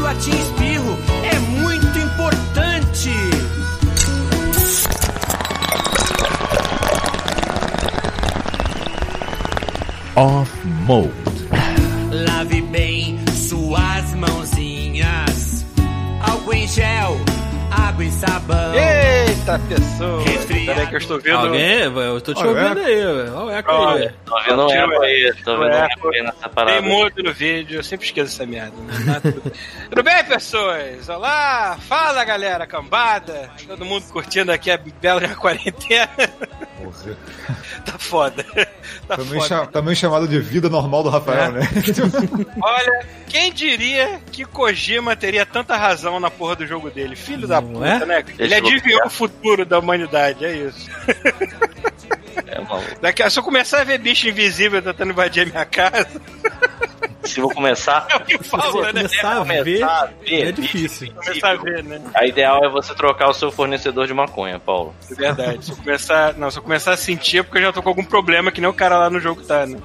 latim espirro é muito importante. Off Mode. Lave bem suas mãozinhas. Álcool em gel, água e sabão. Eita pessoa! Resfriado. Peraí que eu estou vendo. Alguém? Eu tô te Olha o ouvindo aí, velho. Olha o eco Olha. aí, velho. Tô vendo um Tiro eco aí, tô um vendo um eco. eco aí nessa Tem parada. muito no vídeo, eu sempre esqueço essa merda. né? Mas tudo bem. Tudo bem, pessoas? Olá! Fala galera, cambada! Todo mundo curtindo aqui a bela já quarentena. Tá foda. Tá Também, foda. cha- também chamado de vida normal do Rafael, né? Olha, quem diria que Kojima teria tanta razão na porra do jogo dele? Filho da Não puta, é? né? Ele Deixa eu adivinhou o futuro da humanidade, é isso. É, maluco. Daqui a... Se eu começar a ver bicho invisível tentando invadir a minha casa, Se vou começar, é o que falta, né? Começar a ver começar a é ver, difícil. Começar a ver, né? a ideal é você trocar o seu fornecedor de maconha, Paulo. É verdade. Se eu começar... Não, se eu começar a sentir é porque eu já tô com algum problema que nem o cara lá no jogo tá, né?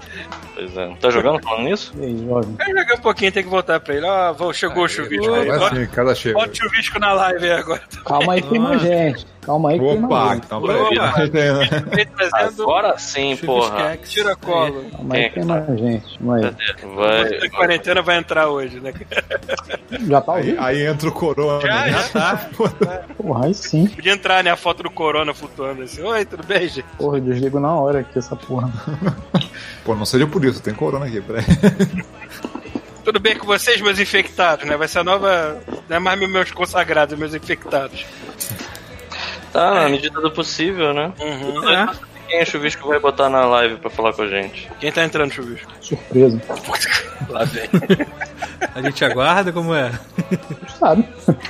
Pois é. Tá jogando falando nisso? Aí jogar um pouquinho, tem que voltar pra ele. Ó, vou- chegou o chuvisco aí. Vai Bota, sim, casa chega. bota o chuvisco na live aí agora. Calma aí que tem mais gente. Calma aí que tem mais Opa, gente. então Opa. peraí. Vem trazendo Agora sim, porra. tiracolo. Calma aí que tem mais gente. Calma aí. A Vai. quarentena vai entrar hoje, né? Já tá Aí, ouvindo? aí entra o corona. Já, né? já tá. Porra, aí sim. Podia entrar, né? A foto do Corona flutuando assim. Oi, tudo bem, gente? Porra, eu desligo na hora aqui essa porra. Pô, não seja por isso, tem corona aqui, peraí. Tudo bem com vocês, meus infectados, né? Vai ser a nova. Não é mais meus consagrados, meus infectados. Tá, na medida do possível, né? Uhum. É. Quem é o chuvisco vai botar na live pra falar com a gente? Quem tá entrando, chuvisco? Surpresa. Lá vem. A gente aguarda como é. Sabe?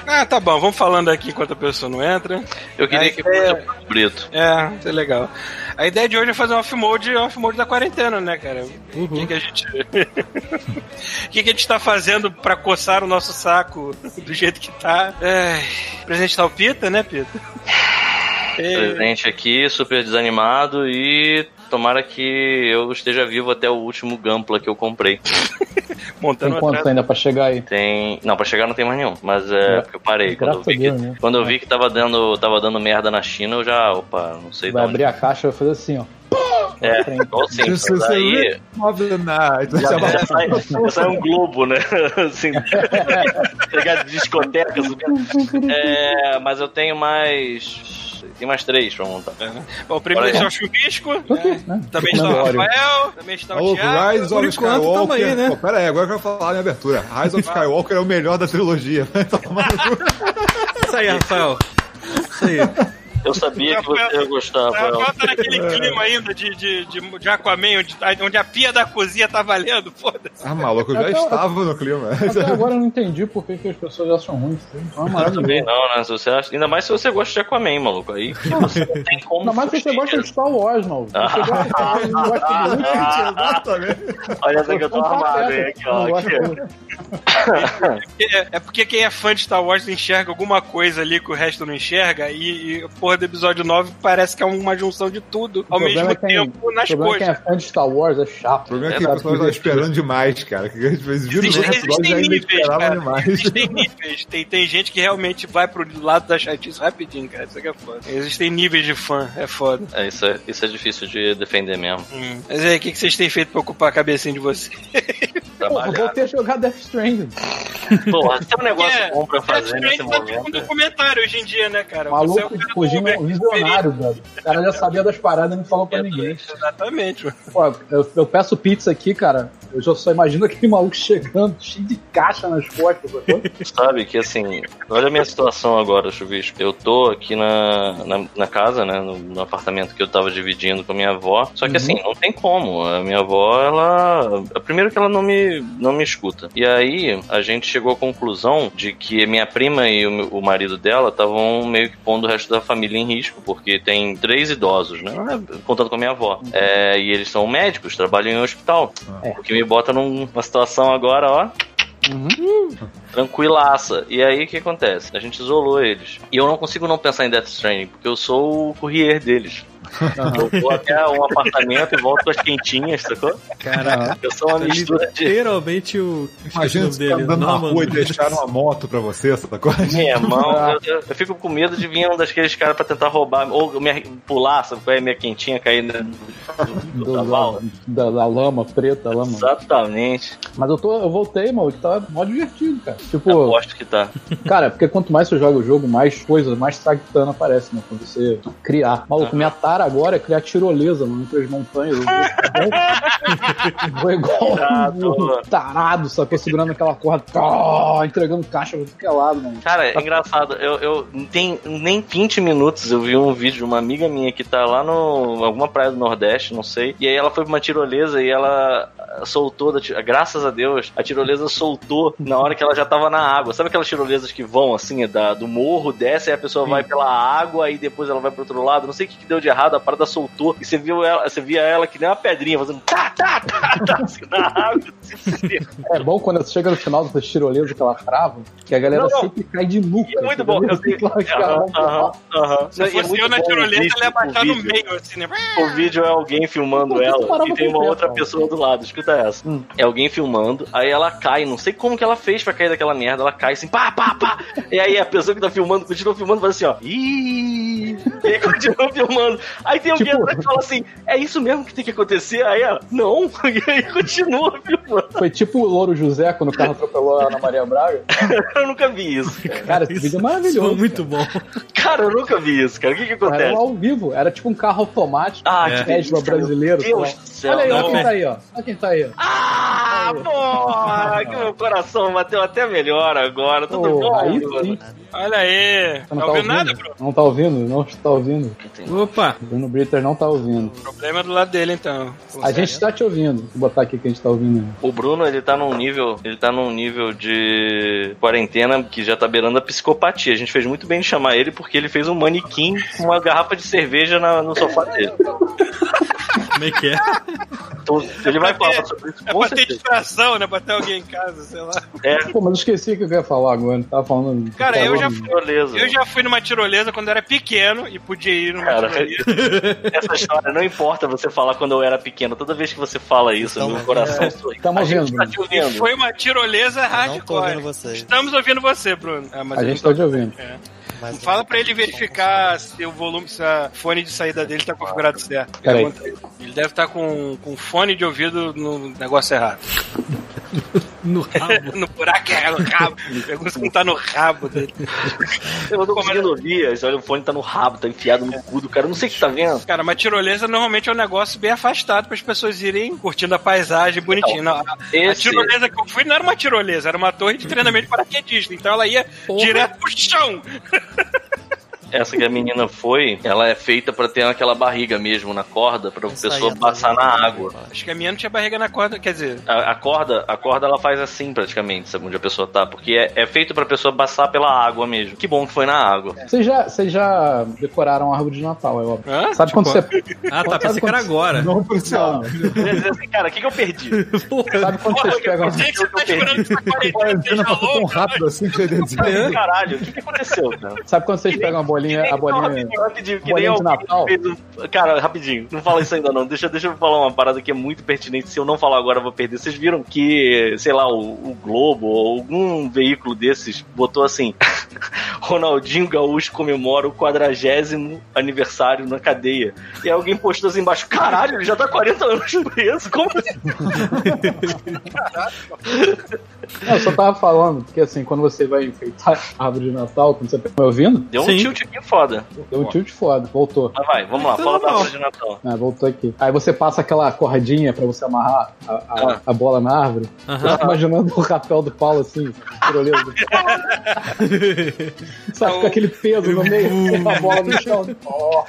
Ah, tá bom, vamos falando aqui enquanto a pessoa não entra. Eu queria Aí que é- fosse o Paulo Brito. É, isso é legal. A ideia de hoje é fazer um off-mode, off-mode da quarentena, né, cara? O Uhum. que, que a gente. O que, que a gente tá fazendo pra coçar o nosso saco do jeito que tá? É... Presente tá o Pita, né, Pita? É, Presente aqui, super desanimado e tomara que eu esteja vivo até o último Gampla que eu comprei. montando Tem quantos atrás. ainda pra chegar aí? Tem. Não, pra chegar não tem mais nenhum, mas é porque eu parei. Quando eu, Graças vi a que, Deus, né? quando eu vi que tava dando, tava dando merda na China, eu já. Opa, não sei de Vai onde. abrir a caixa e vai fazer assim, ó. É, Pra frente. igual sempre. Isso, isso é Aí. Of the night. Já, é. já sai, já sai um globo, né? assim, pegar de discoteca. subindo. É, mas eu tenho mais. Tem mais três pra montar. Bom, o primeiro Olha aí. está o Chuvisco, Tô aqui, né? também está o Comendo Rafael, também está o O Thiago. Rise of enquanto, Skywalker. tamo aí, né? Pô, pera aí, agora eu quero falar a minha abertura. Rise of Skywalker é o melhor da trilogia. Toma no cu. Isso aí, Rafael. Isso aí. Eu sabia que você ia gostar, Tá, Rafael. Volta naquele clima ainda de, de, de, de Aquaman, onde, onde a pia da cozinha tá valendo, foda-se. ah, maluco, eu já Até- estava no clima. Até agora eu não entendi por que, que as pessoas acham ruim isso. aí. Então é Também maravilhoso. não, né? Se você acha- Ainda mais se você gosta de Aquaman, maluco. Aí que você não tem como. Ainda mais se você fugir. gosta de Star Wars, mano. Se você gosta de Star Wars, não gosta de Luke, Exatamente. Olha essa que eu tô não armado, gosta. hein? Aqui, ó. Não gosta Aqui, ó. de- É, é porque quem é fã de Star Wars enxerga alguma coisa ali que o resto não enxerga, e, e porra do episódio 9 parece que é uma junção de tudo O ao problema mesmo é quem- tempo nas O problema é quem é coisas. fã de Star Wars é O chato. problema é que É, o pessoal tá tá esperando demais, cara. Que às vezes vira Existem- o episódio e existem ainda níveis, esperava cara. demais. Existem níveis, tem, tem gente que realmente vai pro lado da chatice rapidinho, cara. Isso aqui é foda. Existem níveis de fã, é foda. É, isso, é, isso é difícil de defender mesmo. Hum. Mas aí, o que, que vocês têm feito pra ocupar a cabecinha de vocês? Pô, Trabalhar. vou ter jogado Death Stranding. Porra, tem um negócio É, bom pra fazer Death nesse Stranding tá tipo um momento. documentário hoje em dia, né, cara? Você é um Maluco cara de Kojima é um novo, visionário, velho. O cara já sabia das paradas e não falou pra ninguém. É, Exatamente, mano. Pô, eu, eu peço pizza aqui, cara. Eu já só imagino aquele maluco chegando, cheio de caixa nas costas. sacou? Sabe que assim, olha a minha situação agora, Chuvisco. Eu tô aqui na, na, na casa, né? No, no apartamento que eu tava dividindo com a minha avó. Só que assim, não tem como. A minha avó, ela. Primeiro que ela não me, não me escuta. E aí, a gente chegou à conclusão de que minha prima e o, meu- o marido dela estavam meio que pondo o resto da família em risco, porque tem três idosos, né? Contando com a minha avó. É, e eles são médicos, trabalham em hospital. O que me bota num- numa situação agora, ó tranquilaça. E aí o que acontece? A gente isolou eles. E eu não consigo não pensar em Death Stranding, porque eu sou o courier deles. Eu vou até um apartamento e volto com as quentinhas, sacou? Caraca. Eu sou uma mistura de. Literalmente o. Imagina o se tá andando na rua e deixaram uma moto pra você, essa coisa. Minha mão, eu, eu- eu fico com medo de vir um daqueles caras pra tentar roubar, ou me arre- pular, sabe qual é? Minha quentinha cair no, no Do- cavalo. da, da lama preta, da lama. Exatamente. Mas eu, tô, eu voltei, mano, que tá mó divertido, cara. Eu Tipo, Aposto que tá. cara, porque quanto mais você joga o jogo, mais coisas, mais tractana aparece, né? Quando você criar. Maluco, minha tara agora é criar tirolesa, mano, entre as montanhas. Eu vou- Vou igual um Tarado. tarado, sacou? Segurando aquela corda, tá, entregando caixa pra tudo que é lado, mano. Cara, é engraçado, eu, eu tem nem 20 minutos eu vi um vídeo de uma amiga minha que tá lá no alguma praia do Nordeste, não sei. E aí ela foi pra uma tirolesa e ela soltou, da, ti- graças a Deus, a tirolesa soltou na hora que ela já tava na água. Sabe aquelas tirolesas que vão assim, da, do morro, desce, aí a pessoa vai pela água e depois ela vai pro outro lado. Não sei o que, que deu de errado, a parada soltou e você viu ela, você via ela que nem uma pedrinha fazendo tá, tá, tá, tá, assim, na água. É bom quando você chega no final dessas tirolesas que ela trava, que a galera Não, não. sempre cai de nu. cara. É Muito bom. Eu tenho. Claro que ela Aham, vai aham, aham. Se E é fosse assim, muito eu na bom o tirolesa, vídeo, ela ia baixar o no vídeo. meio, assim, né? O vídeo é alguém filmando Por que tu ela parava e tem com o uma pé, outra cara? pessoa do lado. Escuta essa. É alguém filmando, aí ela cai, não sei como que ela fez pra cair daquela merda, ela cai assim, pá, pá, pá. E aí a pessoa que tá filmando continua filmando, faz assim, ó. Ih! E aí continua filmando. Aí tem alguém Tipo- atrás que fala assim, é isso mesmo que tem que acontecer? Aí ela, não. E aí continua filmando. Foi tipo o Louro José quando o carro atropelou a Ana Maria Braga. Eu nunca vi isso. Cara, esse vídeo é maravilhoso. Foi muito bom. Cara, eu nunca vi isso, cara. O que que Cara, Era acontece? ao vivo, era tipo um carro automático. Ah, É. que Tesla delícia, meu brasileiro, Deus sei do céu. lá. Olha aí, olha não, quem né? é. tá aí, ó. Olha quem tá aí, ó. Ah, porra! Que meu coração bateu até melhor agora. Tudo Pô, bom? aí Bruno? sim. Olha aí. Você Não tá ouvindo nada, Bruno? Não tá ouvindo, não está ouvindo. Opa! Bruno Britter não tá ouvindo. O problema é do lado dele, então. A gente tá te ouvindo. Vou botar aqui que a gente tá ouvindo. O Bruno, ele tá num nível, ele tá num nível de quarentena que já tá beirando a psicopatia. A gente fez muito bem em chamar ele porque ele fez um manequim com uma garrafa de cerveja na- no sofá dele. Como é que é? Então, ele vai falar sobre isso É com pra ter certeza. distração, né? Pra ter alguém em casa, sei lá. É, Pô, mas eu esqueci o que eu ia falar agora. Eu Tava falando. Cara, tava eu já ouvindo. fui. beleza. Eu já fui numa tirolesa quando era pequeno e podia ir numa Cara, tirolesa. essa história não importa você falar quando eu era pequeno. Toda vez que você fala isso, meu coração sorri. Tamo a gente ouvindo. tá te E ouvindo. foi uma tirolesa Eu não tô ouvindo hardcore. vocês. Estamos ouvindo você, Bruno. Ah, mas A eu não gente tá tô- te ouvindo. Mas Fala pra ele verificar se o volume, se a fone de saída dele tá configurado certo. Peraí. Pergunta aí. Ele deve estar com, com fone de ouvido no negócio errado. No rabo. no buraco é no rabo. Pergunta se não tá no rabo dele. Eu não tô conseguindo ouvir. esse- Olha, o fone tá no rabo, tá enfiado no cu do cara. Eu não sei o que tá vendo. Cara, mas tirolesa normalmente é um negócio bem afastado para as pessoas irem curtindo a paisagem bonitinha. Não, a, a Esse, tirolesa que eu fui não era uma tirolesa, era uma torre de treinamento de paraquedista. Então ela ia direto pro chão. essa que a menina foi, ela é feita pra ter aquela barriga mesmo na corda, pra Isso aí pessoa é passar doido, na né, água. cara? Acho que a minha não tinha barriga na corda, quer dizer. A, a corda, a corda ela faz assim praticamente, sabe onde a pessoa tá, porque é, é feito pra pessoa passar pela água mesmo. Que bom que foi na água. É. Vocês já, vocês já decoraram a árvore de Natal, é óbvio. Hã? Sabe quando você. Ah, tá. Pensei que era É. agora. Não funciona. Tipo, Não, Assim, cara, o que, que eu perdi? Porra. sabe quando vocês pegam. Por que que você tá esperando que essa quarentena Quarentena seja passou tão louca? rápido assim que eu ia É. dizer. Caralho, o que, que aconteceu, cara? Sabe quando vocês pegam a bolinha, É, a bolinha. Rapidinho, rapidinho, que nem bolinha de alguém Natal. fez um- Cara, rapidinho, não fala isso ainda não. Deixa, deixa eu falar uma parada que é muito pertinente. Se eu não falar agora, eu vou perder. Vocês viram que, sei lá, o, o Globo ou algum veículo desses botou assim: Ronaldinho Gaúcho comemora o quadragésimo aniversário na cadeia. E aí alguém postou assim embaixo: Caralho, ele já tá 40 anos preso. Como assim? Não, eu só tava falando, porque assim, quando você vai enfeitar a árvore de Natal, quando você tá me ouvindo, Deu um Sim. tilt aqui foda. deu um tilt foda, voltou. Mas vai, vamos lá, fala da árvore de Natal. Ah, voltou aqui. Aí você passa aquela cordinha pra você amarrar a, a- Ah. a bola na árvore. Eu Aham. tô imaginando o rapel do Paulo assim, tirolesa. Sabe, com aquele peso no meio, a bola no chão. Ó,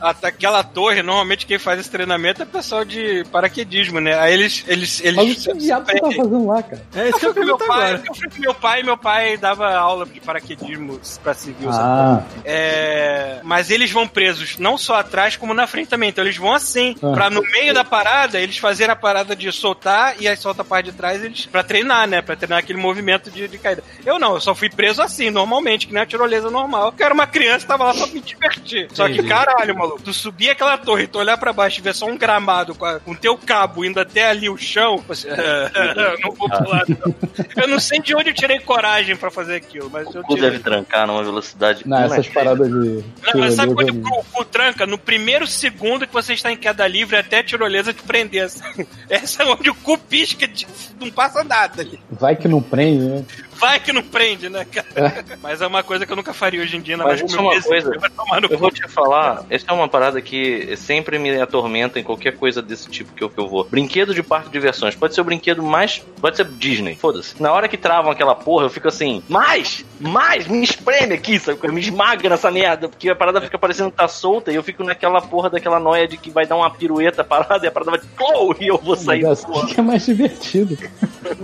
Até Aquela torre, normalmente quem faz esse treinamento é pessoal de paraquedismo, né? Aí eles. eles, Mas eles o que diabo você tá fazendo lá, cara? É isso que eu fui com meu comento pai, agora. eu fui com meu pai, meu pai dava aula de paraquedismo pra civil. sabe? Ah, É, mas eles vão presos não só atrás, como na frente também. Então eles vão assim, Ah. pra no meio da parada, eles fazerem a parada de soltar e aí solta a parte de trás eles pra treinar, né? Pra treinar aquele movimento de, de caída. Eu não, eu só fui preso assim, normalmente, que nem uma tirolesa normal. Que era uma criança, tava lá só pra me divertir. Só que, Entendi. caralho, maluco, tu subir aquela torre, tu olhar pra baixo e ver só um gramado com, a- com teu cabo indo até ali o chão, você. "Ah, não vou pular, não. Eu não sei de onde eu tirei coragem pra fazer aquilo, mas O eu cu tirei. deve trancar numa velocidade. Não, essas inacreditável. paradas de. é Não, mas sabe quando tirolesa, o cu tranca? No primeiro segundo que você está em queda livre, até a tirolesa te prender. assim. Essa é onde o cu pisca, de- não passa nada ali. Vai que não prende, né? Vai que não prende, né, cara? Mas é uma coisa que eu nunca faria hoje em dia, ainda mais Mas com isso meu é uma desenho, coisa- Vai tomar no Eu cu. vou te falar, essa é uma parada que sempre me atormenta em qualquer coisa desse tipo que eu, que eu vou. Brinquedo de parque de diversões. Pode ser o brinquedo mais. Pode ser Disney, foda-se. Na hora que travam aquela porra, eu fico assim, mais! Mais! Me espreme aqui, sabe? Me esmaga nessa merda, porque a parada fica parecendo que tá solta e eu fico naquela porra daquela noia de que vai dar uma pirueta parada e a parada vai. Clou! E eu vou sair da Mas porra. assim que é mais divertido. É,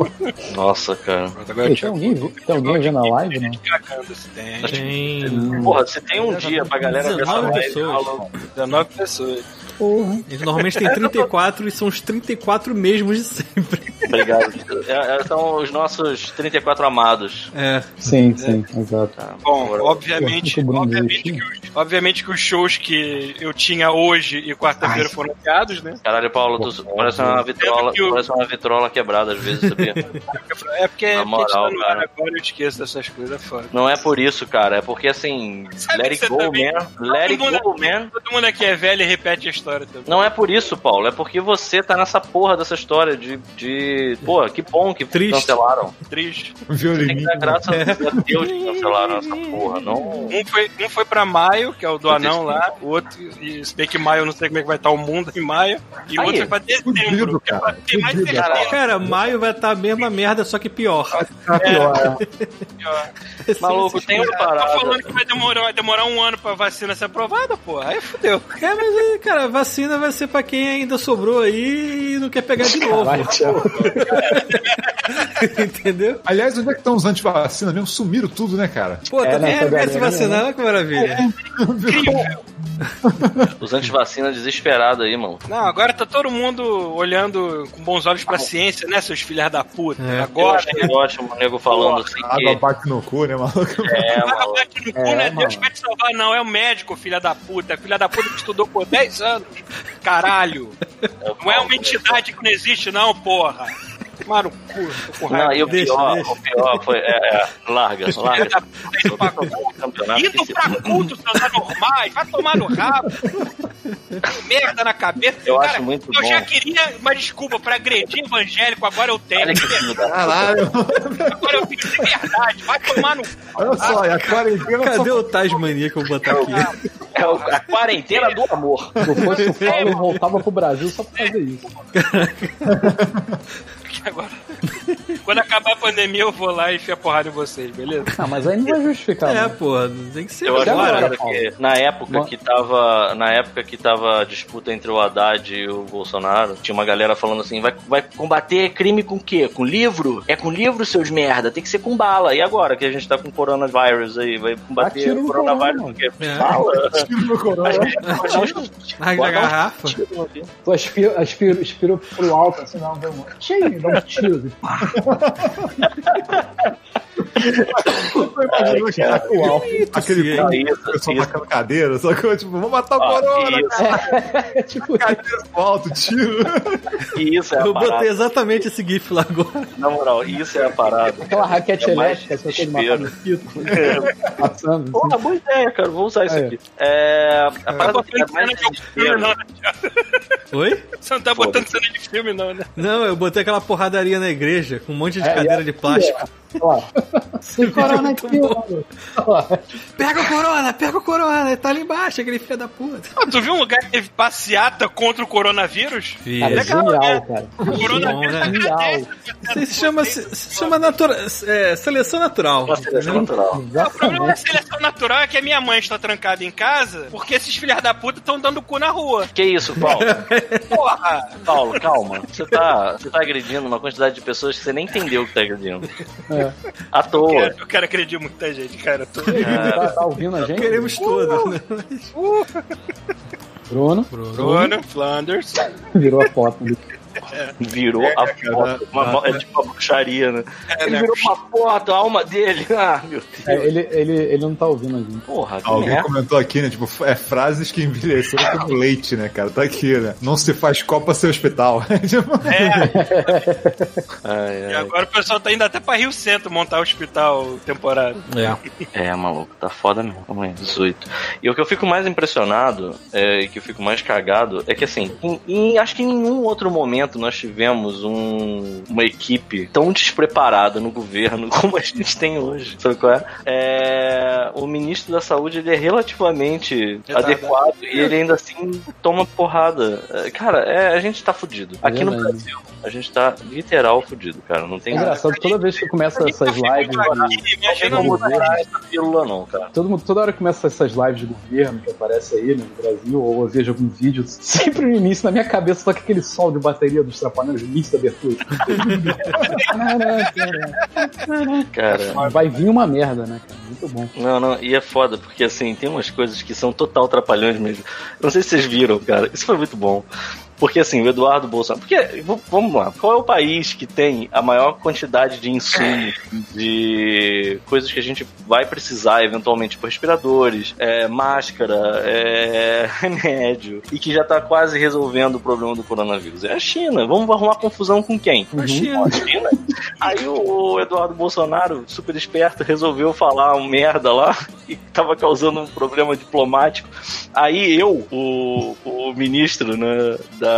Nossa, cara. Ei, tem alguém, tem alguém vendo a live, né? Cagando, assim. se tem. Tem. Porra, se tem um dia pra galera ver essa 19 live, pessoas. fala- 19 pessoas. Porra. Normalmente É, tem 34 e são os 34 mesmos de sempre. Obrigado. É, é, são os nossos 34 amados. É. Sim, sim, exato. Tá, Bom, agora- obviamente, Muito bom, obviamente, que os, obviamente que os shows que eu tinha hoje e quarta-feira foram adiados, né? Caralho, Paulo, tu parece né? uma vitrola, Sendo que o- parece uma vitrola quebrada às vezes, sabia? É porque, é Na porque a gente tá moral, no ar cara. agora eu esqueço dessas coisas, é foda. Não é por isso, cara, é porque assim, Sabe let que it você go, também- man. Let it go, man. Todo mundo aqui é velho e repete a história também. Não é por isso, Paulo, é porque você tá nessa porra dessa história de. de... Pô, que bom que Triste. cancelaram. Triste. Tem que Violininho. dar graças a Deus que cancelaram essa porra, não. Um foi, um foi pra maio, que é o do anão lá, o outro, e se bem que maio, eu não sei como é que vai estar o mundo em maio, e o Aí, outro foi pra dezembro, fudido, que é pra cara, ter mais fudido, certeza. Cara, maio vai estar a mesma merda, só que pior. Ah, Tá pior, né? é. Maluco, tem uma Tá falando parada. que vai demorar, vai demorar um ano pra vacina ser aprovada, porra. Aí fudeu. É, mas, é, cara, vacina vai ser pra quem ainda sobrou aí e não quer pegar de novo. Vai, tchau. Entendeu? Aliás, onde é que estão os antivacina mesmo? Sumiram tudo, né, cara? Pô, É, também nessa é, vai se galerinha, vacinar, olha que maravilha. Os antivacina desesperados aí, mano. Não, agora tá todo mundo olhando com bons olhos pra ciência, né, seus filhas da puta? É. Eu Agora, acho que ótimo o nego falando assim Água que. bate no cu, né, maluco? É, Ah, maluco. bate no cu, não é Deus que vai te salvar, não. É o médico, filha da puta. Filha da puta que estudou por 10 anos. Caralho. Não é uma entidade que não existe, não, porra. Tomar no cu, tô com Não, raiva. e o Deixa, pior, deixa. o pior foi. É, é, larga, Filha larga. da puta, indo pra culto. Campeonato, Indo esse- pra culto, seus anormais. Vai tomar no rabo. Merda na cabeça. Eu Cara, acho muito Eu já bom. queria uma desculpa pra agredir evangélico, agora eu tenho. Olha que filho da- Ah, Caralho, Agora eu tenho de verdade. Vai tomar no olha só, e a quarentena então só Cadê o Tasmania que eu vou botar aqui? É o- a quarentena do amor. Se eu fosse o Paulo, eu voltava pro Brasil só pra fazer isso. que agora. Quando acabar a pandemia, eu vou lá e enfio a porrada em vocês, beleza? Ah, mas aí não vai justificar, É, né? porra, tem que ser Eu acho Agora, agora agora. Paulo. que na época Uma- que tava. Na época que tava a disputa entre o Haddad e o Bolsonaro, tinha uma galera falando assim, vai, vai combater crime com o quê? Com livro? É com livro, seus merda, tem que ser com bala. E agora que a gente tá com coronavírus aí, vai combater Atira o no coronavírus com o corona, quê? É. Bala? tiro no corona. Na Bota um garrafa. Tu aspira, aspira, aspira pro alto, assim, não, dá um tiro, dá um tiro. Tô imaginando que era com o álcool. Ih, Aquele tossi, cara, hein? o pessoal Isso. tacando cadeira, só que eu, tipo, vamos matar o Ó, corona, isso, É tipo, cadeira pro alto, tiro. isso é a Eu botei parada. exatamente esse gif lá agora. Na moral, isso é a parada. aquela raquete É mais elétrica, essa coisa de matar mosquito, assim, passando. Porra, boa ideia, cara. Vou usar isso Aí. aqui. É. A parada que é mais Filme não, desespero. né? Oi? Você não tá botando cena de filme, não, né? Não, eu botei aquela porradaria na igreja com um monte de É, cadeira de plástico. Olha lá. Tem corona aqui, mano. Olha lá. Pega o corona, pega o corona, tá ali embaixo, aquele filho da puta. Ah, tu viu um lugar que teve passeata contra o coronavírus? Cara, é Isso. genial, cara. O coronavírus é Bom, né? agradece. Genial. Isso aí se chama, se, se chama natura, é, seleção natural. Uma seleção natural. O problema da Exatamente. seleção natural é que a minha mãe está trancada em casa porque esses filhas da puta estão dando cu na rua. Que isso, Paulo? Porra! Paulo, calma. Você tá, você tá agredindo uma quantidade de pessoas que você nem entendeu que tá agredindo. É. À toa. Cara, eu quero acreditar em muita gente, cara. Tô... Tá, tá ouvindo a gente? Queremos todas, né? Bruno Bruno, Flanders. virou a foto. Virou a foto. Uma, mo- é tipo uma bruxaria, É, né? ele virou uma foto, a alma dele. Ah, meu Deus. É, ele, ele, ele não tá ouvindo a gente. Porra, que Alguém merda. comentou aqui, né? Tipo, é frases que envelheceram como leite, né, cara? Tá aqui, né? Não se faz copa sem hospital. Tipo, Ai, É. E ai. agora o pessoal tá indo até pra Rio Centro montar o hospital temporário. É. É, maluco, tá foda mesmo. Amanhã, 18. E o que eu fico mais impressionado, é, e que eu fico mais cagado, é que assim, em- em- acho que em nenhum outro momento nós tivemos um- uma equipe tão despreparada no governo como a gente tem hoje. Sabe qual é? É, o ministro da saúde, ele é relativamente Retardado. adequado e ele ainda assim toma porrada. É, Cara, é, a gente tá fudido. Aqui no é Verdade. Brasil, a gente tá literal fudido, cara. Não É tem nada. engraçado, toda vez que começa essas lives. de- Aqui, Imagina Não um muda nada essa pílula, não, cara. Todo mundo, toda hora que começa essas lives de governo que aparece aí né, no Brasil, ou eu vejo algum vídeo, sempre no início, na minha cabeça, toca aquele sol de bateria dos trapalhões, o início da abertura. Cara. Vai vir uma merda, né, cara? Muito bom. Não, não, e é foda, porque assim, tem umas coisas que são total trapalhões mesmo. Eu Não sei se vocês viram, cara. Isso foi muito bom. Porque assim, o Eduardo Bolsonaro. Porque, v- vamos lá, qual é o país que tem a maior quantidade de insumos, de coisas que a gente vai precisar eventualmente, tipo respiradores, é, máscara, é, remédio, e que já tá quase resolvendo o problema do coronavírus? É a China. Vamos arrumar confusão com quem? Uhum. Imagina. Aí o Eduardo Bolsonaro, super esperto, resolveu falar um merda lá e tava causando um problema diplomático. Aí eu, o, o ministro, né, da.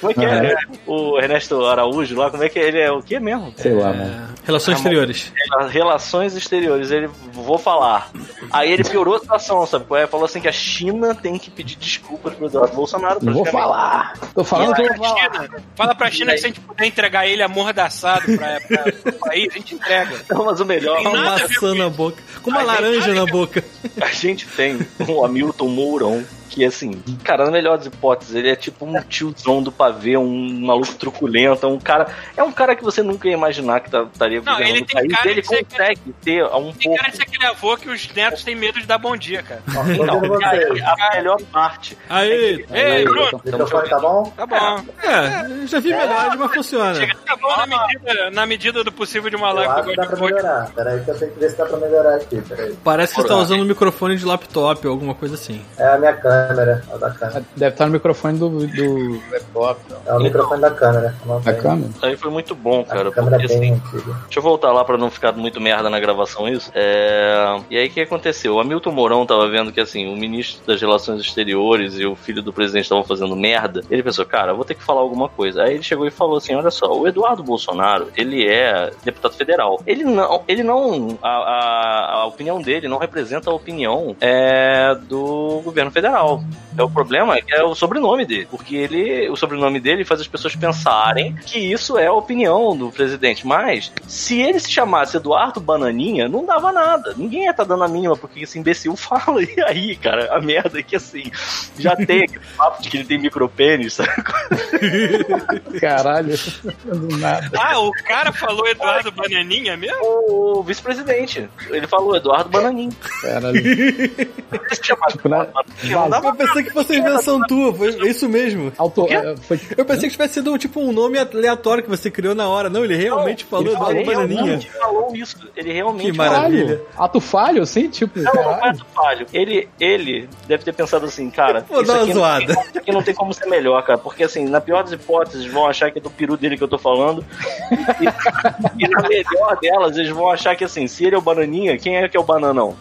Como é que é? O Ernesto Araújo lá, como é que é? Ele é o que mesmo? Sei lá, mano. É, Relações exteriores. Relações exteriores, ele vou falar. Aí ele piorou a situação, sabe? qual é? Falou assim que a China tem que pedir desculpas pro Eduardo Bolsonaro. Não vou praticamente. falar! Tô falando que eu vou falar! China. Fala pra China que se a gente puder entregar ele amordaçado pra, pra, pro país, a gente entrega. Não, mas o melhor. Com uma nada a ver maçã na boca. Com uma laranja na boca. A gente tem o Hamilton Mourão, que assim, cara, na melhor das hipóteses, ele é tipo um tiozão do pavê, um maluco truculento, um cara. É um cara que você nunca ia imaginar que tá- estaria Não, ele governando o tem cara Ele de ser- consegue ter um Tem pouco. cara de ser aquele avô que os netos têm medo de dar bom dia, um cara. Não, Vamos ver e aí, você. é a melhor parte. é Aí. Ei, Bruno, um O microfone tá bom? tá bom. É, já vi melhores, mas funciona. Chega, tá bom na medida, na medida do possível de uma Eu live acho do que dá pra Godfrey. melhorar. Peraí que eu tenho que ver se dá pra melhorar aqui. Peraí. Parece que você tá usando um microfone de laptop ou alguma coisa assim. É a minha câmera, a da câmera. Deve estar no microfone do, do laptop, É o microfone da câmera. Não Então. da É. tem- câmera. Aí foi muito bom, A cara. câmera Porque assim, bem antiga. Deixa eu voltar lá pra não ficar muito merda na gravação isso. É, E aí o que aconteceu? O Hamilton Mourão tava vendo que assim, o ministro das Relações Exteriores e o filho do presidente estavam fazendo merda. Ele pensou, cara, eu vou ter que falar alguma coisa. Aí ele chegou e falou assim: olha só, o Eduardo Bolsonaro, ele é deputado federal. Ele não. Ele não. A, a- a opinião dele não representa a opinião é, do governo federal. É o problema é que é o sobrenome dele, porque ele, o sobrenome dele faz as pessoas pensarem que isso é a opinião do presidente. Mas se ele se chamasse Eduardo Bananinha, não dava nada. Ninguém ia estar dando a mínima porque esse imbecil fala. E aí, cara, a merda é que assim, já tem aquele papo de que ele tem micropênis, sabe? Caralho, do nada. Ah, o cara falou Eduardo Bananinha mesmo? O vice-presidente, ele falou Eduardo Bananinha. Caralho. Se chamasse Tipo, né? Eduardo Bananinha, não dava Eu pensei que fosse invenção tua, foi é isso mesmo. Auto, é, foi Eu pensei que tivesse sido tipo um nome aleatório que você criou na hora. Não, ele realmente falou nada. Eduardo Ele Bananinha. realmente falou isso. Ele realmente Que falou. Maravilha. falho. Ato falho, assim, tipo, Não, não é caralho. do falho. Ele, ele deve ter pensado assim, cara. Vou isso dar uma aqui não zoada. tem- Isso aqui não tem como ser melhor, cara. Porque assim, na pior das hipóteses, vão achar que é do peru dele que eu tô falando. E, e na melhor delas, eles vão achar que assim, se ele é o bananinha, quem é que é o bananão?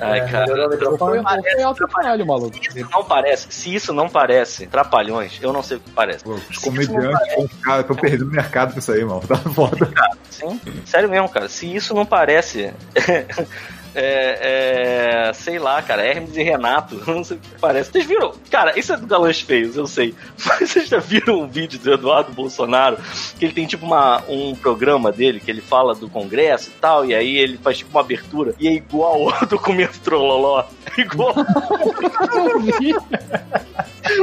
Ai, É. cara. Melhorou o Foi, microfone? foi alto falho, maluco. se Isso não parece, se isso não parece trapalhões, eu não sei o que parece. Os comediantes vão ficar. Estão perdendo mercado com isso aí, mano. Tá foda. Sim, sério mesmo, cara. Se isso não parece. é, é, sei lá, cara, Hermes e Renato, não sei o que parece. Vocês viram? Cara, isso é do Galãs Feios, eu sei. Mas vocês já viram um vídeo do Eduardo Bolsonaro? Que ele tem tipo uma, um programa dele que ele fala do Congresso e tal, e aí ele faz tipo uma abertura e é igual ao documento Trololó. É igual. Eu vi.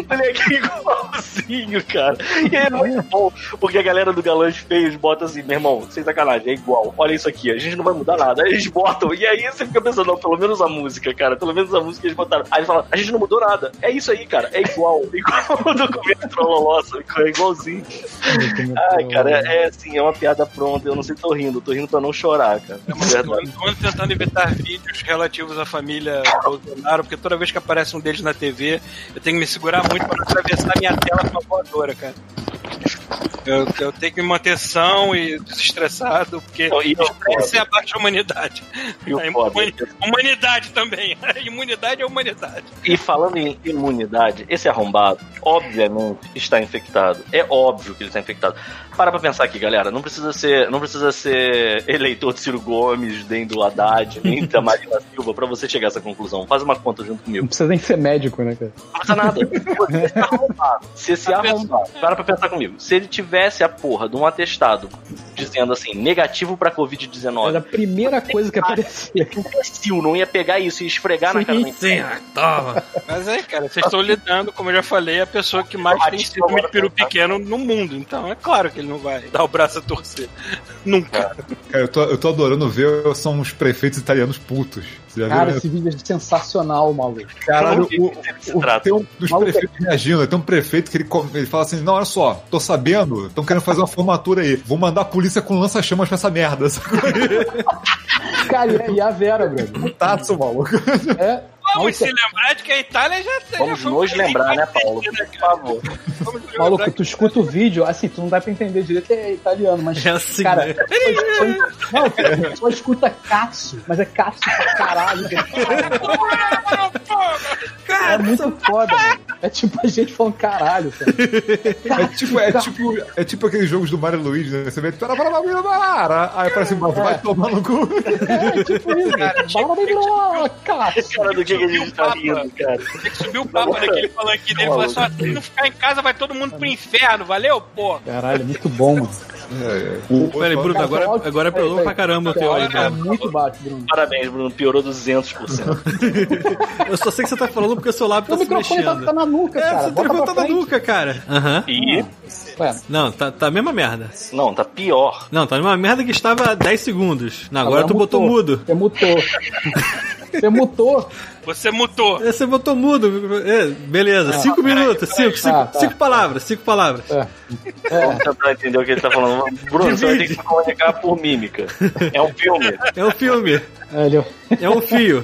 Moleque igualzinho, cara. E é muito bom, porque a galera do Galãs Feios bota assim, meu irmão, sem sacanagem, é igual. Olha isso aqui, a gente não vai mudar nada. Aí eles botam, e aí você fica pensando, não, pelo menos a música, cara, pelo menos a música eles botaram. Aí eles falam, a gente não mudou nada. É isso aí, cara, é igual. Igual o documento Trololó, sacou? é igualzinho. Ai, cara, é, é assim, é uma piada pronta, eu não sei, tô rindo, tô rindo pra não chorar, cara. É uma verdade. Estamos tentando evitar vídeos relativos à família Bolsonaro, porque toda vez que aparece um deles na TV, eu tenho que me segurar muito para não atravessar a minha tela com a voadora, cara. Eu, eu tenho que me manter são e desestressado, porque Não, e eu- estresse é abaixo da humanidade. E o A foda- imuni- humanidade também. A imunidade é humanidade. E falando em imunidade, esse arrombado, obviamente, está infectado. É óbvio que ele está infectado. Para pra pensar aqui, galera. Não precisa ser, não precisa ser eleitor de Ciro Gomes, nem do Haddad, nem da Marina Silva, pra você chegar a essa conclusão. Faz uma conta junto comigo. Não precisa nem ser médico, né, cara? Não passa nada. Você se arrombado. Você se arrombado. Para pra pensar comigo. Se ele tivesse a porra de um atestado dizendo assim, negativo pra Era a Covid-19, primeira coisa que aparecia. imbecil não ia pegar isso e esfregar na cara da Sim, ah, toma. Mas é, cara, vocês estão lidando, como eu já falei, a pessoa que mais tem síndrome de peru pequeno no mundo. Então é claro que ele não vai né? dar o braço a torcer. Nunca. Cara, eu tô, eu tô adorando ver, são os prefeitos italianos putos. Você já Cara, viu? né? esse vídeo é sensacional, maluco. Caralho, o, Então, se o- trata. tem um dos Maluco, prefeitos reagindo. Tem um prefeito que ele, com- ele fala assim: não, olha só, tô sabendo, estão querendo fazer uma formatura aí. Vou mandar a polícia com lança-chamas pra essa merda. sacou? Cara, e é a Vera, brother. Putaço, maluco. É, Vamos se maluco, lembrar de que a Itália já já Vamos foi um nos país lembrar, né, Paulo? independente, Por favor. Vamos nos lembrar maluco, que- tu escuta o vídeo, assim, tu não dá pra entender direito que é italiano, mas. É assim, Cara, né? só, só- não, tu só escuta Cássio, mas é Cássio pra caralho. cara. É muito foda, mano. É tipo a gente falando caralho, cara. É tipo, é tipo, é tipo aqueles jogos do Mario e Luigi, né? Você vê. "Tara, para, para, para, para", Aí aparece um barco, vai tomar no cu. É tipo isso. Blá, blá, blá, blá, Cássio. Cara, do que, que a gente tá Papa. rindo, cara? Tem que subir o papo daquele palanque dele e falar assim, ó, se não ficar em casa, vai todo mundo pro inferno, valeu, pô? Caralho, é muito bom, mano. É, é. Peraí, Bruno, Cara, agora, o áudio- agora peraí, piorou pra peraí. caramba o teu Cara, áudio, É cara. muito baixo, Bruno. Parabéns, Bruno. Piorou 200%. Eu só sei que você tá falando porque o seu lábio O tá se microfone tá, mexendo. tá na nuca, é, cara. você tremeu, tá Bota pra na frente. nuca, cara. Aham. E, Ué, Não, tá, tá a mesma merda. não, tá pior. Não, tá a mesma merda que estava há 10 segundos. Não, agora, tu botou mutou. mudo. Você mutou. Você mutou. Você mutou. É, Você botou mudo. É, beleza, 5 minutos, 5 cinco, Ah, tá. cinco palavras, 5 palavras. É, Vamos tentar entender o que ele tá falando. Bruno, você vai ter que se comunicar por mímica. É um filme. É um filme, velho. é um fio.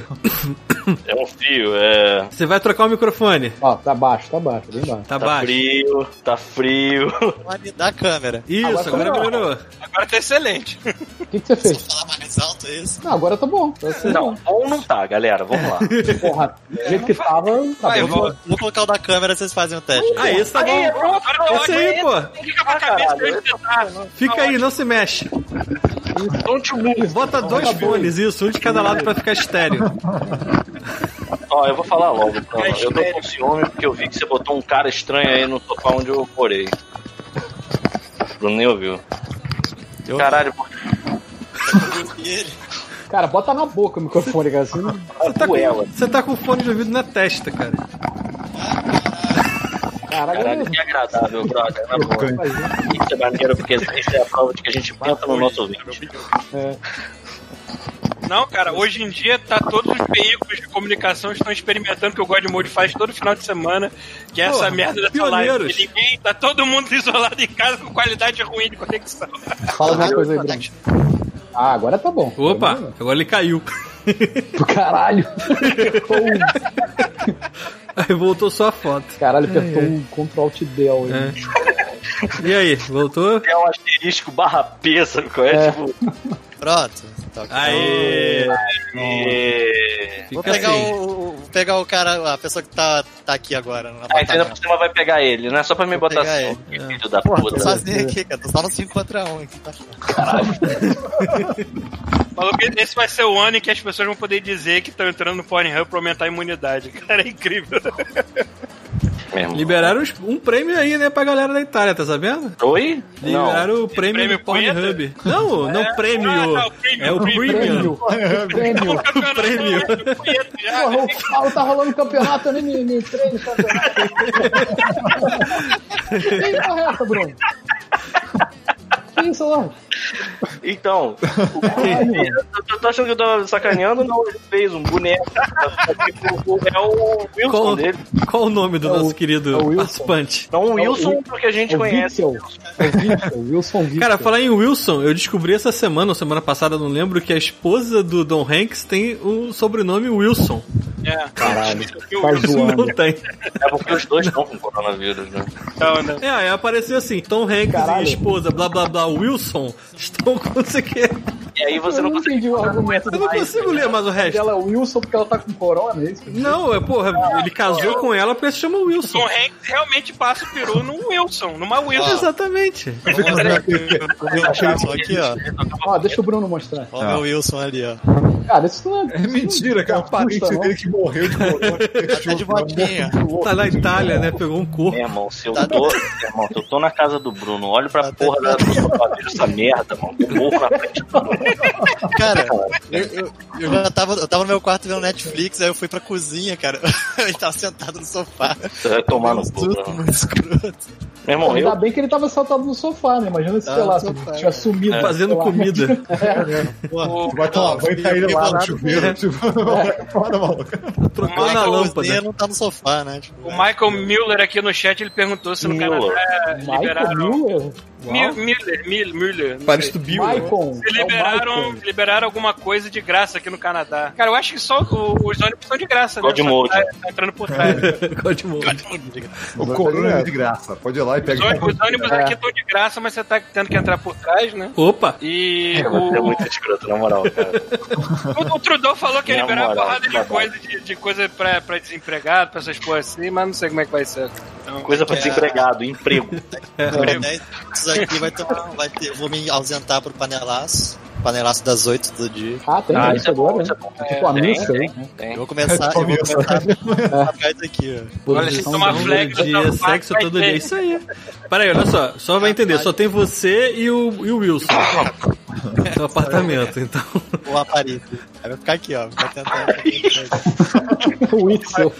É um fio. É... Você vai trocar o microfone. Ó, tá baixo, tá baixo, bem baixo. Tá, Tá baixo. frio, tá frio. Fone da câmera. Isso, agora, Agora tá melhorou. Agora tá excelente. O que, que você Preciso fez? falar mais alto é isso? Ah, agora tá bom. Tá assim, Não, ou não tá, galera. Vamos lá. Porra, do jeito que tava, tá Vai, Eu bom. vou, vou colocar o da câmera, vocês fazem o teste. Ah, isso tá Aí, bom. pronto, Agora tá Esse ótimo. aí, pô. Fica pra cabeça pra é ele tentar. Fica aí, não se mexe. Don't you move. Bota dois fones, isso, um de cada lado pra ficar estéreo. Ó, eu vou falar logo. Então. Eu tô com ciúme porque eu vi que você botou um cara estranho aí no sofá onde eu morei. Bruno nem ouviu. Eu- Caralho, por E ele? Cara, bota na boca o microfone, cara. Assim, Você tá, com, Goela. você tá com fone de ouvido na testa, cara. caralho, é Caralho, mesmo. que agradável, brother. Na boa. Isso é maneiro, porque isso é a prova de que a gente pensa no nosso ouvinte. Não, cara, hoje em dia tá todos os veículos de comunicação estão experimentando que o Godmode faz todo final de semana, que é Porra, essa merda dessa live. pioneiros. que Ninguém, tá todo mundo isolado em casa com qualidade ruim de conexão. Fala uma coisa aí, Bruno. Ah, agora tá bom. Opa, agora ele caiu. Do caralho. Apertou um- Aí voltou só a foto. Caralho, apertou um Ctrl Alt Del. aí. É. E aí, voltou? É um asterisco barra P, sabe qual é? É. Tipo, Pronto. Tá ok. Aê! é... Vou Fica pegar, assim. o, o- vou pegar o cara, a pessoa que tá, tá aqui agora no Aí você Ah, então ainda por apartamento. cima vai pegar ele, né? Só pra me Vou botar pegar assim, ele. que filho da Tô puta. sozinho aqui, cara. Tô só no 5 contra 1 aqui. Tá Falou que esse vai ser o ano em que as pessoas vão poder dizer que estão entrando no Pornhub pra aumentar a imunidade. Cara, é incrível. meu irmão. Liberaram uns- um prêmio aí, né, pra galera da Itália, tá sabendo? Oi? Liberaram o prêmio prêmio, Pornhub. Não, não prêmio. Ah, tá, o prêmio, é o o prêmio. premium. Prêmio. Prêmio. Campeonato, prêmio. eu conheço já. Porra, o Paulo tá rolando campeonato, eu nem me, me entrei no campeonato. Quem porra é essa, Bruno? Que isso, Lorde? Então, eu tô- tô achando que eu tava sacaneando, não. Ele fez um boneco. É o Wilson Qual, dele. qual o nome do É o- nosso querido é o Wilson. participante? Então, o É o Wilson, Wil- porque a gente É o conhece. Witzel. É o Witzel, Wilson Witzel. Cara, falar em Wilson, eu descobri essa semana, ou semana passada, não lembro, que a esposa do Don Hanks tem o sobrenome Wilson. Caralho, tá Não zoando. tem. É porque os dois estão com coronavírus, né? Não, não. É, aí apareceu assim, Tom Hanks Caralho. e esposa, blá blá blá, Wilson, estão conseguindo... E aí você Eu não não consegue. entendi o argumento Eu não mais. consigo ler mais o resto. Ela é Wilson porque ela tá com corona, é isso? Não, é porra, ele casou com ela porque se chama Tom Wilson. Hanks realmente passa o peru num Wilson, numa Wilson. Exatamente. Ó, Tá aqui, ó. Ó, deixa o Bruno mostrar. Ó o Ah. meu Wilson ali, ó. Cara, isso não é. É mentira, cara. É um parente Custa, não. dele que morreu de corona. Tá de botinha. Tá na Itália, né? Pegou um corpo. Meu irmão, se eu Tá- tô. meu irmão, se eu tô na casa do Bruno, olho Tá pra porra da do coronavírus, essa merda, mano. Eu morro na frente do Bruno. Cara, eu, eu- eu já tava, eu tava no meu quarto vendo Netflix, aí eu fui pra cozinha, cara. Ele tava sentado no sofá. Você vai tomar no Um cu, susto Bruno. muito escroto. Meu irmão, Ainda eu. bem que ele tava saltado no sofá, né? Imagina se, Tá sei lá, no se sofá. tinha sumido. Fazendo sei lá. comida. Pô, Tu vai tomar banho e tá ele lá no chuveiro. Tipo, fora, maluco. Trocou na Michael lâmpada. Osner não tá no sofá, né? Tipo, O Michael Miller aqui no chat ele perguntou se no Miller. Canadá Michael liberaram. Miller? Mi- Miller, Mil- Miller. não Parece sei. do Bill. né? Michael. Se liberaram, liberaram alguma coisa de graça aqui no Canadá. Cara, eu acho que só o- os ônibus são de graça, né? God Só que mode. Tá, tá entrando por trás. God mode. O corona é de graça. Pode ir lá e Os É. pega. ônibus, os ônibus aqui estão de graça, mas você tá tendo que entrar por trás, né? Opa! E Você é o, muito escroto, na moral, cara. o, o Trudeau falou que ia Minha liberar uma moral, porrada tá de bom. coisa, de, de coisa pra, pra desempregado, pra essas coisas assim, mas não sei como é que vai ser. Então, Coisa pra É. desempregado, emprego. daqui 10 minutos aqui vai tomar, vai ter, vou me ausentar pro panelaço. Panelaço das 8 do dia. Ah, tem Ah, isso isso é bom, agora? isso é né? bom. Tipo a tem, missa, tem. né? Eu vou começar, eu vou Começa. começar a atrás daqui, ó. Olha, deixa eu Produção tomar de- flag. Todo dia, sexo todo dia. Isso aí. Pera aí, olha só. Só vai entender. Só tem você e o, e o Wilson. No apartamento, então. O aparelho. Aí vai ficar aqui, ó. Vai tentar. Witzel.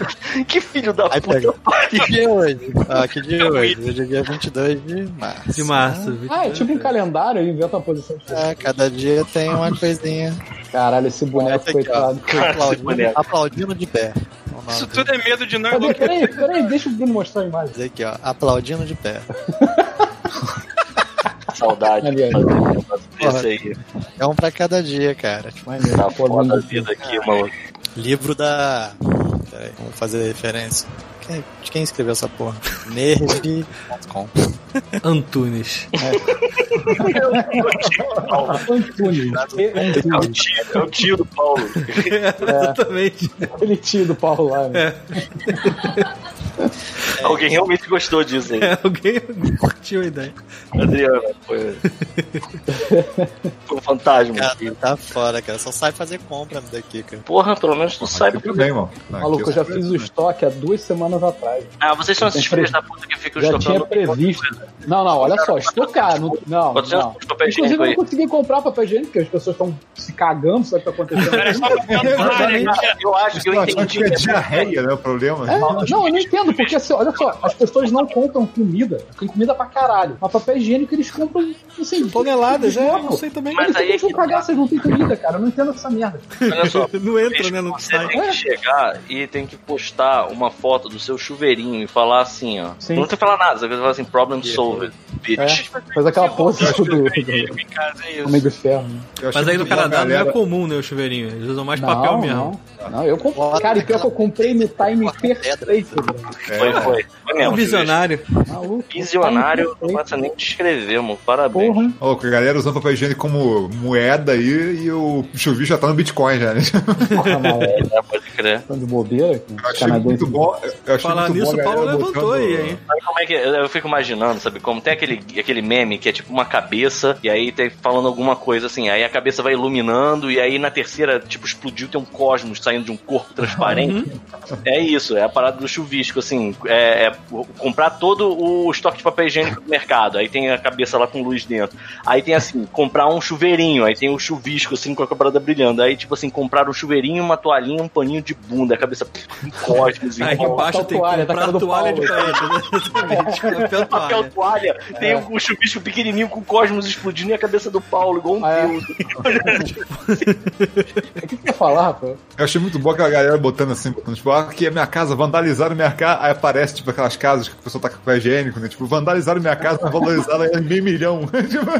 Que filho da Aí, pô, puta. que dia é hoje? Ah, que dia é hoje? Hoje é dia 22 de março. De março. Ah, é tipo um calendário, ele inventa uma posição de... Ah, cada dia tem uma coisinha. Caralho, esse boneco, Esse aqui, ó. coitado. Aplaudindo, aplaudindo de pé. O nome Isso tudo é medo de não Cadê? enlouquecer. Peraí, peraí, deixa o Bruno mostrar a imagem. disso aqui, ó. Aplaudindo de pé. Saudade. Aliás. Esse aí. É um pra cada dia, cara. Tipo, Maneiro. Tá Pô, foda a Bruno, vida aqui, maluco. livro da. Peraí, vamos fazer referência. Quem, de quem escreveu essa porra? Nerd.com. Antunes. É o Antunes. Antunes. tio, é o tio do Paulo. É. Exatamente. Aquele tio do Paulo lá, É. né? Alguém realmente gostou disso aí. É, alguém curtiu a ideia. Adriana, foi. Foi um fantasma. Cara, tá fora, cara. Só sai fazer compra daqui, cara. Porra, pelo menos tu sabe. Aqui é também, mano. Maluco, eu já fiz o estoque há duas semanas atrás. Ah, vocês são esses Eu pre- filhos da puta que ficam Já tinha estocando. previsto. né? Não, não, olha só, estocar. Não, não, 400 não. de um papel Inclusive, higiênico eu não aí. consegui comprar papel higiênico, porque as pessoas estão se cagando, sabe o que tá acontecendo? Era só pra plantar, né? Eu acho que eu Acho que é entendi. diarreia, né? O problema. É, não, eu não entendo, porque assim, olha só, as pessoas não compram comida, tem comida pra caralho. Mas papel higiênico eles compram, assim, Toneladas, é. esmola. Não sei também. Mas Mas aí é aí tá. vão que cagar, vocês não têm comida, cara. Eu não entendo essa merda. Olha só. Não entra, né? Não Você sai. tem que chegar e tem que postar uma foto do seu chuveirinho e falar assim, ó. Sim. Não tem que falar nada, você vai falar assim, problem Tipo, solved, bitch. Faz aquela pose do, do, do Em casa, é isso. Homem de Ferro. né? Eu achei Mas aí no muito bom a Canadá não é galera- comum, né, o chuveirinho. Eles usam mais Não, papel mesmo. Não, não, eu comprei. Cara, e pior que eu comprei no time perfeito, velho. Foi, foi. Foi É mesmo. um visionário. Maluco. Visionário, não Time passa nem descrever, mano. Parabéns. Porra. Maluco, a galera usando papel higiênico como moeda aí e o chuveiro já tá no Bitcoin já, né? Porra, maluco. É, pode crer. Tão de bobeira. Eu achei canadense. muito bom. Eu achei Falar muito nisso, bom o a Paulo galera levantou botando- aí, hein? Sabe como é que eu fico imaginando, sabe? Como tem aquele, aquele meme que é tipo uma cabeça, e aí tem falando alguma coisa assim, aí a cabeça vai iluminando, e aí na terceira, tipo, explodiu, tem um cosmos saindo de um corpo transparente. É isso, é a parada do chuvisco, assim, é, é o- comprar todo o estoque de papel higiênico do mercado. Aí tem a cabeça lá com luz dentro. Aí tem assim, comprar um chuveirinho, aí tem o chuvisco assim com a parada brilhando. Aí tipo assim, comprar um chuveirinho, uma toalhinha, um paninho de bunda, a cabeça um cosmos Aí embaixo tem que toalha, da comprar cara do toalha de Paulo. parede, né? Exatamente, papel papel toalha. toalha, É. tem o chuvisco pequenininho com o cosmos explodindo e a cabeça do Paulo, igual um Ah, é. deus. O que você ia falar, rapaz? Eu achei muito bom que a galera botando assim, botando, tipo, ah, que a minha casa, vandalizaram minha casa. Aí aparece, tipo, aquelas casas que o pessoal tá com papel higiênico, né? Tipo, vandalizaram minha casa, mas valorizaram é meio milhão. Tipo,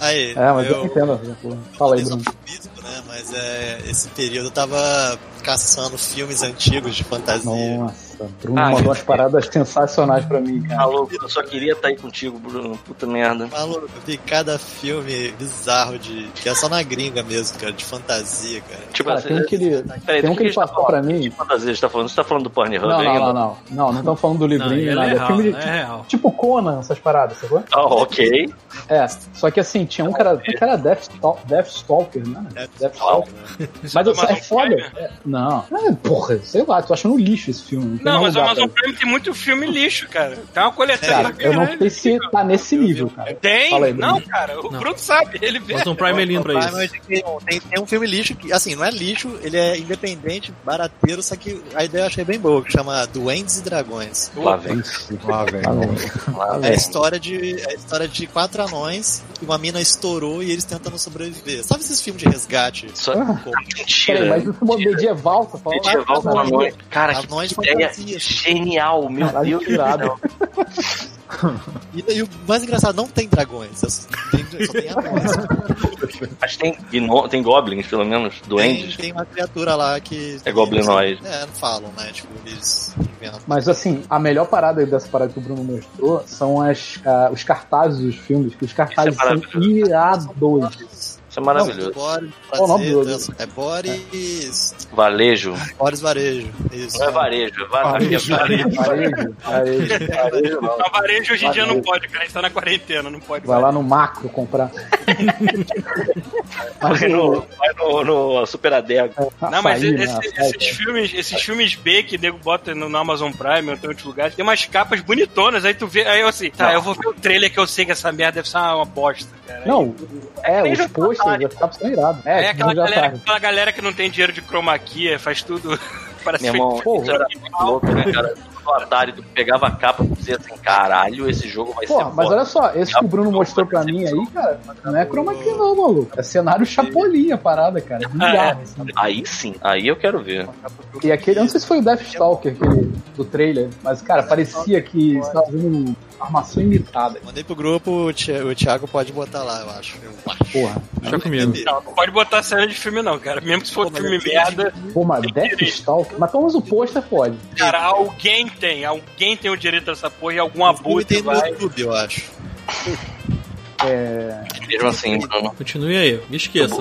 Aí, É, mas eu, eu, entendo. essa porra. Fala aí, eu sou Bruno. físico, né? Mas é, esse período eu tava caçando filmes antigos de fantasia. Nossa, Bruno Ah, mandou gente. umas paradas sensacionais pra mim, cara. Maluco, Tá eu só queria estar aí contigo, Bruno. Puta merda. Maluco, eu vi cada filme bizarro de. que é só na gringa mesmo, cara, de fantasia, cara. Tipo Cara, assim, tem um que ele, peraí, tem um do que ele a gente tá passou falando? pra mim. Que fantasia você tá falando? Você tá falando do Pornhub Não, não, ainda? não, não. Não, não estamos falando do Não, livrinho, ela nada. é É real, filme de- ela é real. Tipo Conan, essas paradas, sacou? Ah, ok. É, só que assim, tinha um cara, que era Death, Stalk- Death Stalker, né? É Death Stalker. Mas eu, é Amazon foda. Prime? É, não. É, porra, sei lá, tu acha um lixo esse filme. tem Não, mais mas é o lugar Amazon pra Prime tem muito filme lixo, cara. Tem uma coletânea Cara, pra eu não caralho. sei se tá nesse nível, cara. Tem? Fala aí, Bruno. não, cara, o Não. Bruno sabe, ele vê. Amazon Prime é lindo pra Ah, isso. mas tem, tem um filme lixo que, assim, não é lixo, ele é independente, barateiro, só que a ideia eu achei bem boa, que chama Duendes e Dragões. lá vem. Lá vem. Tá vendo? É a história de é a história de quatro anões, que uma mina estourou e eles tentando sobreviver. Sabe esses filmes de resgate? Só Pô, mentira. Peraí, mas isso é uma medieval, você falou? Medieval com anões. Cara, que Anões de ideia fantasia. genial, meu Caralho, Deus do irado. céu. E, e o mais engraçado, não tem dragões, só tem, só tem anões. Mas tem, gno- tem goblins, pelo menos, Tem, duendes. tem uma criatura lá que. É goblinoide. É, não falam, né? Tipo, eles inventam. Mas assim, a melhor parada dessa parada que o Bruno mostrou são as, ah, os cartazes dos filmes, que os cartazes Isso é são irados. Isso é maravilhoso. Boris, Qual o nome do prazer, é Boris. Varejo. Boris Varejo. Isso. Não é varejo, é varejo. varejo. Varejo, varejo. Não, varejo hoje em dia não Varejo. pode, cara. A gente tá na quarentena, não pode. Vai lá no macro comprar. Vai no, vai no, no Super Adego. Não, mas açaí, né? esse- Açaí, esses, filmes, esses filmes B que o nego bota no, no Amazon Prime ou em outros lugares, tem umas capas bonitonas, aí tu vê, aí eu assim, tá, eu vou ver o trailer que eu sei que essa merda deve ser uma, uma bosta, cara. Não, é, Nem os Jogos posters Atari. já ficavam sendo irados. É, é aquela já galera, tarde. aquela galera que não tem dinheiro de chroma key, faz tudo. Parece Meu irmão, Porra. isso era muito louco, né, cara? O Atari tu pegava a capa e dizia assim, caralho, esse jogo vai Pô, ser mas foda. olha só, esse que o Bruno mostrou pra mim aí, cara, não é chroma key não, maluco. É cenário chapolinha a parada, cara. É bizarro, sabe? Aí sim, aí eu quero ver. E aquele, eu não sei se foi o Deathstalker aquele, do trailer, mas, cara, parecia que estava fazendo armação imitada. Mandei pro grupo, o Thi- o Thiago pode botar lá, eu acho. Eu acho. É um Porra. Já comigo. Tá Não, não pode botar cena de filme, não, cara. Mesmo se for filme é merda, Pô, mas Deathstalker? Mas pelo menos o pôster pode. cara, alguém tem. Alguém tem o direito dessa porra e algum abutre tem no vai. YouTube, eu acho. É, Mesmo assim, Bruno, Continue aí, me esqueça.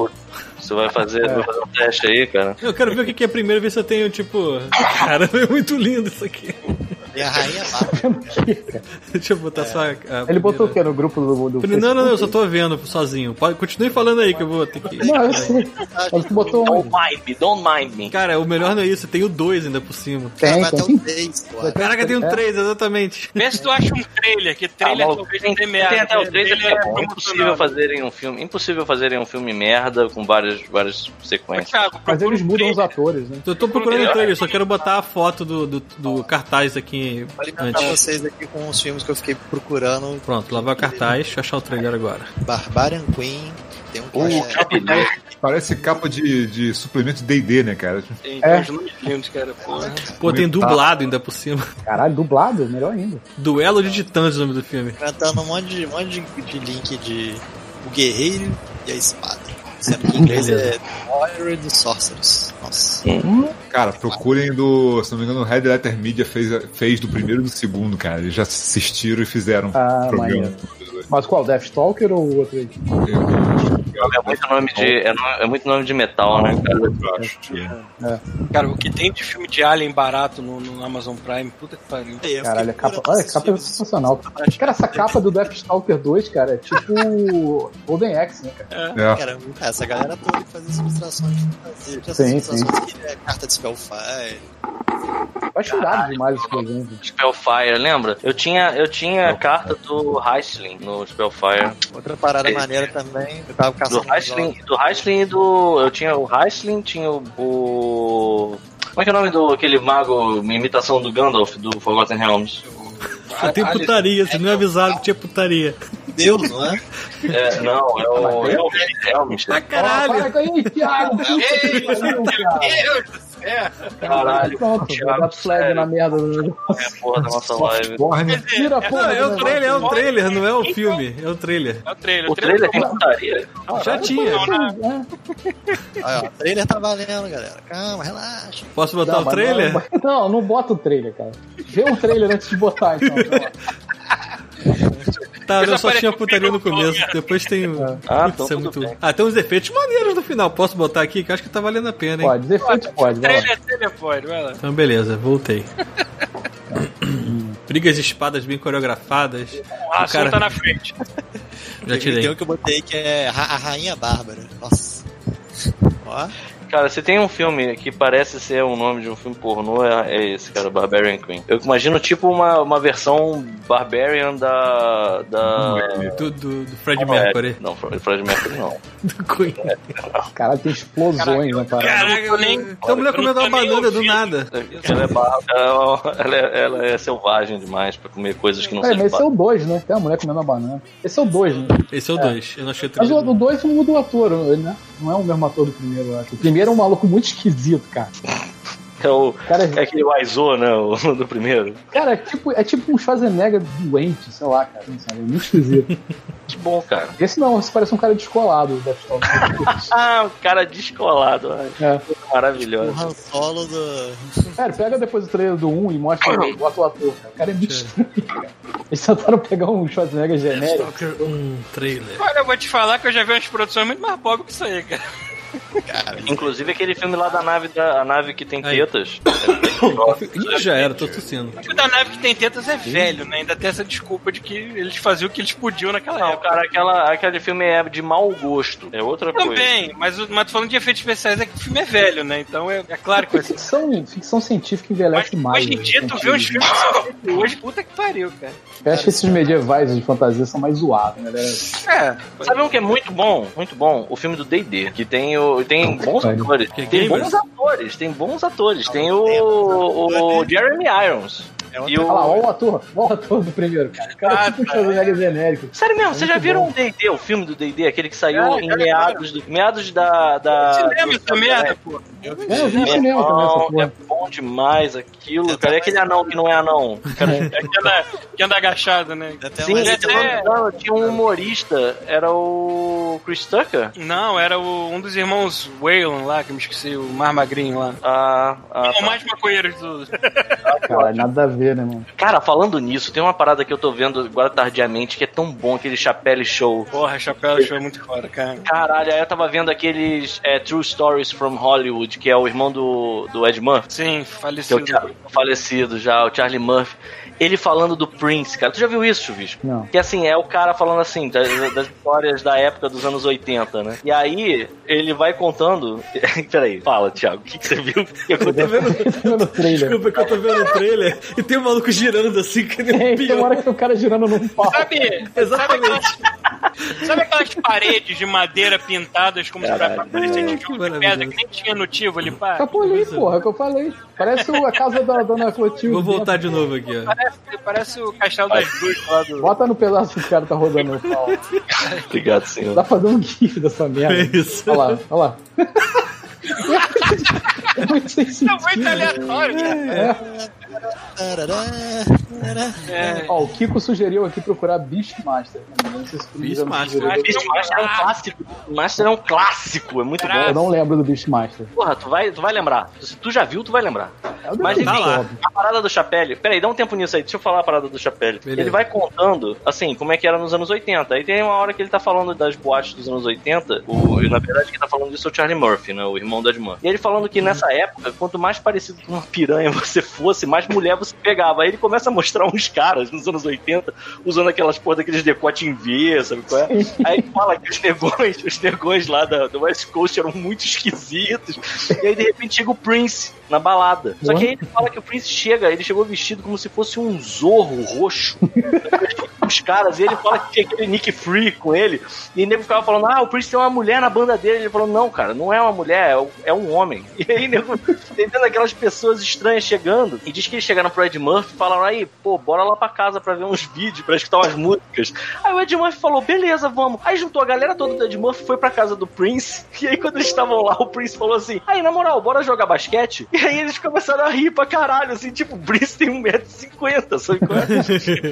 você vai fazer, É. vai fazer um teste aí, cara. Eu quero ver o que que é primeiro, ver se eu tenho, tipo. Caramba, é muito lindo isso aqui. E É a rainha lá. Deixa eu botar só. a- a É. ele botou o primeira. quê no grupo do, do Não, não, não, eu só tô vendo sozinho. Pode- Continue falando aí que eu vou ter que. Não, eu sei. Mas tu botou Don't onde? mind me, don't mind assim? me. Cara, o melhor não é isso, tem o 2 ainda por cima. Tem, Vai um até tem. o 3, eu acho. Caraca, tem um É. 3, exatamente. Vê se tu acha um trailer, que trailer Ah, talvez tem, não dê merda. tem até o 3 é, bom. impossível promocional. fazerem um filme, impossível fazerem um filme merda com várias várias Ô, sequências. Thiago, Mas procura eles um mudam os trailer. atores, né? Eu tô procurando o trailer, só quero botar a foto do, do, do cartaz aqui Vou alimentar antes. vocês aqui com os filmes que eu fiquei procurando. Pronto, lá vai o cartaz, deixa eu achar o trailer agora. Barbarian Queen. Tem um que O é- capa parece capa de, de suplemento de DD, né, cara? Tem É. uns nomes lindos, cara. Porra. Pô, tem dublado ainda por cima. Caralho, dublado, melhor ainda. Duelo de Titãs é o nome do filme. inventando um monte de, um monte de, de link de o guerreiro e a espada. Sendo que em inglês é Warrior do Sorcerers. Nossa. Cara, procurem do. Se não me engano, o Red Letter Media fez, fez do primeiro e do segundo, cara. Eles já assistiram e fizeram Ah, programa. Mas qual, Deathstalker ou o outro aí? É muito nome de é, no- é muito nome de metal, né, cara? Eu acho. é. Cara, o que tem de filme de Alien barato no, no Amazon Prime, puta que pariu. Eu Caralho, a fiquei capa, procurando olha, a esses capa é filmes. sensacional. Cara, essa capa do Deathstalker 2, cara, é tipo Golden Axe, né, cara? É. Cara, essa galera toda que faz as ilustrações de fantasia. Já Sim, assuntos que é carta de Spellfire. Eu acho irado demais esse desenho. Spellfire, lembra? Eu tinha, eu tinha a carta do Heisling no Spellfire. Outra parada É. maneira também, eu tava Do caçando. Heisling, do Heisling e do. Eu tinha o Heisling, tinha o. o- Como é que é o nome do aquele mago, uma imitação do Gandalf do Forgotten Realms? Só tem putaria, se não é avisado que tinha putaria. Deus, não é? É, não, é o Elvish Helms. Caralho! Para com isso, Thiago! Ei, Deus Meu do céu! Caralho, Pronto, Thiago, vai dar flag sério. na merda. do jogo. É a porra da nossa live. Porra, Tira a porra Não, é do o negócio. trailer, é o trailer, não é Então, o filme, é o trailer. É o trailer. O trailer tem putaria? então, Já tinha. né? Aí, ó, o trailer tá valendo, galera. Calma, relaxa. Posso Não, botar mas o trailer? Não, não, não bota o trailer, cara. Vê um trailer antes de botar, então. Tá, Mas eu só aparece tinha um putaria no filme começo, bom, depois tem. Ah, Putz, isso então é tudo muito- bem. Ah, tem uns efeitos maneiros no final. Posso botar aqui? Que eu acho que tá valendo a pena, hein? Pode, defeito pode, vai lá. Trailer, trailer, pode, vai lá. Então, beleza, voltei. Brigas de espadas bem coreografadas. O Rassum cara- tá na frente. Já tirei. Tem um que eu botei que é Ra- a Rainha Bárbara. Nossa. Ó, Cara, se tem um filme que parece ser o nome de um filme pornô, é, é esse, cara, Barbarian Queen. Eu imagino tipo uma, uma versão Barbarian da. da. Do, do, do Fred Mercury. Não, Fred Fred Mercury não. Do Queen. Caralho, tem explosões na parada. Caraca, eu nem. Então a mulher comeu uma Eu nem banana do ouvi. nada. Ela é, barra, ela, ela é, ela é selvagem demais pra comer coisas que não É, mas sejam esse é o 2, né? Tem a mulher comendo a banana. Esse é o 2, né? Esse é o 2. Eu não achei o Mas o trailer. do 2 muda o ator, né? Não é o mesmo ator do primeiro, eu acho. O primeiro é um maluco muito esquisito, cara. É, o, O Cara, é aquele Waizo, né? O, do primeiro. cara é, tipo, é tipo um Schwarzenegger doente, sei lá, cara. Não sabe, é muito esquisito. Que bom, cara. Esse não, esse parece um cara descolado da pistola. Ah, o cara descolado. Ai, É. o maravilhoso. Han Solo do. Cara, pega depois o trailer do 1 e mostra o o ator. cara. O cara é muito estranho, cara. Eles tentaram pegar um Schwarzenegger genérico. Stalker, um trailer. Olha, eu vou te falar que eu já vi umas produções muito mais pobres que isso aí, cara. Inclusive aquele filme lá da nave, da, a nave que tem Aí. tetas. Ih, já era, tô tossindo. O da nave que tem tetas é velho, né? Ainda tem essa desculpa de que eles faziam o que eles podiam naquela Não, época. cara, aquela, aquele filme é de mau gosto. É outra coisa. Também, mas, o- mas tô falando de efeitos especiais é que o filme é velho, né? Então é, é claro que vai ser. Ficção, ficção científica Mas envelhece mais. hoje em dia né? tu vê os filmes que são feitos hoje, puta que pariu, cara. Eu acho que esses medievais de fantasia são mais zoados, né? galera? É, sabe um que é muito bom? Muito bom? O filme do D&D, que tem, o, tem bons Pode. atores. Que Tem gamers? bons atores, tem bons atores. Tem o, o Jeremy Irons. Então É E Olha lá, olha o... o ator, olha o ator do primeiro, cara. O Ah, cara é tipo um tá. Schwarzenegger genérico. Sério mesmo, vocês já Muito viram bom. o D&D, o filme do D&D, aquele que saiu É, em é, meados, do, meados da... da Você lembra do- essa merda, pô? É, eu vi no Meu cinema também essa irmão, é porra. bom demais aquilo, cara. Eu E também. aquele anão que não é anão. Cara, É que anda, que anda agachado, né? Até Sim, mais é, mas tinha é- um- tinha um humorista, era o Chris Tucker? Não, era o- um dos irmãos Whalen lá, que eu me esqueci, o mais magrinho lá. Ah, ah, Ou mais maconheiros do. Cara, nada a ver, né, mano? Cara, falando nisso, tem uma parada que eu tô vendo agora tardiamente que é tão bom, aquele chapéu show. Porra, chapéu show é muito foda, cara. Caralho, aí eu tava vendo aqueles é, True Stories from Hollywood, que é o irmão do, do Ed Murphy, Sim, que é o falecido. Char- falecido já, o Charlie Murphy. Ele falando do Prince, cara. Tu já viu isso, bicho? Não. Que assim, é o cara falando assim, das, das histórias da época dos anos 80, né? E aí, ele vai contando. Peraí, fala, Thiago, o que, que você viu? O que aconteceu? Tá vendo o trailer. Desculpa é que eu tô vendo o trailer e tem um maluco girando assim, que nem Tem, um tem uma peão. hora que o cara girando num pau. Sabe, Exatamente. sabe aquelas paredes de madeira pintadas como se pra parecer que tijolo de pedra maravilhoso. que nem tinha no tivo ali, pá? Capolim, porra, é o que eu falei. Parece o- a casa da dona Clotilde. Vou voltar de novo aqui, ó. Parece, parece o castelo das duas lá do. Bota no pedaço que o cara tá rodando o pau. Obrigado, senhor. Dá pra fazer um gif dessa merda. É isso. Olha lá, olha lá. É muito sem sentido. É muito aleatório, cara. É. Tarará, tarará. É. Ó, o Kiko sugeriu aqui procurar Beastmaster. Não sei se tu já me Beastmaster. sugeriu. Beastmaster é um clássico. Master é um clássico, é muito bom. Eu não lembro do Beastmaster. É Porra, tu vai, tu vai lembrar. Se tu já viu, tu vai lembrar. Tá Mas enfim, lá. a parada do Chapelle. Peraí, dá um tempo nisso aí, deixa eu falar a parada do Chapelle. Beleza. Ele vai contando, assim, como é que era nos anos 80. Aí tem uma hora que ele tá falando das boates dos anos 80. O, e na verdade, quem tá falando disso é o Charlie Murphy, né? O irmão da Edmund. E ele falando que nessa época, quanto mais parecido com uma piranha você fosse, mais mulher você pegava. Aí ele começa a mostrar uns caras nos anos 80 usando aquelas porra daqueles decote em V, sabe qual é? Aí ele fala que os negões, os negões lá da, do West Coast eram muito esquisitos. E aí de repente chega o Prince na balada. Só que aí ele fala que o Prince chega, ele chegou vestido como se fosse um zorro roxo. Os caras, e ele fala que tinha aquele Nick Free com ele. E o nego ficava falando, ah, o Prince tem uma mulher na banda dele. Ele falou, não, cara, não é uma mulher, é um- é um homem. E aí, nego, tentando aquelas pessoas estranhas chegando. E diz que eles chegaram pro Ed Murphy e falaram, aí, pô, bora lá pra casa pra ver uns vídeos, pra escutar umas músicas. Aí o Ed Murphy falou, beleza, vamos. Aí juntou a galera toda do Ed Murphy, foi pra casa do Prince. E aí, quando eles estavam lá, o Prince falou assim, aí, na moral, bora jogar basquete? E aí eles começaram a rir pra caralho, assim, tipo, o Prince tem 1,50m, sabe qual é?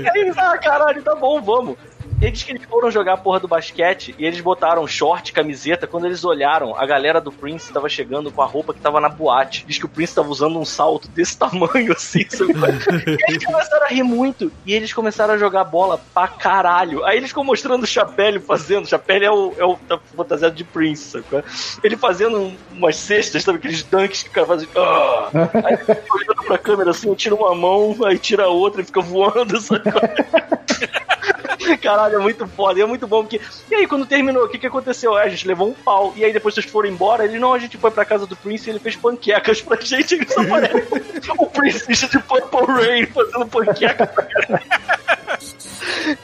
E aí eles, ah, caralho, tá bom, vamos. Eles que eles foram jogar a porra do basquete e eles botaram short, camiseta. Quando eles olharam, a galera do Prince tava chegando com a roupa que tava na boate. Diz que o Prince tava usando um salto desse tamanho assim. sabe? e eles começaram a rir muito. E eles começaram a jogar bola pra caralho. Aí eles ficam mostrando o Chapelle fazendo. O Chapelle é o, é o tá fantasiado de Prince, sabe? qual é? Ele fazendo um- umas cestas, sabe? Aqueles dunks que o cara faz. assim, "Ah!" Aí ele fica olhando pra câmera assim, tira uma mão, aí tira a outra e fica voando, sabe? qual é? Caralho, é muito foda, e é muito bom porque. E aí, quando terminou, o que, que aconteceu? Ah, a gente levou um pau. E aí, depois vocês foram embora, ele não, a gente foi pra casa do Prince e ele fez panquecas pra gente. Ele só parece o Prince de Purple Rain fazendo panqueca pra galera.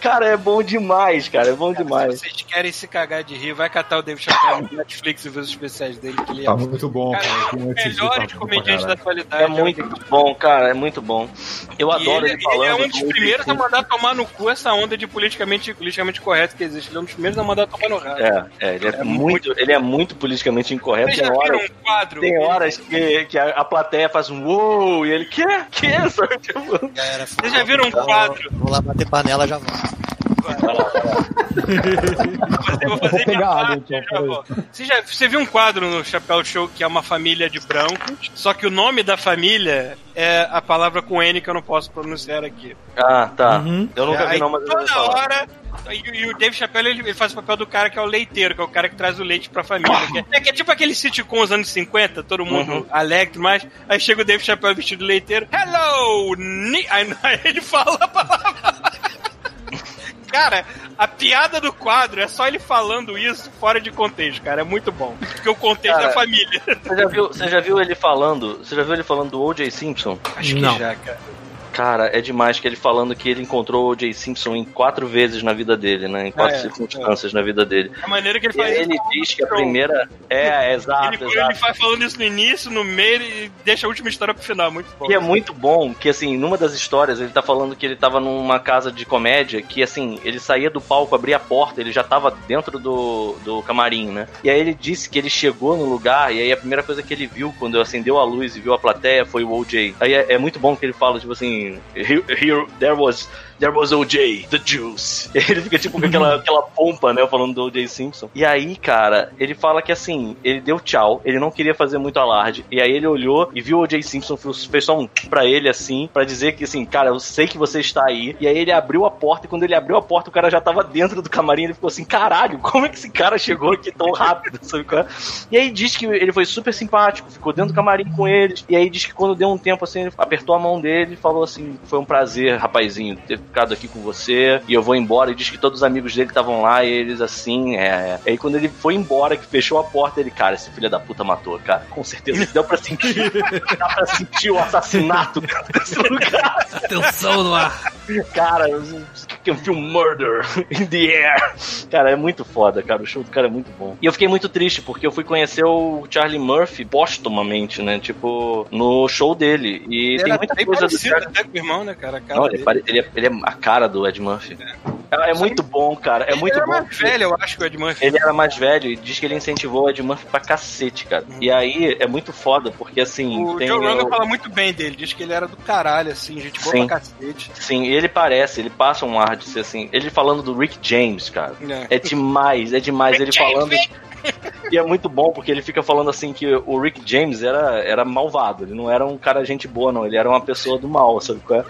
Cara, é bom demais, cara, é bom Se demais. vocês querem se cagar de rir, vai catar o David Chappelle no Netflix e ver os especiais dele, que ele é Tá um muito bom, Cara, cara. Como esse melhores tipo tá bom pra comediantes da caralho. atualidade. É muito bom, cara, é muito bom. Eu E adoro ele, ele, falando. ele é um dos com o primeiros a Prince. mandar tomar no cu essa onda de politicamente, politicamente correto que existe. Ele é um dos primeiros a mandar tomar no rabo. É, é, ele é, muito, ele é muito politicamente incorreto. Vocês Tem já hora viram um quadro? Tem horas que, que a, a plateia faz um uou e ele, que? Que? Sabe, tipo, Galera, Vocês já viram um vou- quadro? Vou lá bater panela já volto. Eu vou fazer Vou pegar minha água, parte, então, já peraí. vou. Você, já, você viu um quadro no Chapéu Show que é uma família de brancos, só que o nome da família é a palavra com N que eu não posso pronunciar aqui. Ah, tá. Uhum. Eu nunca vi, Aí, não, mas eu já ouvi toda falar. hora. E, e o Dave Chappelle ele, ele faz o papel do cara que é o leiteiro, que é o cara que traz o leite pra família. Que é, que é tipo aquele sitcom dos anos 50, todo mundo Uhum. alegre, mas aí chega o Dave Chappelle vestido de leiteiro. Hello! Ni aí, aí ele fala a palavra. Cara, a piada do quadro é só ele falando isso fora de contexto, cara. É muito bom. Porque o contexto Cara, é a família. Você já, viu, você já viu ele falando? Você já viu ele falando do O.J. Simpson? Acho que Não. já, cara. Cara, é demais que ele falando que ele encontrou o O.J. Simpson em quatro vezes na vida dele, né? Em quatro é, circunstâncias na vida dele. A maneira que ele E é faz ele isso. diz que a primeira. É, Ele, exato, ele exato. vai falando isso no início, no meio e deixa a última história pro final. Muito bom. E é muito bom que, assim, numa das histórias, ele tá falando que ele tava numa casa de comédia que, assim, ele saía do palco, abria a porta, ele já tava dentro do, do camarim, né? E aí ele disse que ele chegou no lugar e aí a primeira coisa que ele viu quando acendeu a luz e viu a plateia foi o OJ. Aí é, é muito bom que ele fala, tipo assim, here, here- there was... There was OJ, the juice. E Ele fica tipo com aquela, aquela pompa, né? Falando do OJ Simpson. E aí, cara, ele fala que assim, ele deu tchau, ele não queria fazer muito alarde. E aí ele olhou e viu o OJ Simpson, fez só um pra ele assim, pra dizer que assim, cara, eu sei que você está aí. E aí ele abriu a porta e quando ele abriu a porta, o cara já tava dentro do camarim. Ele ficou assim, caralho, como é que esse cara chegou aqui tão rápido? Sabe qual é? E aí diz que ele foi super simpático, ficou dentro do camarim com eles. E aí diz que quando deu um tempo assim, ele apertou a mão dele e falou assim: Foi um prazer, rapazinho, ter ficado aqui com você. E eu vou embora. E diz que todos os amigos dele estavam lá, e eles assim, é. é. E aí quando ele foi embora, que fechou a porta, ele, cara, esse filho da puta matou, cara. Com certeza. Deu pra sentir. dá pra sentir o assassinato dentro desse lugar. um Atenção no ar. Cara, can feel murder in the air. Cara, é muito foda, cara. O show do cara é muito bom. E eu fiquei muito triste, porque eu fui conhecer o Charlie Murphy postumamente, né? Tipo, no show dele. E tem era muita bem coisa do parecido Charlie. até com o irmão, né, cara? A cara Não, ele, dele. pare- ele é, ele é a cara do Ed Murphy. Cara, é muito bom, cara. É Ele muito era bom. mais velho, eu acho, que o Ed Murphy. Ele era mais velho e diz que ele incentivou o Ed Murphy pra cacete, cara. E aí é muito foda, porque assim. Uhum. O tem Joe Rogan o- fala muito bem dele, diz que ele era do caralho, assim, gente boa Sim. pra cacete. Sim, ele parece, ele passa um ar de ser assim. Ele falando do Rick James, cara. É. É demais, é demais. ele falando. E é muito bom porque ele fica falando assim que o Rick James era, era malvado, ele não era um cara gente boa, não, ele era uma pessoa do mal, sabe qual é?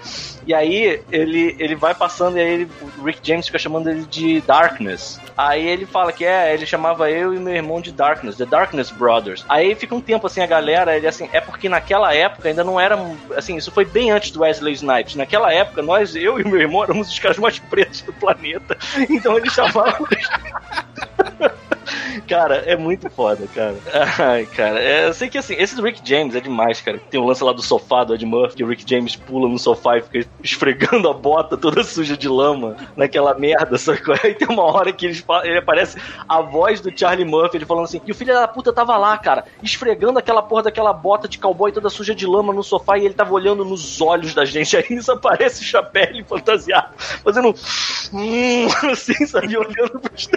E aí ele, ele vai passando e aí ele- o Rick James fica chamando ele de Darkness. Aí ele fala que é, ele chamava eu e meu irmão de Darkness, The Darkness Brothers. Aí fica um tempo assim, a galera, ele assim, é porque naquela época ainda não era, assim, isso foi bem antes do Wesley Snipes. Naquela época, nós, eu e meu irmão, éramos os caras mais pretos do planeta. Então ele chamava Cara, é muito foda, cara. Ai, cara, é, eu sei que assim, esse do Rick James é demais, cara. Tem o lance lá do sofá do Ed Murphy, que o Rick James pula no sofá e fica esfregando a bota toda suja de lama naquela merda, sacou? Aí tem uma hora que eles falam- ele aparece a voz do Charlie Murphy, ele falando assim, e o filho da puta tava lá, cara, esfregando aquela porra daquela bota de cowboy toda suja de lama no sofá e ele tava olhando nos olhos da gente. Aí nisso aparece o chapéu fantasiado, fazendo um... Hum, assim, sabe? Olhando pros...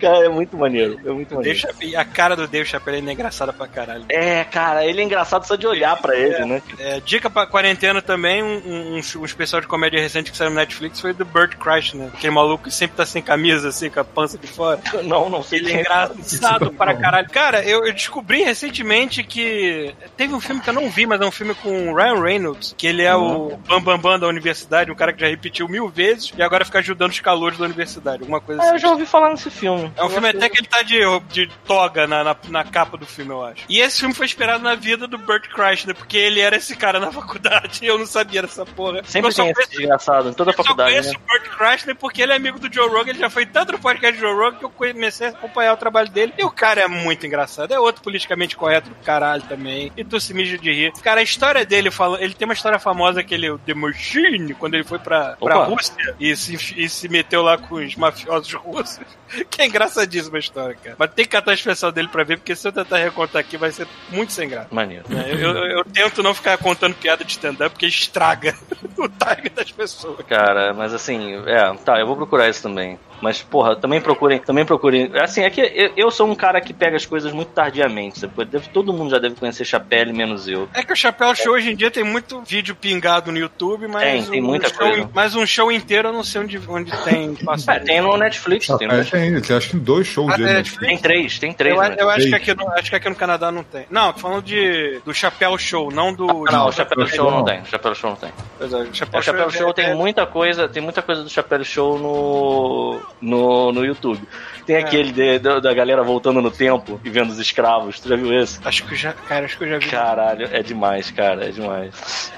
Cara, é muito maneiro. É muito maneiro. Deixa, e a cara do Dave Chappelle ainda é engraçada pra caralho. É, cara, ele é engraçado só de olhar pra ele, né? É, dica pra quarentena também, um, um, um- um especial de comédia recente que saiu no Netflix foi do Bert Kreischer, né? Aquele maluco que sempre tá sem camisa, assim, com a pança de fora. Não, não sei Ele quem é é. engraçado para caralho. Cara, eu, eu descobri recentemente que teve um filme que eu não vi, mas é um filme com o Ryan Reynolds, que ele é Uhum. o Bam Bam Bam da universidade, um cara que já repetiu mil vezes e agora fica ajudando os calores da universidade, alguma coisa Ah, assim. eu já ouvi falar nesse filme. É um filme até que ele tá de, de toga na, na, na capa do filme, eu acho. E esse filme foi inspirado na vida do Bert Kreischer, porque ele era esse cara na faculdade e eu não sabia dessa porra. Sempre eu só tem esse conheço, desgraçado em toda a eu só faculdade, conheço né? o Bert Kreischer porque ele é amigo do Joe Rogan, ele já foi tanto no podcast do Joe Rogan que eu comecei a acompanhar o trabalho dele. E o cara é muito engraçado, é outro politicamente correto do caralho também. E tu se mija de rir. Cara, a história dele, fala, ele tem uma história famosa que ele, o The Machine, quando ele foi pra, pra Opa. Rússia e se, e se meteu lá com os mafiosos russos. Que é engraçadíssima a história, cara. Mas tem que catar a expressão dele pra ver, porque se eu tentar recontar aqui vai ser muito sem graça. Maneiro. É, Eu, eu- eu tento não ficar contando piada de stand-up, porque estraga o time das pessoas. Cara, mas assim, é, tá, eu vou procurar isso também. Mas, porra, também procurem, também procurem. Assim, é que eu, eu sou um cara que pega as coisas muito tardiamente, sabe? Eu devo- todo mundo já deve conhecer Chapelle, menos eu. É que o Chapéu Show hoje em dia tem muito vídeo pingado no YouTube, mas, Tem, tem um, muita show, coisa. mas um show inteiro eu não sei onde, onde tem Ah, passado. tem no Netflix, tem, no Chapéu Netflix. tem, tem um acho que dois shows Ah, tem dele. Netflix? tem três, tem um três. Eu, no a- eu Netflix. acho, que aqui no, acho que aqui no Canadá não tem. Não, tô falando de, do Chapéu Show, não do. Ah, Não, o Chapéu Show não Não. tem, o Chapéu Show não tem. Pois é, o É, Chapéu o Chapéu Show é- tem é- muita coisa, tem muita coisa do Chapéu Show no, no, no YouTube. É. Tem aquele de- da- da galera voltando no tempo e vendo os escravos, tu já viu esse? Acho que eu já. Cara, acho que eu já vi. Caralho, é demais, cara, é demais.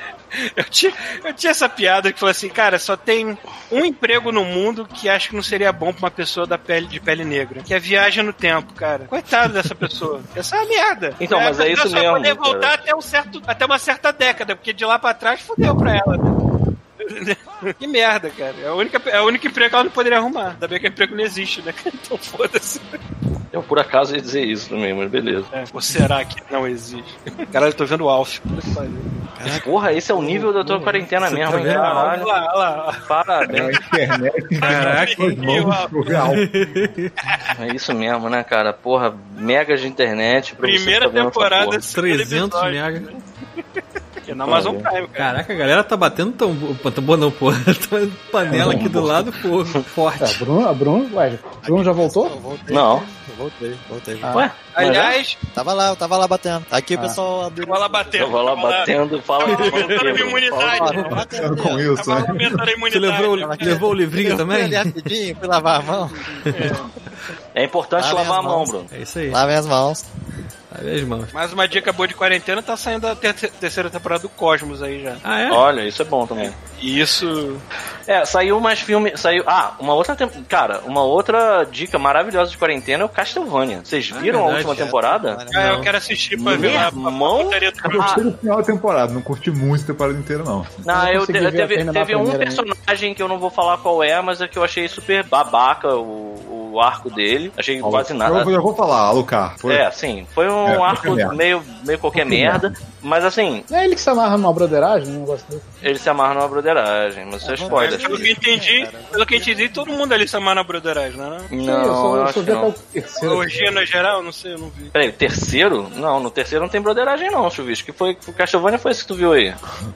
Eu tinha, eu tinha essa piada que falou assim, cara, só tem um emprego no mundo que acho que não seria bom pra uma pessoa da pele, de pele negra, que é viagem no tempo, cara. Coitado dessa pessoa. Essa é uma merda. Então, mas é a pessoa só isso mesmo, poder cara. voltar até, um certo, até uma certa década, porque de lá pra trás fudeu pra ela. né? Que merda, cara. É o único, é o único emprego que ela não poderia arrumar. Ainda bem que o emprego não existe, né? cara? Então foda-se. Eu por acaso ia dizer isso também, mas beleza. É, ou será que não existe? Caralho, eu tô vendo o Alf. Puta que pariu. Porra, esse é o nível da tua quarentena mesmo, hein? Olha Caralho, lá, olha lá. É a parabéns. internet Caraca. foi longe pro real. É isso mesmo, né, cara? Porra, megas de internet. pra você Primeira ficar vendo essa temporada, porra. 300 episódio. mega. É na Amazon Prime, cara. Caraca, a galera tá batendo tambor. Tambor não, porra. Tá batendo panela aqui do lado, pô, É, forte. Bruno, a Bruno, ué, Bruno já voltou? Eu voltei. Não. Eu voltei, voltei. Ah. Ué? Aliás, Tava lá, eu tava lá batendo. Aqui o Ah. pessoal adorou. tava lá Eu batendo. vou lá tava lá- batendo, fala. Tava fala- aumentando a minha imunidade. fala- Tava batendo. com isso, Tava né? aumentando a Você imunidade. levou, o- levou o livrinho Eu fui também? ali rapidinho, fui lavar a mão. É importante Lave lavar a as mão, mãos. Bruno. É isso aí. Lavem as mãos. Olha as mãos. Mais uma dica boa de quarentena, tá saindo a ter- terceira temporada do Cosmos aí já. Ah, é? Olha, isso é bom também. E isso... É, saiu mais filme. Saiu. Ah, uma outra. Tem... Cara, uma outra dica maravilhosa de quarentena é o Castlevania. Vocês viram a verdade, última é. né? temporada? Ah, eu quero assistir pra ver lá a Irmão? putaria do Eu gostei do final da temporada, não curti muito a temporada inteira, não. Não, Eu não eu consegui te- ver a teve, terminar a teve um primeira, né? personagem que eu não vou falar qual é, mas é que eu achei super babaca o, o arco dele. Achei quase nada. Eu já vou falar, Alucar. Foi. É, sim. Foi um É, qualquer arco merda. meio, meio qualquer merda. Mas assim, Não é ele que se amarra numa broderagem, um negócio desse? ele se amarra numa broderagem. Mas isso é spoiler. Pelo que eu entendi, pelo que eu entendi, todo mundo ali se amar na broderagem, né? não? Não, eu só, eu só acho que vi até o não. terceiro. Orgia no geral, não sei, eu não vi. Peraí, o terceiro? Não, no terceiro não tem broderagem não, Chuvisco. Que foi, o Castlevania foi esse que tu viu aí.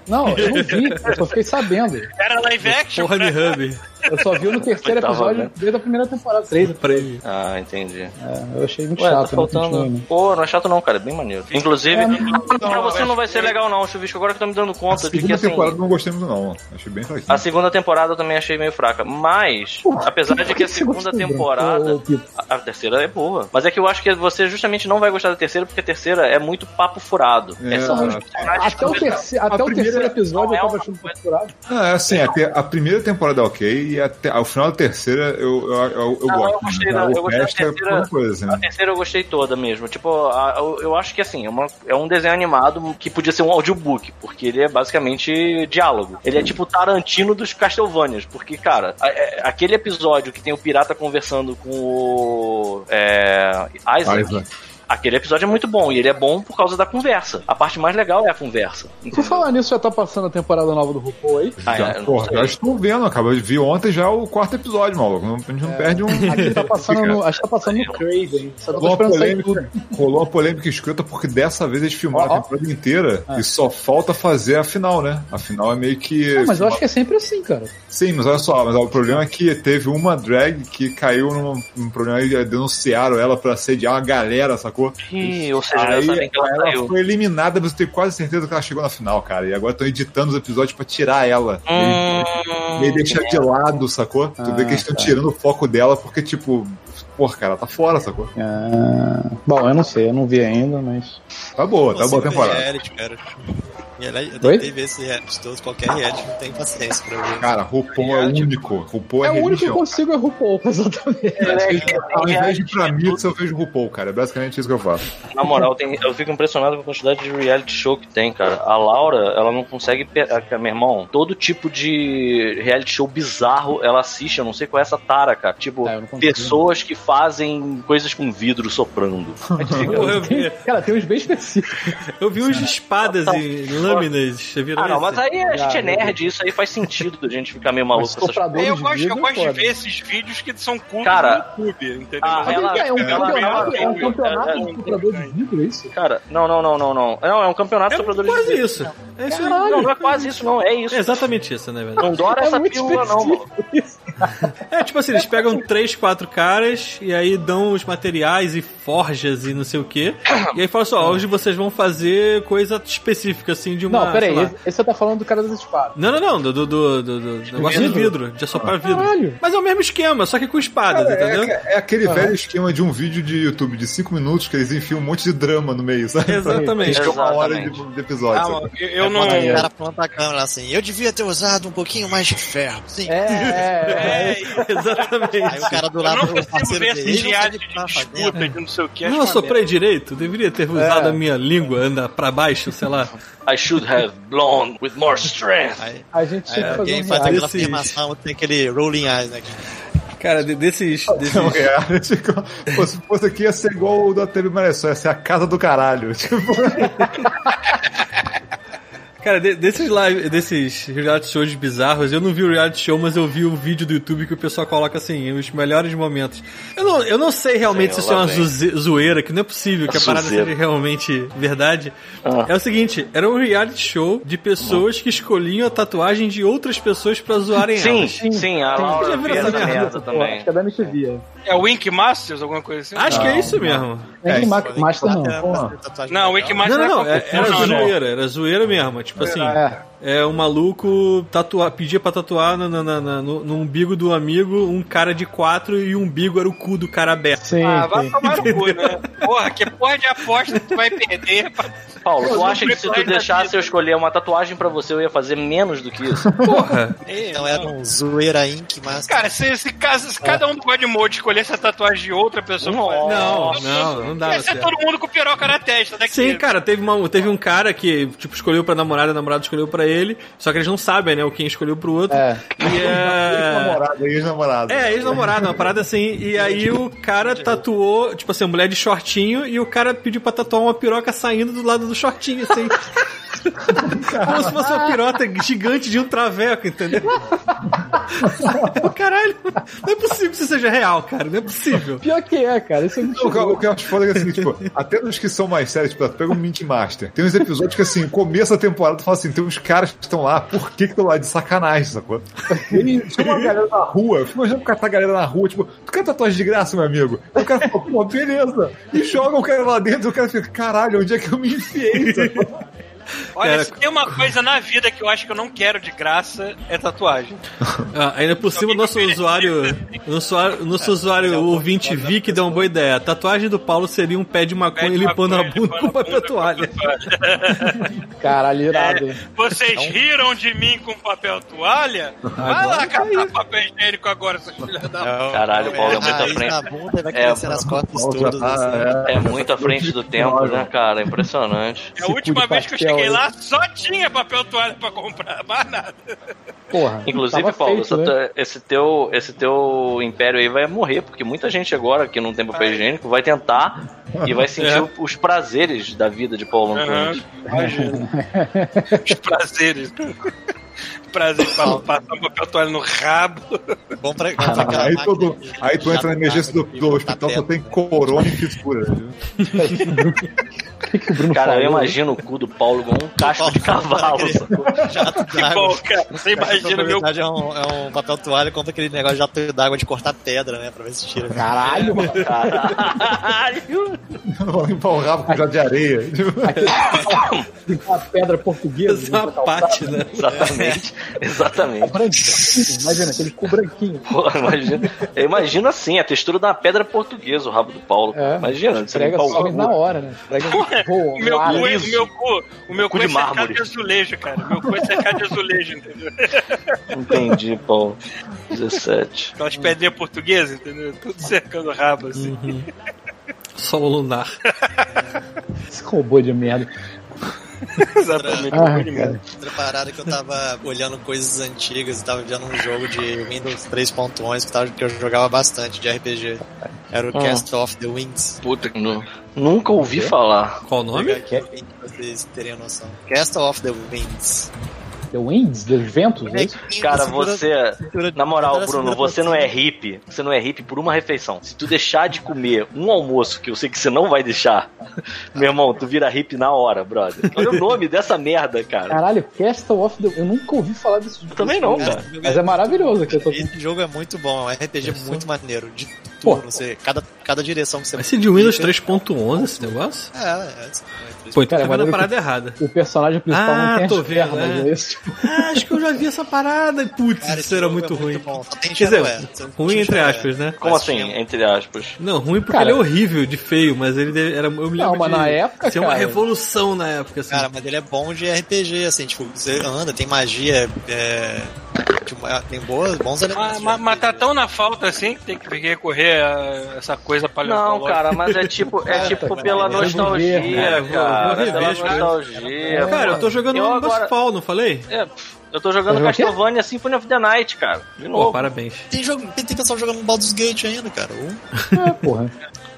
Não, eu não vi, eu só fiquei sabendo. Era live action, Porra de né? hub. Eu só vi no terceiro Oitava, episódio né? desde a primeira temporada. Três, Pra ele. Ah, entendi. é, eu achei muito Ué, chato. tá não continua, faltando. não. Pô, não é chato não, cara. É bem maneiro. Inclusive, É, pra você não vai ser legal não, Chuvisco. Agora que eu tô me dando A conta de que segunda assim. temporada eu não gostei muito, não. Achei bem fraquinho. A segunda temporada eu também achei meio fraca. Mas, apesar de que a segunda temporada. Ô, Pipo, A a terceira é boa. Mas é que eu acho que você justamente não vai gostar da terceira, porque a terceira é muito papo furado. É. São os Até personagens Até o, que- terceiro, até o primeira- terceiro episódio eu Não, é tava uma achando coisa- capturado. Não, é assim, a, te- a primeira temporada é ok, e até, ao final da terceira eu, eu, eu, eu Não, gosto. Ah, eu gostei né? da- eu o gostei da resto é terceira- pouca coisa, assim, A né? terceira eu gostei toda mesmo. Tipo, a- eu, eu acho que assim, é, uma- é um desenho animado que podia ser um audiobook, porque ele é basicamente diálogo. Ele é tipo o Tarantino dos Castlevanias, porque, cara, a- é- aquele episódio que tem o pirata conversando com o. É, Isaac. Mas, né? Aquele episódio é muito bom, e ele é bom por causa da conversa. A parte mais legal é a conversa. Por entendeu? falar nisso, já tá passando a temporada nova do RuPaul aí? Ah, Já, eu não porra, sei. já estou vendo, acabou de ver ontem já é o quarto episódio, maluco. Não- A gente não perde um. Aqui tá passando no, acho que tá passando no Craven. Só que eu tô Rolou uma, esperando sair tudo. polêmica, rolou uma polêmica escrita porque dessa vez eles filmaram Ó, É. ó. a temporada inteira e só falta fazer a final, né? A final é meio que. Ah, mas eu acho que é sempre assim, cara. Sim, mas olha só, mas o problema é que teve uma drag que caiu num, num problema e denunciaram ela pra sediar uma galera, sacou? Ih, ou seja, Aí eles sabem que ela ela né? saiu. foi eliminada, mas eu tenho quase certeza que ela chegou na final, cara. E agora estão editando os episódios pra tirar ela. Hum, E aí deixar de lado, sacou? tu vê que eles estão tirando o foco dela porque, tipo, porra, cara, ela tá fora, sacou? Ah, bom, eu não sei, eu não vi ainda, mas. Tá boa, tá boa a Possível temporada. reality, cara. E ela- Eu Oi? tentei ver esse reality todo, qualquer reality, não tem paciência pra ver. Cara, RuPaul é único. É, RuPaul é, É o único que eu religião. consigo é RuPaul, exatamente. É, Ao invés de pra mim, eu vejo RuPaul, cara. É basicamente isso que eu faço. Na moral, tem- eu fico impressionado com a quantidade de reality show que tem, cara. A Laura, ela não consegue. pe- ah, Meu irmão, todo tipo de reality show bizarro ela assiste. Eu não sei qual é essa tara, cara. Tipo, Ah, eu não consigo. pessoas que fazem coisas com vidro soprando. Aí tu fica, Porra, eu vi, Cara, tem uns bem específicos. eu vi uns de espadas e lâminas. Você viu Ah, não, isso? mas aí a gente é Ah, meu nerd, isso aí faz sentido da gente ficar meio maluco Mas com essas coisas. sopradores Eu de gosto, eu vidro é gosto de foda. ver esses vídeos que são cultos Cara, no YouTube, entendeu? ah, Mas ela- é, um ela- campeonato, é um ela- campeonato ela- de soprador de vidro, é isso? Cara, não, não, não, não, não. Não, é um campeonato de É sopradores de quase vidro. isso. É isso aí. Não, não é quase isso, não. É isso. É exatamente isso, né, velho? Não dora É essa muito pílula, não, específico. mano. É tipo assim, eles pegam três, quatro caras e aí dão os materiais e forjas e não sei o quê. E aí falam assim, ó, hoje vocês vão fazer coisa específica, assim, de uma. Não, peraí, sei lá. esse, esse você tá falando do cara das espadas. Não, não, não, do, do, do, do- do Tipo negócio de vidro, de Ah. assoprar vidro. Caralho. Mas é o mesmo esquema, só que com espadas, entendeu? É, é aquele velho esquema de um vídeo de YouTube de 5 minutos que eles enfiam um monte de drama no meio, sabe? Exatamente. Eles uma hora de, Exatamente. de Ah, episódio. sabe? eu, eu não. O cara aponta a câmera assim, eu devia ter usado um pouquinho mais de ferro. Sim. É, é, é. É, Aí Exatamente. o cara do eu lado não do consigo parceiro ver dele, esses ele não diários sabe o que de tá fazendo. disputa, de não sei o que. acho Não uma merda. assoprei direito, deveria ter É. usado a minha língua, andar pra baixo, sei lá. I should have blown with more strength. Aí, A gente aí tinha que fazer alguém um faz reality. aquela Esse- afirmação, outro tem aquele rolling eyes, né? Cara, de- desses. desses... Então, é, a gente fica- pô, se fosse aqui, ia ser igual o da TV Maressó, é ia ser a casa do caralho. Tipo, Cara, de- desses live, desses reality shows bizarros, eu não vi o reality show, mas eu vi um vídeo do YouTube que o pessoal coloca assim, os melhores momentos. Eu não, eu não sei realmente Sei se isso é lá, uma vem. zoe- zoeira, que não é possível que a parada Zoeira. seja realmente verdade. Ah. É o seguinte, era um reality show de pessoas que escolhiam a tatuagem de outras pessoas pra zoarem Sim, elas. sim, a Sim. Laura Já viram fez essa essa merda? merda Acho também. que é da MTV. é. É o Wink Masters, alguma coisa assim? Acho que é isso mesmo. Nem É, do Mac- Master Ah, não. Não, o Wink Não, Masters não, não, é é- era confusão, não. zoeira, era zoeira mesmo. Tipo assim, É. É, um maluco tatuar, pedia pra tatuar na- na- na- na- no, no umbigo do amigo um cara de quatro e o umbigo era o cu do cara aberto. Sim, Ah, vai sim. tomar no cu, né? Porra, que porra de aposta que tu vai perder pra Paulo, tu não acha que se tu preparo da deixasse vida. eu escolher uma tatuagem pra você, eu ia fazer menos do que isso? Porra! Então era um zoeira Inc. Master. Cara, se, se, caso- se cada um do God Mode escolhesse a tatuagem de outra pessoa, Não, pô, Não, eu- não, não dá Ia ser certo. é todo mundo com piroca na testa, né? que- Sim, cara, teve, uma, teve um cara que, tipo, escolheu pra namorada, a namorada escolheu pra ele, só que eles não sabem, né, o quem escolheu pro outro. É. E é... namorado, ex-namorado. É, ex-namorada, uma parada assim. E aí o cara tatuou, tipo assim, a mulher de shortinho, e o cara pediu pra tatuar uma piroca saindo do lado do shortinho, assim. Como se fosse uma piroca gigante de um traveco, entendeu? Caralho, não é possível que isso seja real, cara. Não é possível. Pior que é, cara. Isso é Não, muito o que eu- louco. o que eu acho foda é que assim, tipo, até nos que são mais sérios, tipo, pega o Mint Master. Tem uns episódios que assim, começa a temporada, tu fala assim, tem uns caras que estão lá, por que que estão lá de sacanagem, sacou? E chama uma galera na rua, eu fico imaginando o cara tá a galera na rua, tipo, tu quer tatuagem de graça, meu amigo? Aí o cara fala, pô, beleza. E joga o cara lá dentro, e o cara fica, caralho, onde é que eu me enfiei? sacou? Olha, Cara, se tem uma coisa na vida que eu acho que eu não quero de graça, é tatuagem. Ah, ainda por cima, o nosso usuário, o nosso, usuário- o nosso usuário ouvinte Vic deu uma boa ideia. A tatuagem do Paulo seria um pé de maconha Pede limpando maconha, a bunda com limpando a papel bunda com toalha. toalha. Caralho, irado. hein? Vocês Então- riram de mim com papel toalha? Vai tá lá catar papel higiênico agora, seus filhos da Caralho, Paulo, é muito à frente. Na bunda, e vai É, crescer nas costas Paulo já todas. tá, assim. é. É muito à frente do tempo, né, cara? Impressionante. É a última de vez que eu pastel cheguei aí. lá, só tinha papel toalha pra comprar, mais nada. Porra. Inclusive, tava Paulo, feito, essa né? tua- esse, teu, esse teu império aí vai morrer, porque muita gente agora que não tem papel higiênico vai tentar e vai sentir É. o- os prazeres da vida de Paulo Antunes. Imagina. Os prazeres. Prazer pra passar um papel toalha no rabo. Bom pra, bom pra aquela Ah, Aí, máquina tá todo, de- aí tu entra na chato, emergência do, do hospital, só Tapete. tem corona e fissura. viu? que o Bruno Cara, falou? eu imagino o cu do Paulo com um cacho de cavalo. sacou? Jato Tipo, Que d'água. bom, cara. Você imagina tá Na meu. verdade, é um, é um papel toalha contra aquele negócio de jato d'água de cortar pedra, né? Pra ver se tira. Caralho, mano. Vou limpar o rabo com já de areia. Uma pedra portuguesa. né, pra calçar. Zapate, né? Exatamente, exatamente. Branquinho, Imagina, aquele cu branquinho. Pô, imagina, eu imagino assim, a textura da pedra portuguesa, o rabo do Paulo. É. Imagina, você Prega limpar o some na cu. hora, né? Prega um O meu, voa, cu, é- liso. o meu cu, o meu cu Cu de é cercado mármore. de azulejo, cara. Meu cu é cercado de azulejo, entendeu? Entendi, Paulo. 17. Aquelas pedrinhas portuguesas, entendeu? Tudo cercando o rabo, assim. Só o lunar. Esse robô de merda. Exatamente. muito Ah, cara. mesmo. É, Outra parada que eu tava olhando coisas antigas, eu tava vendo um jogo de Windows 3.1 que, tava- que eu jogava bastante de RPG. Era o Ah. Cast of the Winds. Puta que nu- Nunca ouvi falar. Qual o nome? Pra vocês terem noção. Cast of the Winds. The Winds, dos ventos, é isso? Cara, você. Cintura- Na moral, cintura- Bruno, cintura- você não é hippie. Você não é hippie por uma refeição. Se tu deixar de comer um almoço que eu sei que você não vai deixar, meu irmão, tu vira hippie na hora, brother. Olha o nome dessa merda, cara. Caralho, Castle of the... Eu nunca ouvi falar desse jogo. Também não, cara. Esse jogo é- Mas é maravilhoso que eu tô... Esse jogo é muito bom, é um RPG muito maneiro. De Pô. tudo, você, cada, cada direção que você Vai ser de Windows 3.11 esse negócio? É, é, é, Pô, então tá Cara, vendo a maneiro parada errada. O personagem principal Ah, não tem tô as vendo, pernas, é. é isso? Ah, acho que eu já vi essa parada. e Putz, Cara, isso era esse jogo muito é ruim. bom. Só tem Quer dizer, Shadowware, só tem ruim entre Shadowware. aspas, né? Como Mas assim, tinha- entre aspas? Não, ruim porque Cara- ele é horrível de feio, mas ele deve- era. Eu me lembro Não, mas de na época, ser uma cara- revolução na época, assim. Cara, mas ele é bom de RPG, assim, tipo, você anda, tem magia, é, tipo, é, tem boas, Mas, bons elementos. mas- mas tá de RPG. tão na falta assim que tem que recorrer a essa coisa Não, paleontológica. cara, mas é tipo, é tipo cara, pela eu vou nostalgia, rever, cara. Eu vou cara. rever Pela as coisas. nostalgia. Cara, eu tô jogando Eu no agora- agora... Fall, não falei? É, pff, eu tô jogando Tá jogando o quê? Castlevania Symphony of the Night, cara. De Pô, novo. parabéns. Tem, jogo, tem, tem pessoal jogando Baldur's Gate ainda, cara. Um, É, porra.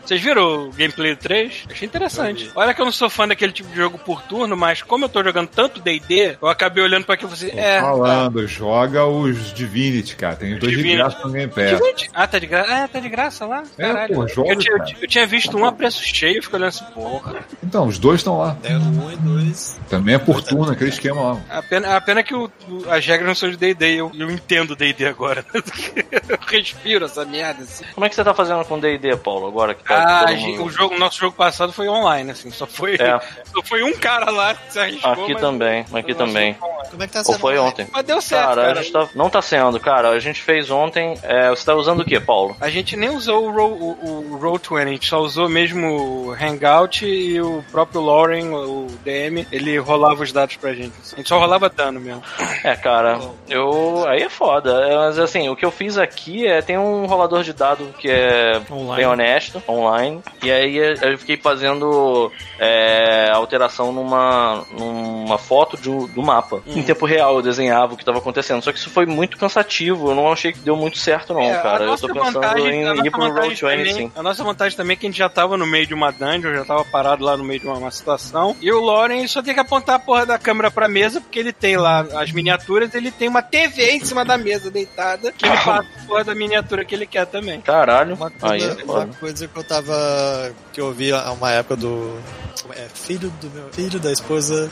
Vocês viram o gameplay do 3? Achei interessante. Olha que eu não sou fã daquele tipo de jogo por turno, mas como eu tô jogando tanto D&D, eu acabei olhando pra aquilo e falei, é... Falando, joga os Divinity, cara. Tem os dois Divinity. de graça no Game tá. Pass. Gente, Ah, tá de graça. Ah, tá de graça lá. É, Caralho. pô, joga, eu, tinha, eu cara. tinha- eu tinha visto um a preço cheio, eu fiquei olhando assim, porra. Então, os dois estão lá. é, um e dois. Também é por turno, aquele esquema lá. A pena, a pena é que o- o- as regras não são de D&D, eu, eu entendo D&D agora. né? eu respiro essa merda, assim. Como é que você tá fazendo com D&D, Paulo, agora que tá Ah, todo a gente- mundo- o jogo, o nosso jogo passado foi online, assim, só foi, É. só foi um cara lá que se arriscou. Aqui mas- também, aqui mas também. foi online. Como é que tá Ou foi ontem? Mas deu certo, Cara, cara. a gente tá... não tá sendo, cara. A gente fez ontem. é, você tá usando o que, Paulo? A gente nem usou o Roll, o, o Roll20, a gente só usou mesmo o Hangout e o próprio Lauren, o DM, ele rolava os dados pra gente. A gente só rolava dano mesmo. É, cara, eu. Aí é foda. é, Mas assim, o que eu fiz aqui é tem um rolador de dado que é Online. bem honesto, online. E aí eu eu fiquei fazendo é, alteração numa, numa foto do, do mapa. Em tempo real eu desenhava o que estava acontecendo. Só que isso foi muito cansativo. Eu não achei que deu muito certo, não, É, a cara. Eu nossa tô pensando vantagem- a em nossa ir pro Road vantagem 20, também- sim. A nossa vantagem também é que a gente já tava no meio de uma dungeon, já tava parado lá no meio de uma, uma situação. E o Loren só tem que apontar a porra da câmera pra mesa, porque ele tem lá as miniaturas, ele tem uma TV em cima da mesa deitada, que ele passa a porra da miniatura que ele quer também. Caralho. Uma coisa, Aí, é uma foda. coisa que eu tava. que eu ouvi há uma época do. como É, filho do meu. Filho da esposa.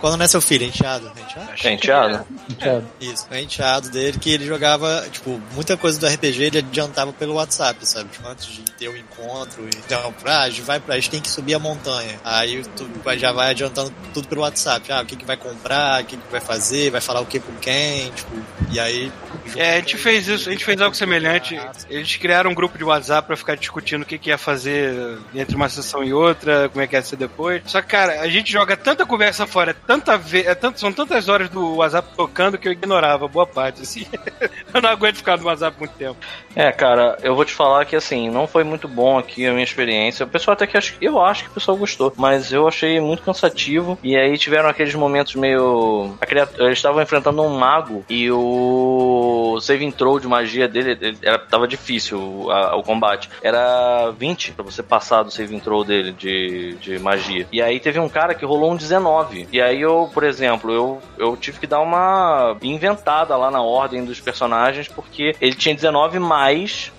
Quando não é seu filho, é enteado, é enteado? Penteado? Cara, Isso, é enteado dele que ele jogava, tipo, muita coisa do RPG ele adiantava pelo WhatsApp, sabe? Tipo, antes de ter o encontro, então, pra, a gente vai pra, a gente tem que subir a montanha. Aí tu vai- já vai adiantando tudo pelo WhatsApp. Ah, o que que vai comprar, o que que vai fazer, vai falar o que com quem, tipo, e aí... É, a gente fez isso, a gente fez algo semelhante. Eles criaram um grupo de WhatsApp pra ficar discutindo o que, que ia fazer entre uma sessão e outra, como é que ia ser depois. Só que, cara, a gente joga tanta conversa fora, é tanta ve... é tanto... são tantas horas do WhatsApp tocando que eu ignorava boa parte, assim. eu não aguento ficar no WhatsApp muito tempo. É, cara, eu vou te falar que assim, não foi muito bom aqui a minha experiência. O pessoal até que acho, eu acho que o pessoal gostou, mas eu achei muito cansativo. E aí tiveram aqueles momentos meio. a criat- Eles estavam enfrentando um mago e o saving throw de magia dele ele- era, tava difícil o- a- o combate. Era 20 pra você passar do saving throw dele de, de magia. E aí teve um cara que rolou um 19. E aí eu, por exemplo, eu, eu tive que dar uma inventada lá na ordem dos personagens, porque ele tinha 19 mais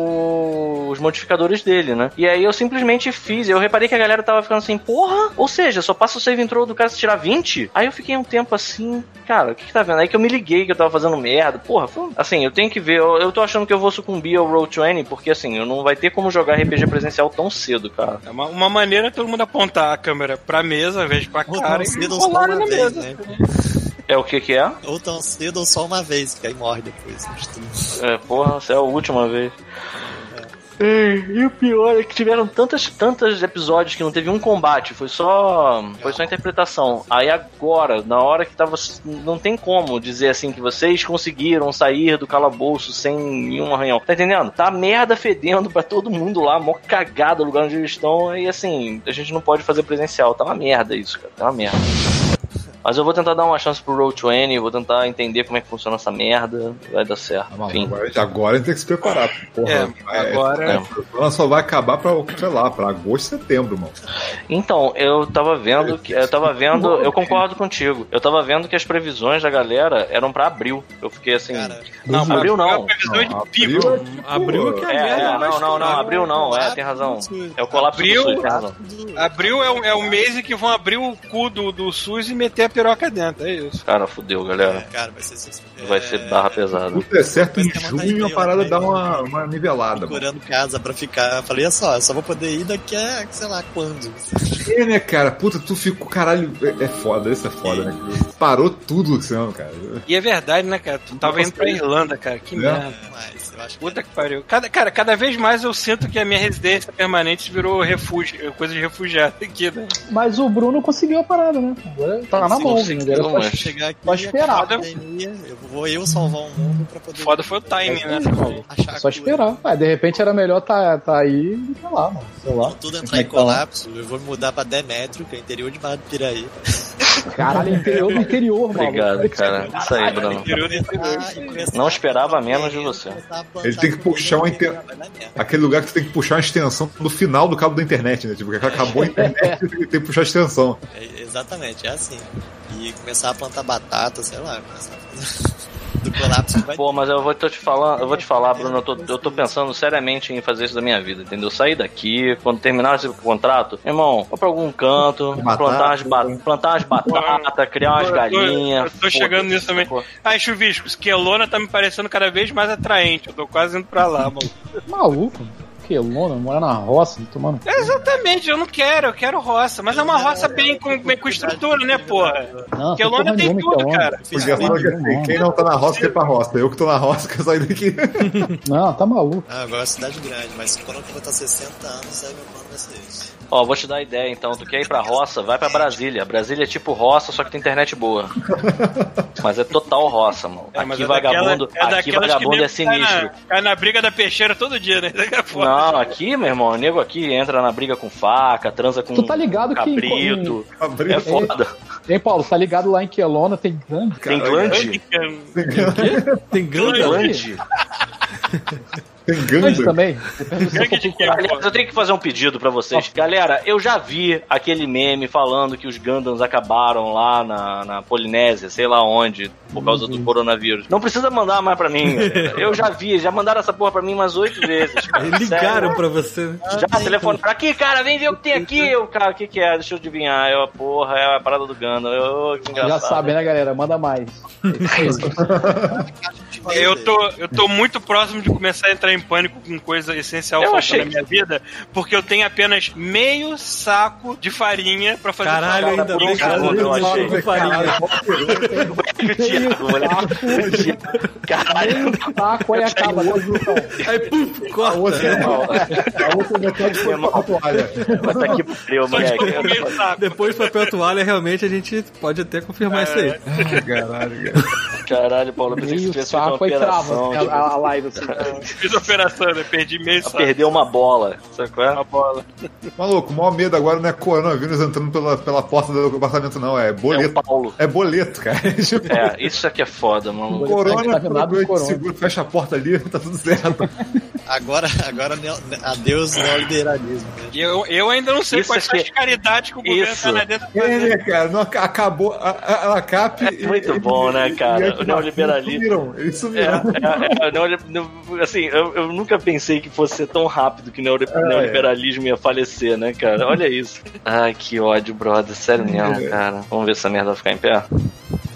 o- os modificadores dele, né? E aí eu simplesmente fiz, eu reparei que a galera tava ficando assim, porra! Ou seja, só passa o save intro do cara se tirar 20? Aí eu fiquei um tempo assim, cara, o que que tá vendo? Aí que eu me liguei que eu tava fazendo merda, porra, foi um- assim, eu tenho que ver, eu, eu tô achando que eu vou sucumbir ao Roll 20, porque assim, eu não vai ter como jogar RPG presencial tão cedo, cara. É uma, uma maneira é todo mundo apontar a câmera pra mesa, ao invés de pra Ou cara, tão e cedo ou só rolar na uma vez, mesa. assim. né? É o que que é? Ou tão cedo ou só uma vez, que aí morre depois. né, de tudo. É, porra, essa é a última vez. E o pior é que tiveram tantas, tantos episódios que não teve um combate, foi só, foi só interpretação. Aí agora, na hora que tava, não tem como dizer assim que vocês conseguiram sair do calabouço sem nenhum arranhão. Tá entendendo? Tá merda fedendo pra todo mundo lá, mó cagada o lugar onde eles estão, e assim, a gente não pode fazer presencial. Tá uma merda isso, cara, tá uma merda. Mas eu vou tentar dar uma chance pro Road 20, vou tentar entender como é que funciona essa merda, vai dar certo. Ah, maluco, Enfim. agora, agora a gente tem que se preparar. Porra, É, agora. É. O programa só vai acabar pra, sei lá, pra agosto, setembro, mano. Então, eu tava vendo que. Eu tava vendo. Eu concordo contigo. Eu tava vendo que as previsões da galera eram pra abril. Eu fiquei assim. Cara, Não, Não, abril não. é previsão Não, de pico. abril é tipo- Abril que É, a merda é, mais não, não, não, cara. abril não, é, tem razão. É o colapso Abril, do Sul, tem razão. Abril é o, é o mês em que vão abrir o cu do, do SUS e meter a piroca dentro, é isso. Cara, fudeu, galera. É, Cara, vai ser... É, Vai ser barra pesada. Tudo é certo em Mas tem uma junho a ideia, parada né? dá uma, uma nivelada, mano. procurando casa pra ficar. Eu falei, olha só, eu só vou poder ir daqui a sei lá quando. É, né, cara? Puta, tu ficou, caralho. É, é foda, isso é foda, né? Parou tudo esse ano, cara. E é verdade, né, cara? Tu tava Nossa, indo pra Irlanda, cara. Que É. merda. Mas eu acho que Puta que pariu. Cada, cara, cada vez mais eu sinto que a minha residência permanente virou refúgio, eh, coisa de refugiado aqui, né? Mas o Bruno conseguiu a parada, né? Agora tá na Sim, mão. sim, né? Agora não, é. faz- mas- chegar aqui Tá e acabar a esperado. pandemia, eu vou eu salvar o mundo pra poder Foda foi o timing, né? achar a só cura. esperar. Ah, de repente era melhor tá, tá aí e tá lá, mano. Sei lá. é Quando tudo entrar em colapso, eu vou me mudar pra Demetrio, que é interior de Marapirai. Caralho, interior do interior, mano. Obrigado, cara. Isso aí, Bruno. Ah, Não esperava menos de você. Ele tem que puxar uma inter- Aquele lugar que tu tem que puxar a extensão do final do cabo da internet, né? Tipo, que acabou a É. internet e tem que puxar a extensão. É, exatamente, é assim. E começar a plantar batata, sei lá, começar a fazer... do colapso que vai Pô, mas eu vou tô te falar, eu vou te falar, Bruno, eu tô, eu tô pensando seriamente em fazer isso da minha vida, entendeu? Sair daqui, quando terminar esse contrato, irmão, vou pra algum canto, Batata. plantar as, ba plantar as batatas, criar umas Eu tô- galinhas. eu tô chegando foda-se, nisso também. sacou? Ai, chuviscos, que Elona tá me parecendo cada vez mais atraente. Eu tô quase indo pra lá, mano. Maluco. Que lona, morar na roça, tomando. Exatamente, eu não quero, eu quero roça. Mas é uma roça bem com, bem com estrutura, né, porra? Não, Que sem porra Elona tem nenhuma, tudo, é Kelowna. cara. Tipo, Fiz Porque fala que não, assim, não. quem não tá na roça quer pra roça. Eu que tô na roça quero sair daqui. Não, tá maluco. Ah, agora é cidade grande, mas quando eu completar 60 anos, aí meu plano vai negócio desse. Ó, vou te dar a ideia então. Tu quer ir pra roça? Vai pra Brasília. Brasília é tipo roça, só que tem internet boa. Mas é total roça, mano. É, mas aqui é vagabundo, daquela- aqui daquelas que vagabundo é nego cai na- sinistro. Cai na, briga da peixeira todo dia, né? Daqui a pouco. Não, aqui, meu irmão, o nego aqui entra na briga com faca, transa com Tu tá ligado que em- cabrito. Abriu. É foda. Hein, Paulo, tá ligado lá em Quelona, tem grande? Tem glande? Tem grande Glande? Tem Grande ganda. também. Gangue de quem? é Aliás, eu tenho que fazer um pedido pra vocês. Galera, eu já vi aquele meme falando que os Gandans acabaram lá na, na Polinésia, sei lá onde, por causa do coronavírus. Não precisa mandar mais pra mim. galera. Eu já vi, já mandaram essa porra pra mim umas oito vezes. cara. Ligaram pra você. né? Sério. Já telefonaram aqui, cara, vem ver o que tem aqui. Eu, cara, o que que é? Deixa eu adivinhar. Eu, porra, é a parada do Gandalf. Eu, que engraçado. Já sabem, né, galera? Manda mais. Eu tô, eu tô muito próximo de começar a entrar em pânico com coisa essencial Eu faltando achei. na minha vida, porque eu tenho apenas meio saco de farinha pra fazer Caralho, feijoada. ainda bem que Caralho, eu eu não achei. com farinha. O Thiago, moleque. é Caralho. Taco aí acaba, né, Jucão? Aí, puf, A corta. né? outra, a outra metade foi pra toalha. Puta que pariu, Só de moleque. comer meio saco. Depois papel toalha, realmente a gente pode até confirmar isso aí. Caralho, Caralho, Paulo, eu pensei que você Meio tivesse feito uma saco aí trava operação. assim, a, tipo, a a live. Assim. Fiz operação, né? Perdi meio saco. Perdeu uma bola. Sabe qual é? Uma bola. Maluco, o maior medo agora não é coronavírus entrando pela, pela porta do apartamento, não. É É o boleto. Paulo. É, boleto, cara. Tipo, É, isso aqui é foda, mano. corona, Contaminado corona, corona. seguro, fecha a porta ali, tá tudo certo. Agora, agora neo- adeus neoliberalismo. né? E Eu, eu ainda não sei Isso quais são aqui- as caridades que o governo Isso. tá lá dentro É, fazendo. né, cara? Não, ac- acabou a, a, a CAP. e- É muito e- bom, né, cara? e- e- O neoliberalismo. Eles sumiram, eles É, sumiram. é, é, neoli- ne- assim, eu, eu nunca pensei que fosse ser tão rápido que o neoli- neoliberalismo ia falecer, né, cara? Olha isso. Ai, que ódio, brother. Sério mesmo, cara. Vamos ver se essa merda vai ficar em pé?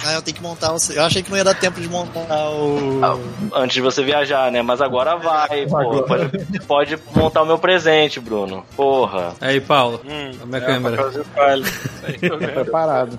Ah, eu tenho que montar o. Eu achei que não ia dar tempo de montar o. Ah, Antes de você viajar, né? Mas agora vai, pô. Pode, pode montar o meu presente, Bruno. Porra. Aí, Paulo, Hum, a minha é, câmera. papelzinho palha. Isso aí, tô vendo. Preparado.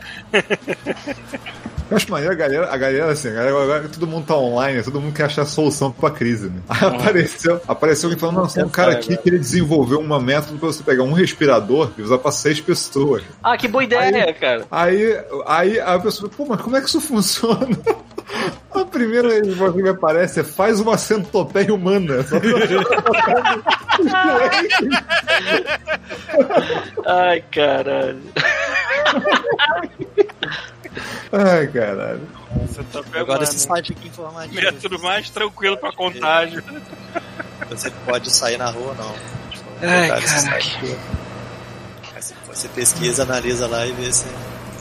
Eu acho maneiro a galera, a galera assim, a galera, agora que todo mundo tá online, todo mundo quer achar solução pra crise, né? Aí apareceu, apareceu alguém falando, nossa, tem um cara aqui que ele desenvolveu uma método pra você pegar um respirador e usar pra seis pessoas. Ah, que boa ideia, cara. Aí, aí a pessoa, pô, mas como é que isso funciona? A primeira resposta que me aparece é faz uma centopeia humana. Só Ai, caralho. Ai, caralho. Você tá pegando Agora esse né? site aqui informativo. método É mais tranquilo pra contágio. Você pode sair na rua, não. Tipo, Ai, botar esse caraca. site aqui. Aí Você, você pesquisa, analisa lá e vê se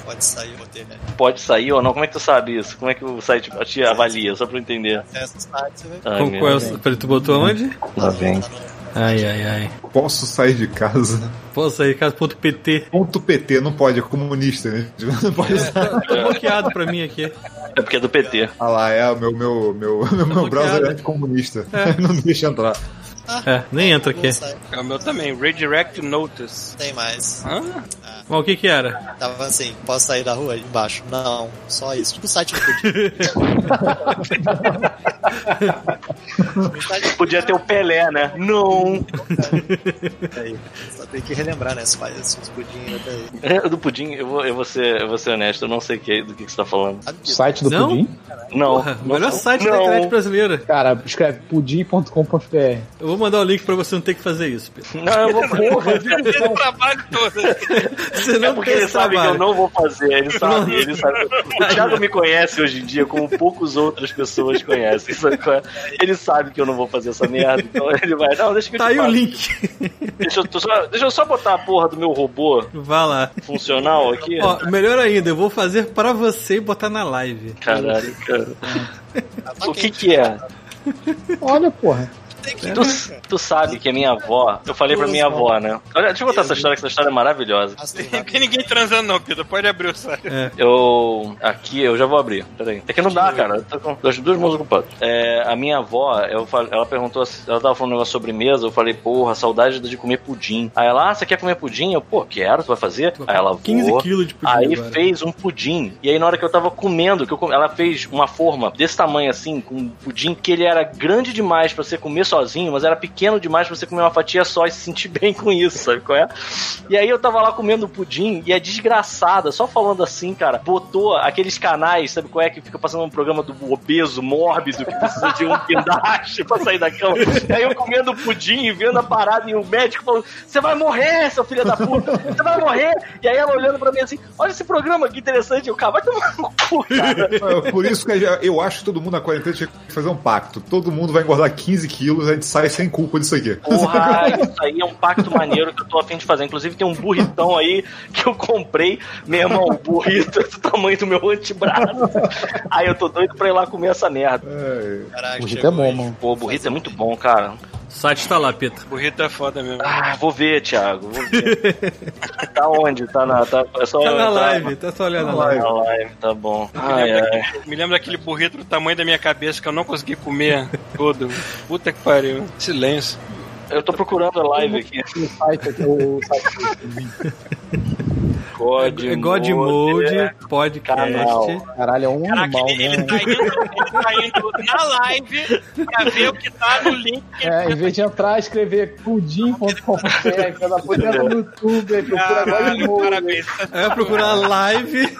pode sair ou ter, né? Pode sair ou não? Como é que tu sabe isso? Como é que o site te avalia? Só pra eu entender. Acessa o site, você vê. Ai, Com meu qual é Deus. o... Peraí, tu botou onde? Lá vem. Tá no- Ai, ai, ai. Posso sair de casa? Posso aí, casa.pt. Ponto PT não pode, é comunista, né? Não pode usar. Tá bloqueado pra mim aqui. É porque é do PT. Ah lá, é, meu, meu, meu, meu, meu browser é bloqueado. anticomunista. Não deixa entrar. É, nem entra aqui. no site É o meu também, Redirect Notice. Não tem mais. Hã? Mas o que que era? Tava assim, posso sair da rua aí embaixo? Não, só isso. Tipo o site do No site do Podia ter o Pelé, né? Não! Aí, só tem que relembrar, né? Se faz esses pudinhos até aí. É, Do pudim, eu vou, eu, vou ser, eu vou ser honesto, eu não sei que- do que, que você tá falando. Sabe disso? Site do Não? Pudim? Não. Porra, o melhor site da Não. internet brasileira. Cara, escreve pudim.com.br. Eu vou mandar o link pra você não ter que fazer isso, Pedro. Não, eu vou fazer. Esse trabalho todo. Você É não porque tem ele esse sabe que trabalho. eu não vou fazer, ele sabe, ele sabe. O Thiago me conhece hoje em dia como poucos outras pessoas conhecem. sabe qual é? Ele sabe que eu não vou fazer essa merda, então ele vai. Não, deixa que eu Tá te aí o faço. link. Deixa eu, tô só, deixa eu só botar a porra do meu robô Vá lá. funcional aqui. Ó, melhor ainda, eu vou fazer pra você e botar na live. Caralho, cara. O que que é? Olha, porra. Tu, tu sabe que a minha avó, eu falei pra minha avó, né? Olha, deixa eu contar essa história, que essa história é maravilhosa. Assim, Não tem ninguém transando, não, Pedro. Pode abrir o site. Eu. Aqui, eu já vou abrir. Peraí. É que não dá, cara. Eu tô com as duas mãos ocupadas. É, a minha avó, eu fal- ela perguntou. assim- Ela tava falando um negócio sobre mesa. Eu falei, porra, saudade de comer pudim. Aí ela, ah, você quer comer pudim? Eu, pô, quero, tu vai fazer? Aí ela, vou. 15 quilos de pudim Aí agora. fez um pudim. E aí, na hora que eu tava comendo, que eu, com- ela fez uma forma desse tamanho assim, com um pudim, que ele era grande demais pra você comer sozinho, mas era pequeno demais pra você comer uma fatia só e se sentir bem com isso, sabe qual é? E aí eu tava lá comendo pudim e a desgraçada, só falando assim, cara, botou aqueles canais, sabe qual é? Que fica passando um programa do obeso, mórbido, que precisa de um guindaste pra sair da cama. E aí eu comendo pudim e vendo a parada e o médico falando: Você vai morrer, seu filho da puta, você vai morrer. E aí ela olhando pra mim assim: Olha esse programa, que interessante. Eu, cara, vai tomar no cu, cara. É, Por isso que eu acho que todo mundo na quarentena tinha que fazer um pacto. Todo mundo vai engordar 15 quilos, a gente sai sem culpa disso aqui. Porra, isso aí é um pacto maneiro que eu tô afim de fazer. Inclusive, tem um burritão aí que eu comprei. Meu irmão, o burrito é do tamanho do meu antebraço. Aí eu tô doido pra ir lá comer essa merda. É, Caraca, Burrito é bom, mano. Pô, o burrito é muito bom, cara. O site tá lá, Pita. Burrito é foda mesmo. Ah, vou ver, Thiago. Vou ver. tá onde? Tá na. Tá, é só, Tá na live, tá só olhando a Tá live. na live, tá bom. É, Me Ai, lembro, ai. daquele, me lembro daquele burrito do tamanho da minha cabeça que eu não consegui comer todo. Puta que pariu. Silêncio. Eu tô procurando a live aqui. O site aqui, o site God, É God Mode, podcast. Canal. Caralho, é um Caraca, animal, ele, né? ele tá indo, ele tá indo na live pra ver o que tá no link. que ele É, em vez de entrar e escrever pudim.com.br, cada coisa entra no YouTube, aí procura agora de Caralho, novo. parabéns. Aí eu procurar live.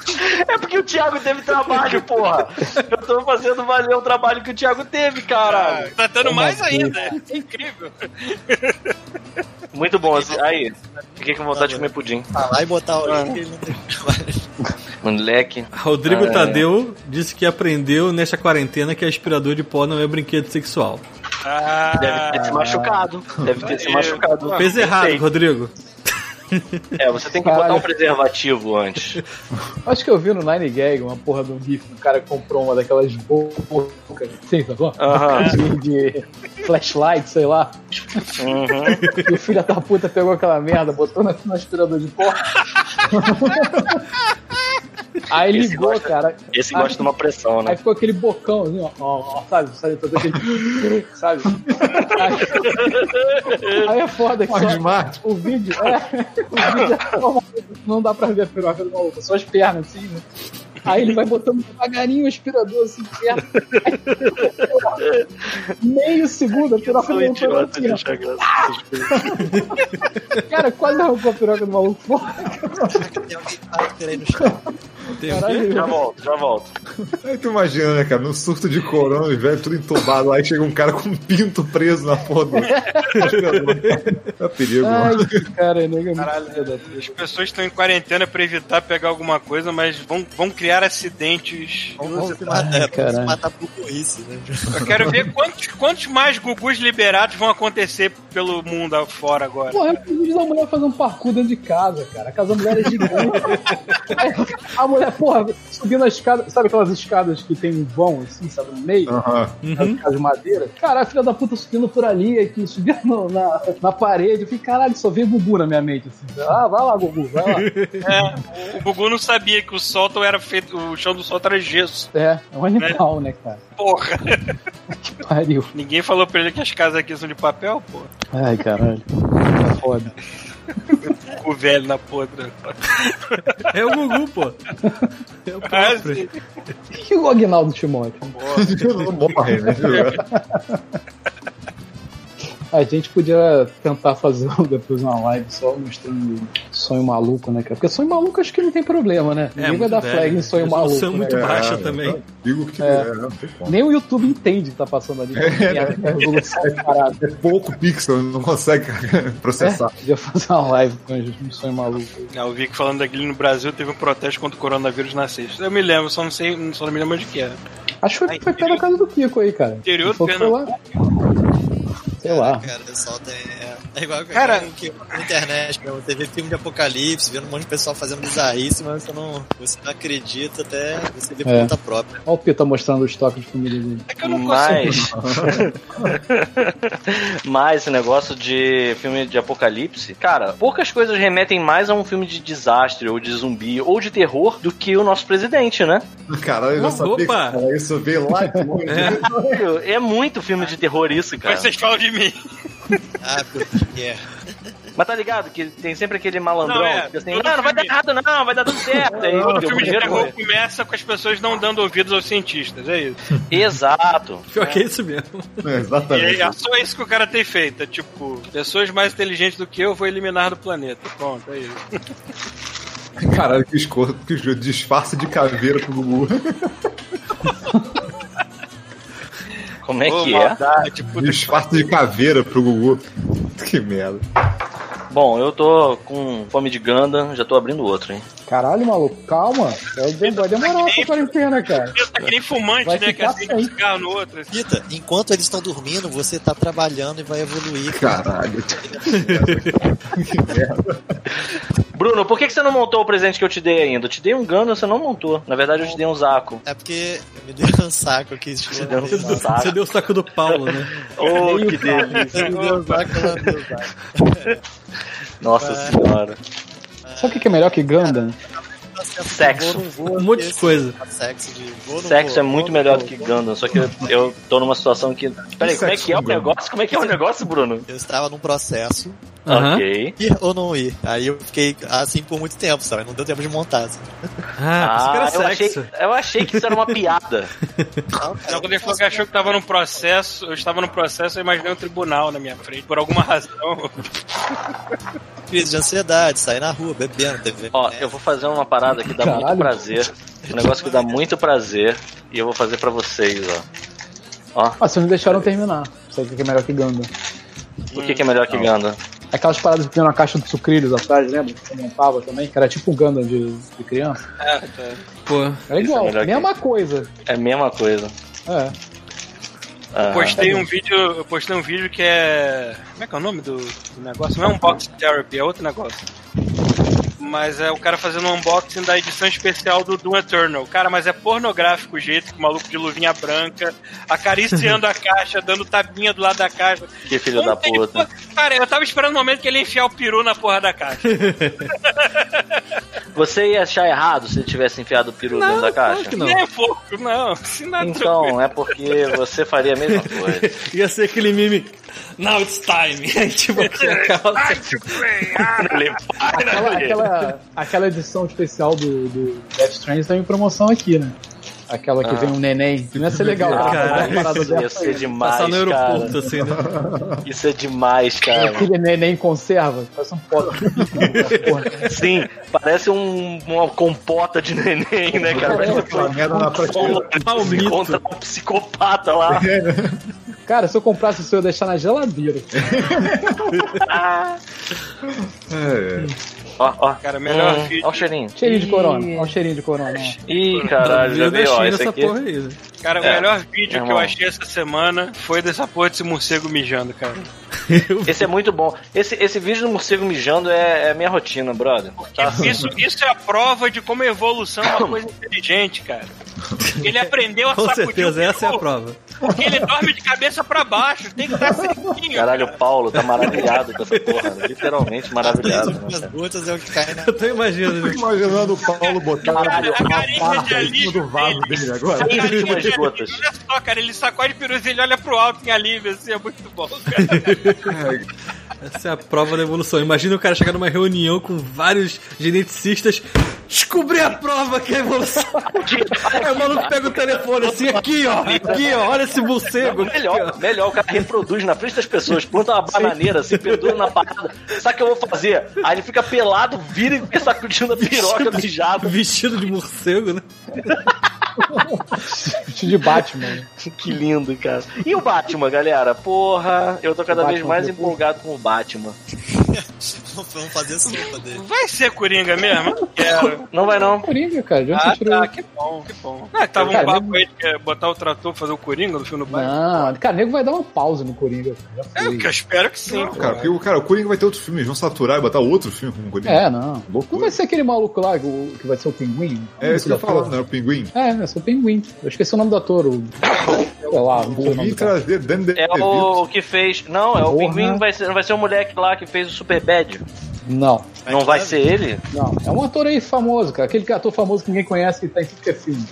É porque o Thiago teve trabalho, porra. Eu tô fazendo valer o trabalho que o Thiago teve, caralho. Tá dando mais ainda. É incrível. Muito bom. assim, Aí, fiquei com vontade de comer pudim. Falar Tá e botar o link, ele não tem trabalho. Moleque. Rodrigo Ah, é. Tadeu disse que aprendeu nesta quarentena que aspirador de pó não é brinquedo sexual. Ah, Deve ter se machucado. Deve ter se machucado. Fez errado, Rodrigo. É, você tem que Caralho. botar um preservativo antes. Acho que eu vi no Nine Gag uma porra de um gif, um cara comprou uma daquelas bocas, sim, tá bom? Aham. De, de flashlight, sei lá. Uhum. E o filho da puta pegou aquela merda, botou no, no aspirador de pó. Aí Esse ligou, gosta- cara. Esse gosta de uma pressão, Aí né? ficou aquele bocão, assim, ó, ó, ó, sabe? Sabe? Todo aquele, sabe? Aí- Aí é foda que um só, smart. o vídeo é. O vídeo é só uma- não dá pra ver a piroca do maluco, só as pernas, assim, né? Aí ele vai botando devagarinho o aspirador assim perto. Aí, meio segundo a piroca Sou um do maluco. idiota assim, de ó. achar graça. Cara, quase arrancou a piroca do maluco fora. Ah. Caraca, tem alguém que tá aí no chão. Tem o quê? Caralho. Já volto, já volto. Aí tu imagina, né, cara, num surto de corona, o velho tudo entubado lá, aí chega um cara com um pinto preso na porra do... É perigo, Ai, mano. cara, nego é muito Caralho. filho da puta. As pessoas estão em quarentena pra evitar pegar alguma coisa, mas vão, vão criar acidentes. Vamos- vamos- Matar, caralho. se matar por burrice, né? Eu quero ver quantos, quantos mais gugus liberados vão acontecer pelo mundo afora agora. Porra, eu fiz da mulher fazer um parkour dentro de casa, cara. A casa da mulher é gigante. a mulher, porra, subindo a escada. Sabe aquelas escadas que tem um vão, assim, sabe, no meio? Aham. As casas de madeira. Caralho, filha da puta subindo por ali, aqui, subindo no- na, na parede. Eu fiquei, caralho, só veio Gugu na minha mente. Assim. Ah, vai lá, Gugu, vai lá. É, o- o Gugu não sabia que o sótão era feito. O chão do sótão era gesso. É, é um animal, né, cara? Porra. Que pariu. Ninguém falou pra ele que as casas aqui são de papel, pô. Ai, caralho. Tá foda. O velho na podra. É o Gugu, pô. É o próprio. O que o Agnaldo Timóteo? Não morre, né? A gente podia tentar fazer depois uma live só mostrando sonho maluco, né, cara? Porque sonho maluco acho que não tem problema, né? Ninguém vai muito dar velho. flag em sonho Resolução maluco. Né? muito cara? baixa É, também. Digo que É. é. não tem como. Nem o YouTube entende o que tá passando ali. É, a evolução é parada. É pouco pixel, não consegue processar. Podia fazer uma live com um sonho maluco. Ah, Eu vi que falando aqui no Brasil teve um protesto contra o coronavírus na sexta. Eu me lembro, só não sei, só não me lembro de que É. era. Acho que foi pela casa do Kiko aí, cara. Interior Foi- foi lá. Sei lá. Cara, o pessoal tem. É, é igual que- Cara- que na internet, né? você vê filme de apocalipse, vendo um monte de pessoal fazendo bizarrice, mas você não, você não acredita até você ver por É. conta própria. né? Olha o Pita mostrando o estoque de comida dele. É que eu não consigo. Mas. Mas esse negócio de filme de apocalipse, cara, poucas coisas remetem mais a um filme de desastre, ou de zumbi, ou de terror, do que o nosso presidente, né? É? Caralho, eu já sabia que Opa! cara, isso veio lá de longe. É muito filme de terror isso, cara. Mas vocês falam de mim. Ah, porque é. Mas tá ligado que tem sempre aquele malandrão Não, é. que fica assim, Todo não, não vai dar filme- errado não, vai dar tudo certo. Aí, Todo filme fudeu, de primeiro terror morrer. começa com as pessoas não dando ouvidos aos cientistas, é isso. Exato. Pior que é isso mesmo. É, E aí, exatamente. é só isso que o cara tem feito. É tipo, pessoas mais inteligentes do que eu vou eliminar do planeta. Pronto, é isso. Caralho, que escorro, que jo- disfarce de caveira pro Gugu. Como é Ô, que é? maldade, tipo, puta que disfarce de caveira pro Gugu. Que merda. Bom, eu tô com fome de ganda, já tô abrindo outro, hein? Caralho, maluco, calma. Eu de- Vai demorar essa quarentena, cara. pariu, tá que nem fumante, Vai né? Que ficar acende um sem. cigarro no outro. assim. Pita, enquanto eles estão dormindo, você tá trabalhando e vai evoluir. Caralho. Bruno, por que, que você não montou o presente que eu te dei ainda? Eu te dei um ganda, você não montou. Na verdade, eu te dei um zaco. É porque eu me deu um saco aqui. Você deu um saco. Tá. Você deu o saco do Paulo, né? Oh, que delícia. Me deu um saco, ela me deu um saco. Nossa senhora. Sabe o que que é melhor que Gundam? Tá certo, Sexo. Vou, não vou, Um monte de esse coisa. Sexo, de, vou, não Sexo vou, é muito vou, melhor não do que vou. Gundam, só que eu, eu tô numa situação que. Peraí, E como é sexo que é o com Gundam? negócio? Como é que é o negócio, Bruno? Eu estava num processo, Aham. Ok. ir ou não ir. Aí eu fiquei assim por muito tempo, sabe? Não deu tempo de montar. Assim. Ah, Ah, pensei eu que era achei, sexo. eu achei que isso era uma piada. Não, cara, Então, quando ele falou que achou que tava num processo, eu estava num processo, eu imaginei um tribunal na minha frente. Por alguma razão. crise de ansiedade, sair na rua, bebendo, Né? TV. Ó, eu vou fazer uma parada que dá muito Caralho. prazer. Um negócio que dá muito prazer. E eu vou fazer pra vocês, ó. Ah, vocês não deixaram terminar. Sabe o que que é melhor que Gundam? O que, que é melhor que Gundam? Aquelas paradas que tinha na caixa de sucrilhos atrás, lembra? Que você montava também, que era tipo um Gundam de, de criança. É, Pô. Era Isso é igual, melhor que- mesma coisa. É a mesma coisa. É. Ah, postei um vídeo, eu postei um vídeo que é. Como é que é o nome do, do negócio? Não é unboxing therapy, é outro negócio. Mas é o cara fazendo um unboxing da edição especial do Doom Eternal. Cara, mas é pornográfico o jeito que o maluco de luvinha branca, acariciando a caixa, dando tabinha do lado da caixa. que filho da Ontem, puta. pô, Cara, eu tava esperando o momento que ele ia enfiar o peru na porra da caixa. Você ia achar errado se ele tivesse enfiado o peru dentro da claro caixa? que não. Nem é pouco, não. Se nada tranquilo. Então, é porque você faria a mesma coisa. Ia ser aquele meme. Now it's time. Aí, tipo, aquela calça. Aquela, aquela, aquela edição especial do, do Death Strange tá em promoção aqui, né? Aquela que vem um neném. Não ia ser legal, cara. Caralho, fazer uma parada Isso é ia dessa ser aí. demais, Passar tá no aeroporto, cara. assim, né? Isso é demais, cara. Aquele neném conserva, faz um foto. Sim, parece um- uma compota de neném, né, cara? Mas você Aquela merda na prateleira. Palmito. encontra um psicopata lá. É. Cara, se eu comprasse o seu, eu ia deixar na geladeira. É, é. Ó, ó. Cara, melhor Hum, vídeo. Ó o cheirinho. Cheirinho de corona. Olha o cheirinho de corona. ó. Ih, caralho, já Veio da vi, ó. China Esse essa aqui. é porra aí. né? Cara, o melhor vídeo que eu Irmão. achei essa semana foi dessa porra desse morcego mijando, cara. Esse é muito bom. Esse, esse vídeo do morcego mijando é, é a minha rotina, brother. Tá assim. Isso, isso é a prova de como a evolução é uma coisa inteligente, cara. Ele aprendeu a Com sacudir o certeza, peru, essa é a prova. Porque ele dorme de cabeça pra baixo, tem que estar certinho. Caralho, o Paulo tá maravilhado com essa porra. né? Literalmente maravilhado. Né, As cara? gotas é o que cai na Eu tô imaginando. Tô né? imaginando o Paulo botar Caralho, a uma carinha de barra em cima alívio do vaso dele agora. Sem Cara, vítimas de ele- gotas. Olha só, cara, ele sacode perus e ele olha pro alto em alívio, assim, é muito bom, cara. Essa é a prova da evolução. Imagina o cara chegar numa reunião com vários geneticistas. Descobri a prova que é a evolução. Aí o maluco pega o telefone assim, aqui ó, aqui ó, olha esse morcego. aqui, ó. Melhor, melhor, o cara reproduz na frente das pessoas, planta uma bananeira, se pendura na parada. Sabe o que eu vou fazer? Aí ele fica pelado, vira e fica sacudindo a piroca mijado. Vestido de morcego, né? Vestido de Batman. Que lindo, cara. E o Batman, galera? Porra, eu tô cada O vez Batman mais é depois. empolgado com o Batman. Vamos fazer sopa dele. Vai ser Coringa mesmo? Eu não Quero. Não vai não? Coringa, É cara. De onde Ah, você tirou tá, isso? que bom, que bom. Ah, tava um Cara, papo aí de que é botar o trator pra fazer o Coringa no filme do Batman. Não, cara, nego vai dar uma pausa no Coringa. cara. Já É, foi. porque eu espero que sim. Não, cara, porque o, cara, o Coringa vai ter outro filme, eles vão saturar e botar outro filme com o Coringa. É, não. Loucura. Não vai ser aquele maluco lá o- que vai ser o pinguim? É isso que eu ia falar, né? O Pinguim. É, vai ser o pinguim. Eu esqueci o nome do ator. O... Sei lá, não sei o nome Pinguim do cara. trazer Danny É DeVito. o que fez. Não, é o Porra. pinguim, vai ser, vai ser o moleque lá que fez o Super Bad. Não, Não vai ser ele? é não. É um ator aí famoso, cara. Aquele ator famoso que ninguém conhece que tá em tudo que é filme.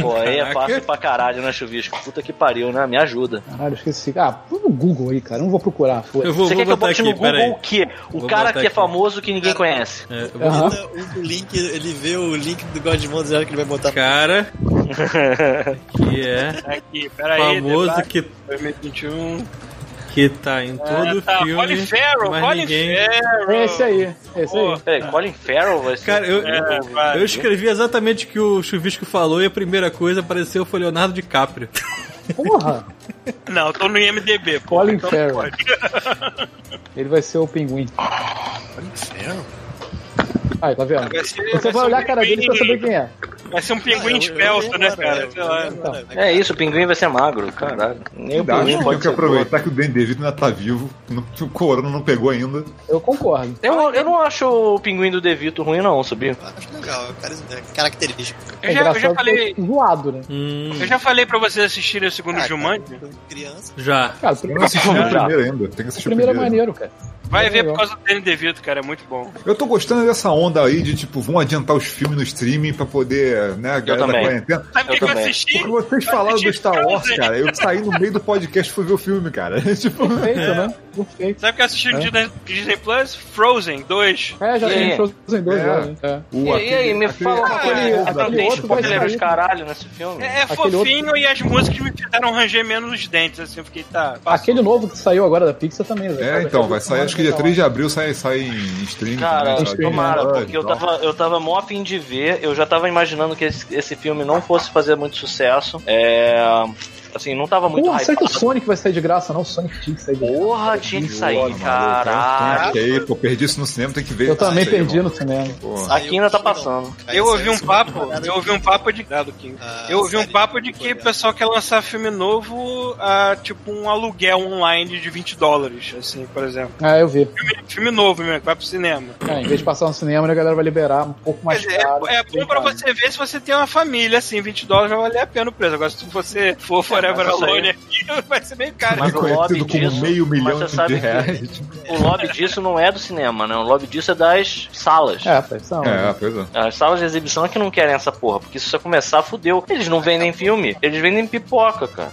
Pô, aí é Caraca. fácil pra caralho na chuvisco. Puta que pariu, né? Me ajuda. Caralho, esqueci. Ah, põe no Google aí, cara. Eu não vou procurar. Foda. Eu vou, Você vou quer que eu botar bote aqui, no Google peraí. o quê? O Vou cara botar que é aqui. famoso que ninguém conhece. É, eu vou- Aham. O, o link, ele vê o link do God Mode zero que ele vai botar. Cara, que é Aqui, tá peraí. famoso debate que, 2021. que tá em todo Ah, tá, filme, Colin Farrell, mas Colin ninguém... Farrell. É esse aí. é Esse Pô, aí. Peraí, Colin Farrell vai ser. Ah. Cara, eu, É, vai. eu escrevi exatamente o que o Chuvisco falou e a primeira coisa apareceu foi Leonardo DiCaprio. Porra! Não, eu tô no IMDB. pô, Colin então Farrell. pode. Ele vai ser o pinguim. Aí, tá vendo? Vai ser- Você vai vai ser olhar a um cara dele pra saber pinguim- quem é. Vai ser um pinguim eu- eu esbelto, lembro, né, cara, cara? eu né? Sei lá. É isso, o pinguim vai ser magro, caralho. Nem o Ainda acho pinguim que tem pode que ser. gordo. aproveitar que o Dan DeVito ainda tá vivo, não- o Corona não pegou ainda. Eu concordo. Eu, eu não acho o pinguim do Devito ruim, não, sabia? Eu Acho legal, o cara é característico. Eu já, eu já falei. que é zoado, né? Hum, Eu É. já falei pra vocês assistirem o segundo Ah, Jumanji. Criança. já. Cara, Eu não o assisti nem o Já. primeiro ainda, tem que assistir o primeiro é primeiro. maneiro, cara. Vai É ver por legal. causa do Danny DeVito, cara. É muito bom. Eu tô gostando dessa onda aí de, tipo, vão adiantar os filmes no streaming pra poder, né, a galera da também. quarentena. Sabe o Eu que, que eu também. assisti? Porque vocês falaram do Star Wars, né? cara, eu saí no meio do podcast e fui ver o filme, cara. tipo, Perfeito, né? Perfeito. Sabe o que eu assisti no Disney- Disney Plus? Frozen 2. É, já E tem aí? Frozen 2 É. já, né? É. E, o, e aí, me fala uma aquele- coisa. aquele Então tem outro vai spoiler os sair. caralho nesse filme. É, é Aquele fofinho e as músicas me fizeram ranger menos os dentes, assim, eu fiquei, tá. passou. Aquele novo que saiu agora da Pixar também, velho. Tá É, então, vai sair, acho que dia 3 de abril sai, sai em streaming. Cara, também, sabe? tomara, Então, porque eu tava, eu tava mó a fim de ver, eu já tava imaginando que esse, esse filme não fosse fazer muito sucesso. É. Assim, não tava muito Porra, será que o hypado. Sonic vai sair de graça? Não, o Sonic tinha que sair de graça. Porra, tinha que sair, maluco, caralho. tem que- pô, perdi isso no cinema, tem que ver. Eu também isso aí, perdi mano. no cinema. Pô. Aqui ainda tá passando. É Eu ouvi um papo, eu ouvi um papo de. Dado King. Ah, Eu ouvi um sério? papo de que o pessoal quer lançar filme novo a tipo um aluguel online de 20 dólares, assim, por exemplo. Ah, eu vi. Filme, filme novo mesmo, que vai pro cinema. É, em vez de passar no cinema, a galera vai liberar um pouco Quer mais dizer, caro. é, é bom pra você ver se você tem uma família, assim, 20 dólares vai valer a pena o preço. Agora, se você for Forever É, mas isso aí- Alone aqui, vai ser meio caro. Mas o Conhecido lobby como disso- meio mas milhão você de sabe que- reais. tipo, O lobby disso não é do cinema, né? O lobby disso é das salas. É, tá, isso é uma- É, pois é. As salas de exibição é que não querem essa porra, porque se isso começar, fudeu. Eles não vendem filme, eles vendem pipoca, cara.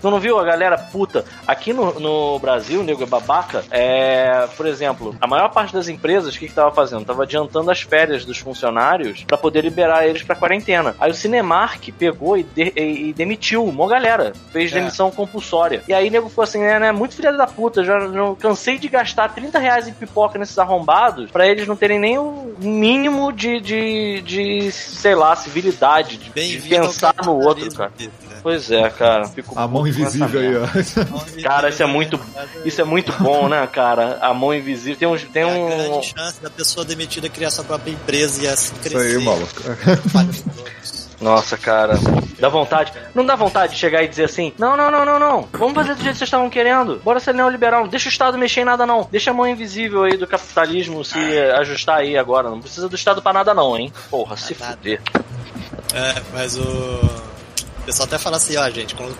Tu não viu a galera puta? Aqui no, no Brasil, nego é babaca, é. Por exemplo, a maior parte das empresas, o que, que tava fazendo? Tava adiantando as férias dos funcionários pra poder liberar eles pra quarentena. Aí o Cinemark pegou e, de- e- e demitiu uma galera. Fez demissão compulsória. E aí nego ficou assim, né, né? Muito filha da puta, já não cansei de gastar 30 reais em pipoca nesses arrombados pra eles não terem nem o mínimo de, de, de sei lá, civilidade, de, de pensar no outro, cara. né? Pois é, cara. Fico A mão puto com essa invisível aí, merda. ó. Cara, isso é muito- Isso é muito bom, né, cara? A mão invisível. Tem, uns, tem É a um. grande chance da pessoa demitida criar sua própria empresa e assim crescer. Isso aí, maluco. Para os outros. Nossa, cara. Dá vontade. Não dá vontade de chegar e dizer assim: não, não, não, não, não. Vamos fazer do jeito que vocês estavam querendo. Bora ser neoliberal. Não deixa o Estado mexer em nada, não. Deixa a mão invisível aí do capitalismo se Ah. ajustar aí agora. Não precisa do Estado pra nada, não, hein? Porra, se Nada. fuder. É, mas o. O pessoal até fala assim, ó, gente, quando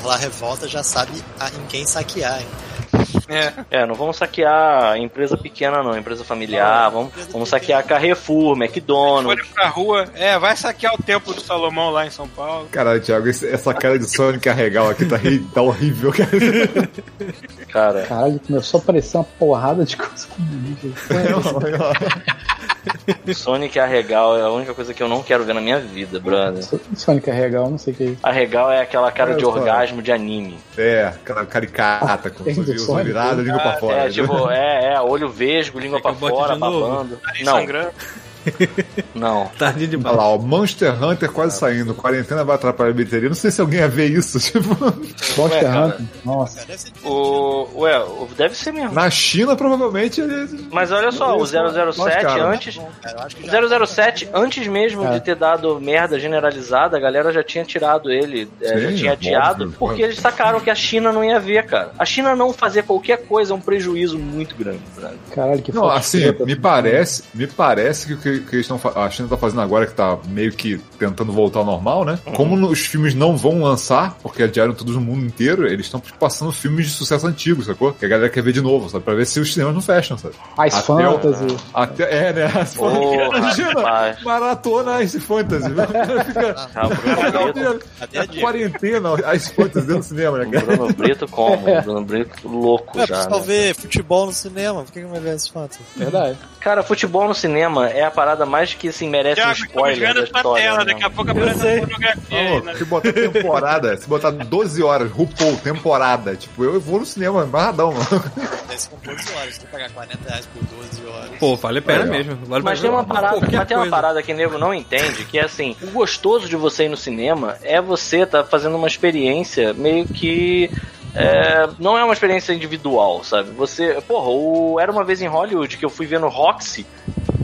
rolar revolta já sabe a- em quem saquear, hein? É. É, não vamos saquear empresa pequena, não. Empresa familiar. Vamos, vamos saquear Carrefour, McDonald's. Forem pra rua, é, vai saquear o templo do Salomão lá em São Paulo. Caralho, Thiago, esse- essa cara de Sonic arregal aqui tá, ri- tá horrível, cara. Cara. Caralho, começou a aparecer uma porrada de coisa comunista. Sonic Arregal é a única coisa que eu não quero ver na minha vida, brother. Sonic é regal, não sei o que é isso. Arregal é aquela cara É, de eu falo. orgasmo de anime. É, cara, caricata, com Tem os do olhos Sonic, virados, língua pra fora. é, tipo, é, é, olho vesgo, língua Quer pra que eu bote fora, de novo? babando. Aí Não, sangrando. não. Tarde Tá de Olha bala. lá, o Monster Hunter quase saindo, quarentena vai atrapalhar a bilheteria. Não sei se alguém ia ver isso, tipo. Monster cara. Hunter, nossa. Cara, deve ser difícil. O, ué, o- deve ser mesmo. Na China, provavelmente, ele- Mas olha só, o Mas, cara, 007 antes... Cara, eu acho que já- o 007, antes mesmo É. de ter dado merda generalizada, a galera já tinha tirado ele, é, Sim, já tinha adiado, óbvio. porque eles sacaram que a China não ia ver, cara. A China não fazer qualquer coisa é um prejuízo muito grande, brother. Caralho, que Não, foto assim, escrota. me parece, me parece que o que que, que eles estão fa- a China tá fazendo agora, que tá meio que tentando voltar ao normal, né? Uhum. Como no- os filmes não vão lançar, porque adiaram todos no mundo inteiro, eles estão passando filmes de sucesso antigo, sacou? Que a galera quer ver de novo, sabe? Pra ver se os cinemas não fecham, sabe? As Até fantasy. Até, é, né? As Porra, Imagina, rapaz. maratona Ice Fantasy. né? O cara fica Ah, o Bruno Brito, Até a dica. quarentena Ice Fantasy dentro do cinema, né, o cara? Bruno Brito como? O Bruno Brito louco É, já. só né? ver futebol no cinema. Por que que não vai ver esse fato? Verdade. Cara, futebol no cinema é a parada mais que assim, merece um Tiago, estamos spoiler da vendo tua história. tela, né? É, daqui a pouco aparece a pornografia aí, Falou, né? se botar temporada, se botar 12 horas, RuPaul, temporada, tipo, eu vou no cinema, amarradão, mano. Deve com 12 horas. Se tu pagar 40 reais por 12 horas. Pô, vale a pena Aí, ó. mesmo. Vale Mas mais tem uma parada, Qualquer mas tem uma coisa. parada que o nego não entende, que é assim, o gostoso de você ir no cinema é você tá fazendo uma experiência meio que é, não é uma experiência individual, sabe? Você, porra, o, era uma vez em Hollywood que eu fui vendo Roxy.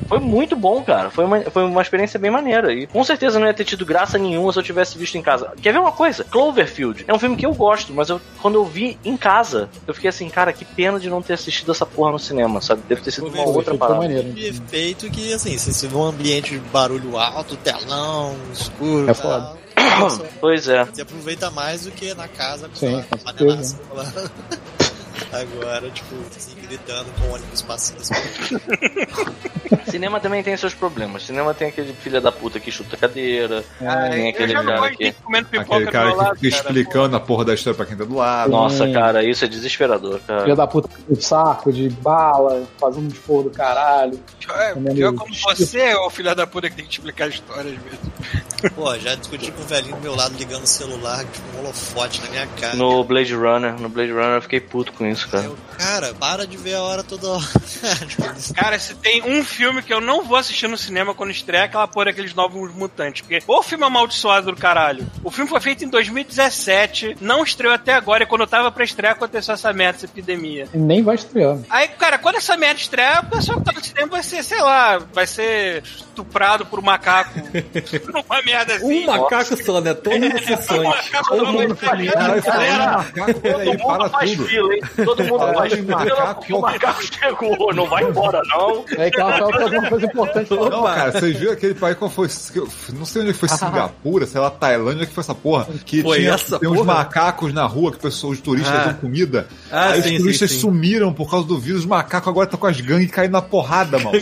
Foi muito bom, cara. Foi uma, foi uma experiência bem maneira. E com certeza não ia ter tido graça nenhuma se eu tivesse visto em casa. Quer ver uma coisa? Cloverfield. É um filme que eu gosto, mas eu, quando eu vi em casa, eu fiquei assim, cara, que pena de não ter assistido essa porra no cinema, sabe? Deve ter sido uma Cloverfield outra Ficou parada. maneiro. E efeito que, assim, se você vê um ambiente de barulho alto, telão, escuro, tá É tal, foda. Pois é. Você aproveita mais do que na casa com Sim, sei lá, com panelaço lá. Agora, tipo, assim, gritando com o ônibus passando. assim. Cinema também tem seus problemas. Cinema tem aquele filha da puta que chuta cadeira. tem Eu aquele já não cara gosto de é que. gente comendo pipoca Aquele cara do meu lado, que fica cara. explicando a porra da história pra quem tá do lado. Nossa, cara, isso é desesperador, Filha cara. da puta com saco de bala, fazendo um esporro do caralho. É, pior como você é o filho da puta que tem que explicar histórias mesmo. Pô, já discuti com o velhinho do meu lado ligando o celular, tipo, um holofote na minha cara. No Blade Runner, no Blade Runner eu fiquei puto com isso, cara. Eu, cara, para de ver a hora toda hora. Tipo, Cara, se tem um filme que eu não vou assistir no cinema quando estreia, é aquela porra daqueles novos mutantes. Porque o filme amaldiçoado do caralho. O filme foi feito em 2017, não estreou até agora, e quando eu tava pra estrear, aconteceu essa merda, essa epidemia. E nem vai estrear. Aí, cara, quando essa merda estreia, o pessoal que tá no cinema vai ser, sei lá, vai ser estuprado por um macaco. Uma merda assim. Um macaco só, né? Todas as Um sessões. macaco não vai ser. Caralho, fala, macaco, Todo peraí, para mundo faz tudo. fila, hein? Todo mundo Caralho, faz fila macaco, porque o macaco chegou. Não vai embora, não. É que ela tava fazendo uma coisa importante. pra ela. Não, cara, vocês viram aquele país qual foi? Não sei onde é foi Singapura, sei lá, Tailândia, que foi essa porra. Que Foi tinha, essa tem uns porra? macacos na rua que pessoas, os turistas Ah. dão comida. Ah, aí sim, os turistas sim, sim. sumiram por causa do vírus, os macacos agora estão com as gangues caindo na porrada, mano.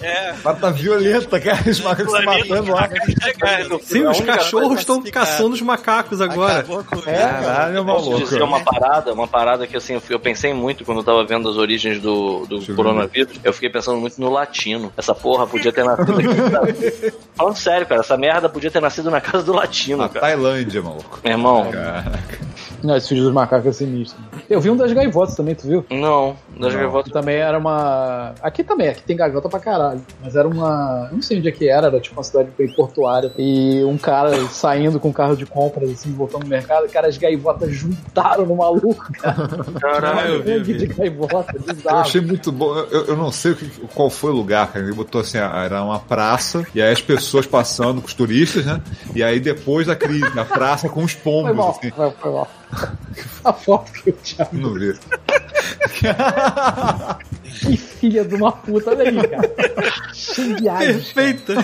É. Mas tá violenta, cara. Os macacos se matando lá. é Sim, um os tá cachorros estão assim, classificar. caçando os macacos agora. acabou com É, Caralho, Posso maluco. dizer é uma parada, uma parada que assim, eu fui- eu pensei muito quando eu tava vendo as origens do, do Deixa eu ver. coronavírus. Eu fiquei pensando muito no latino. Essa porra podia ter nascido aqui no Brasil. Falando sério, cara, essa merda podia ter nascido na casa do latino, Na cara. Tailândia, maluco. Meu irmão, Não, esse vídeo dos macacos é sinistro. Eu vi um das gaivotas também, tu viu? não. Das Não. gaivotas Que também era uma. Aqui também, aqui tem gaivota pra caralho. Mas era uma. Eu não sei onde é que era, era tipo uma cidade bem portuária. E um cara saindo com um carro de compras, assim, voltando no mercado. Cara, as gaivotas juntaram no maluco. Ah, eu vi, eu Gangue de vi. gaivota, Eu bizarro. achei muito bom. Eu, eu não sei o que, qual foi o lugar, cara. Ele botou assim, ah, era uma praça, e aí as pessoas passando com os turistas, né? E aí depois da crise, na praça com os Foi pombos, mal, assim, foi, foi mal. A foto que eu tinha. não vi. Que filha de uma puta, olha aí, cara. Cheio de AIDS. Perfeita.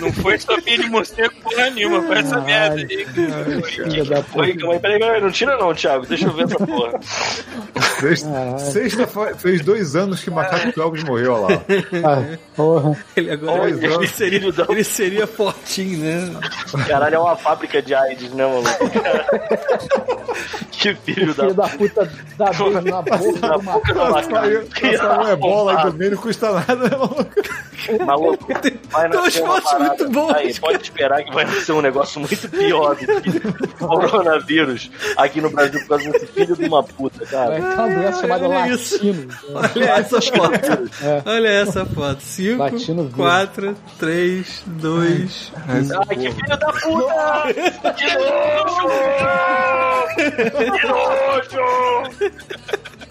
Não foi sopinha de morcego porra nenhuma, foi essa merda aí. Filha da Oi, puta. calma aí, peraí, peraí, não tira não, Thiago, deixa eu ver essa porra. Ah, é. Sexta, sexta fa- fez dois anos que Macaco Clóvis morreu, olha lá. Ah, porra. Ele agora Olha, ele seria, filho da- ele seria fortinho, né? Caralho, é uma fábrica de AIDS, né, maluco? que filho da Filha da puta dá beijo na boca do macaco. Saiu- Saiu uma é bola aí também, não custa nada, maluco. maluco. Vai Tem umas nascer uma fotos parada. muito boas, Aí, pode esperar que vai nascer um negócio muito pior do que coronavírus aqui no Brasil por causa desse filho de uma puta, É cara. uma doença chamada olha isso. latino. Olha essa foto. Olha essa foto. Latino 5, vivo. 4, 3, 2. Ai, que filho da puta! Que nojo! Que nojo!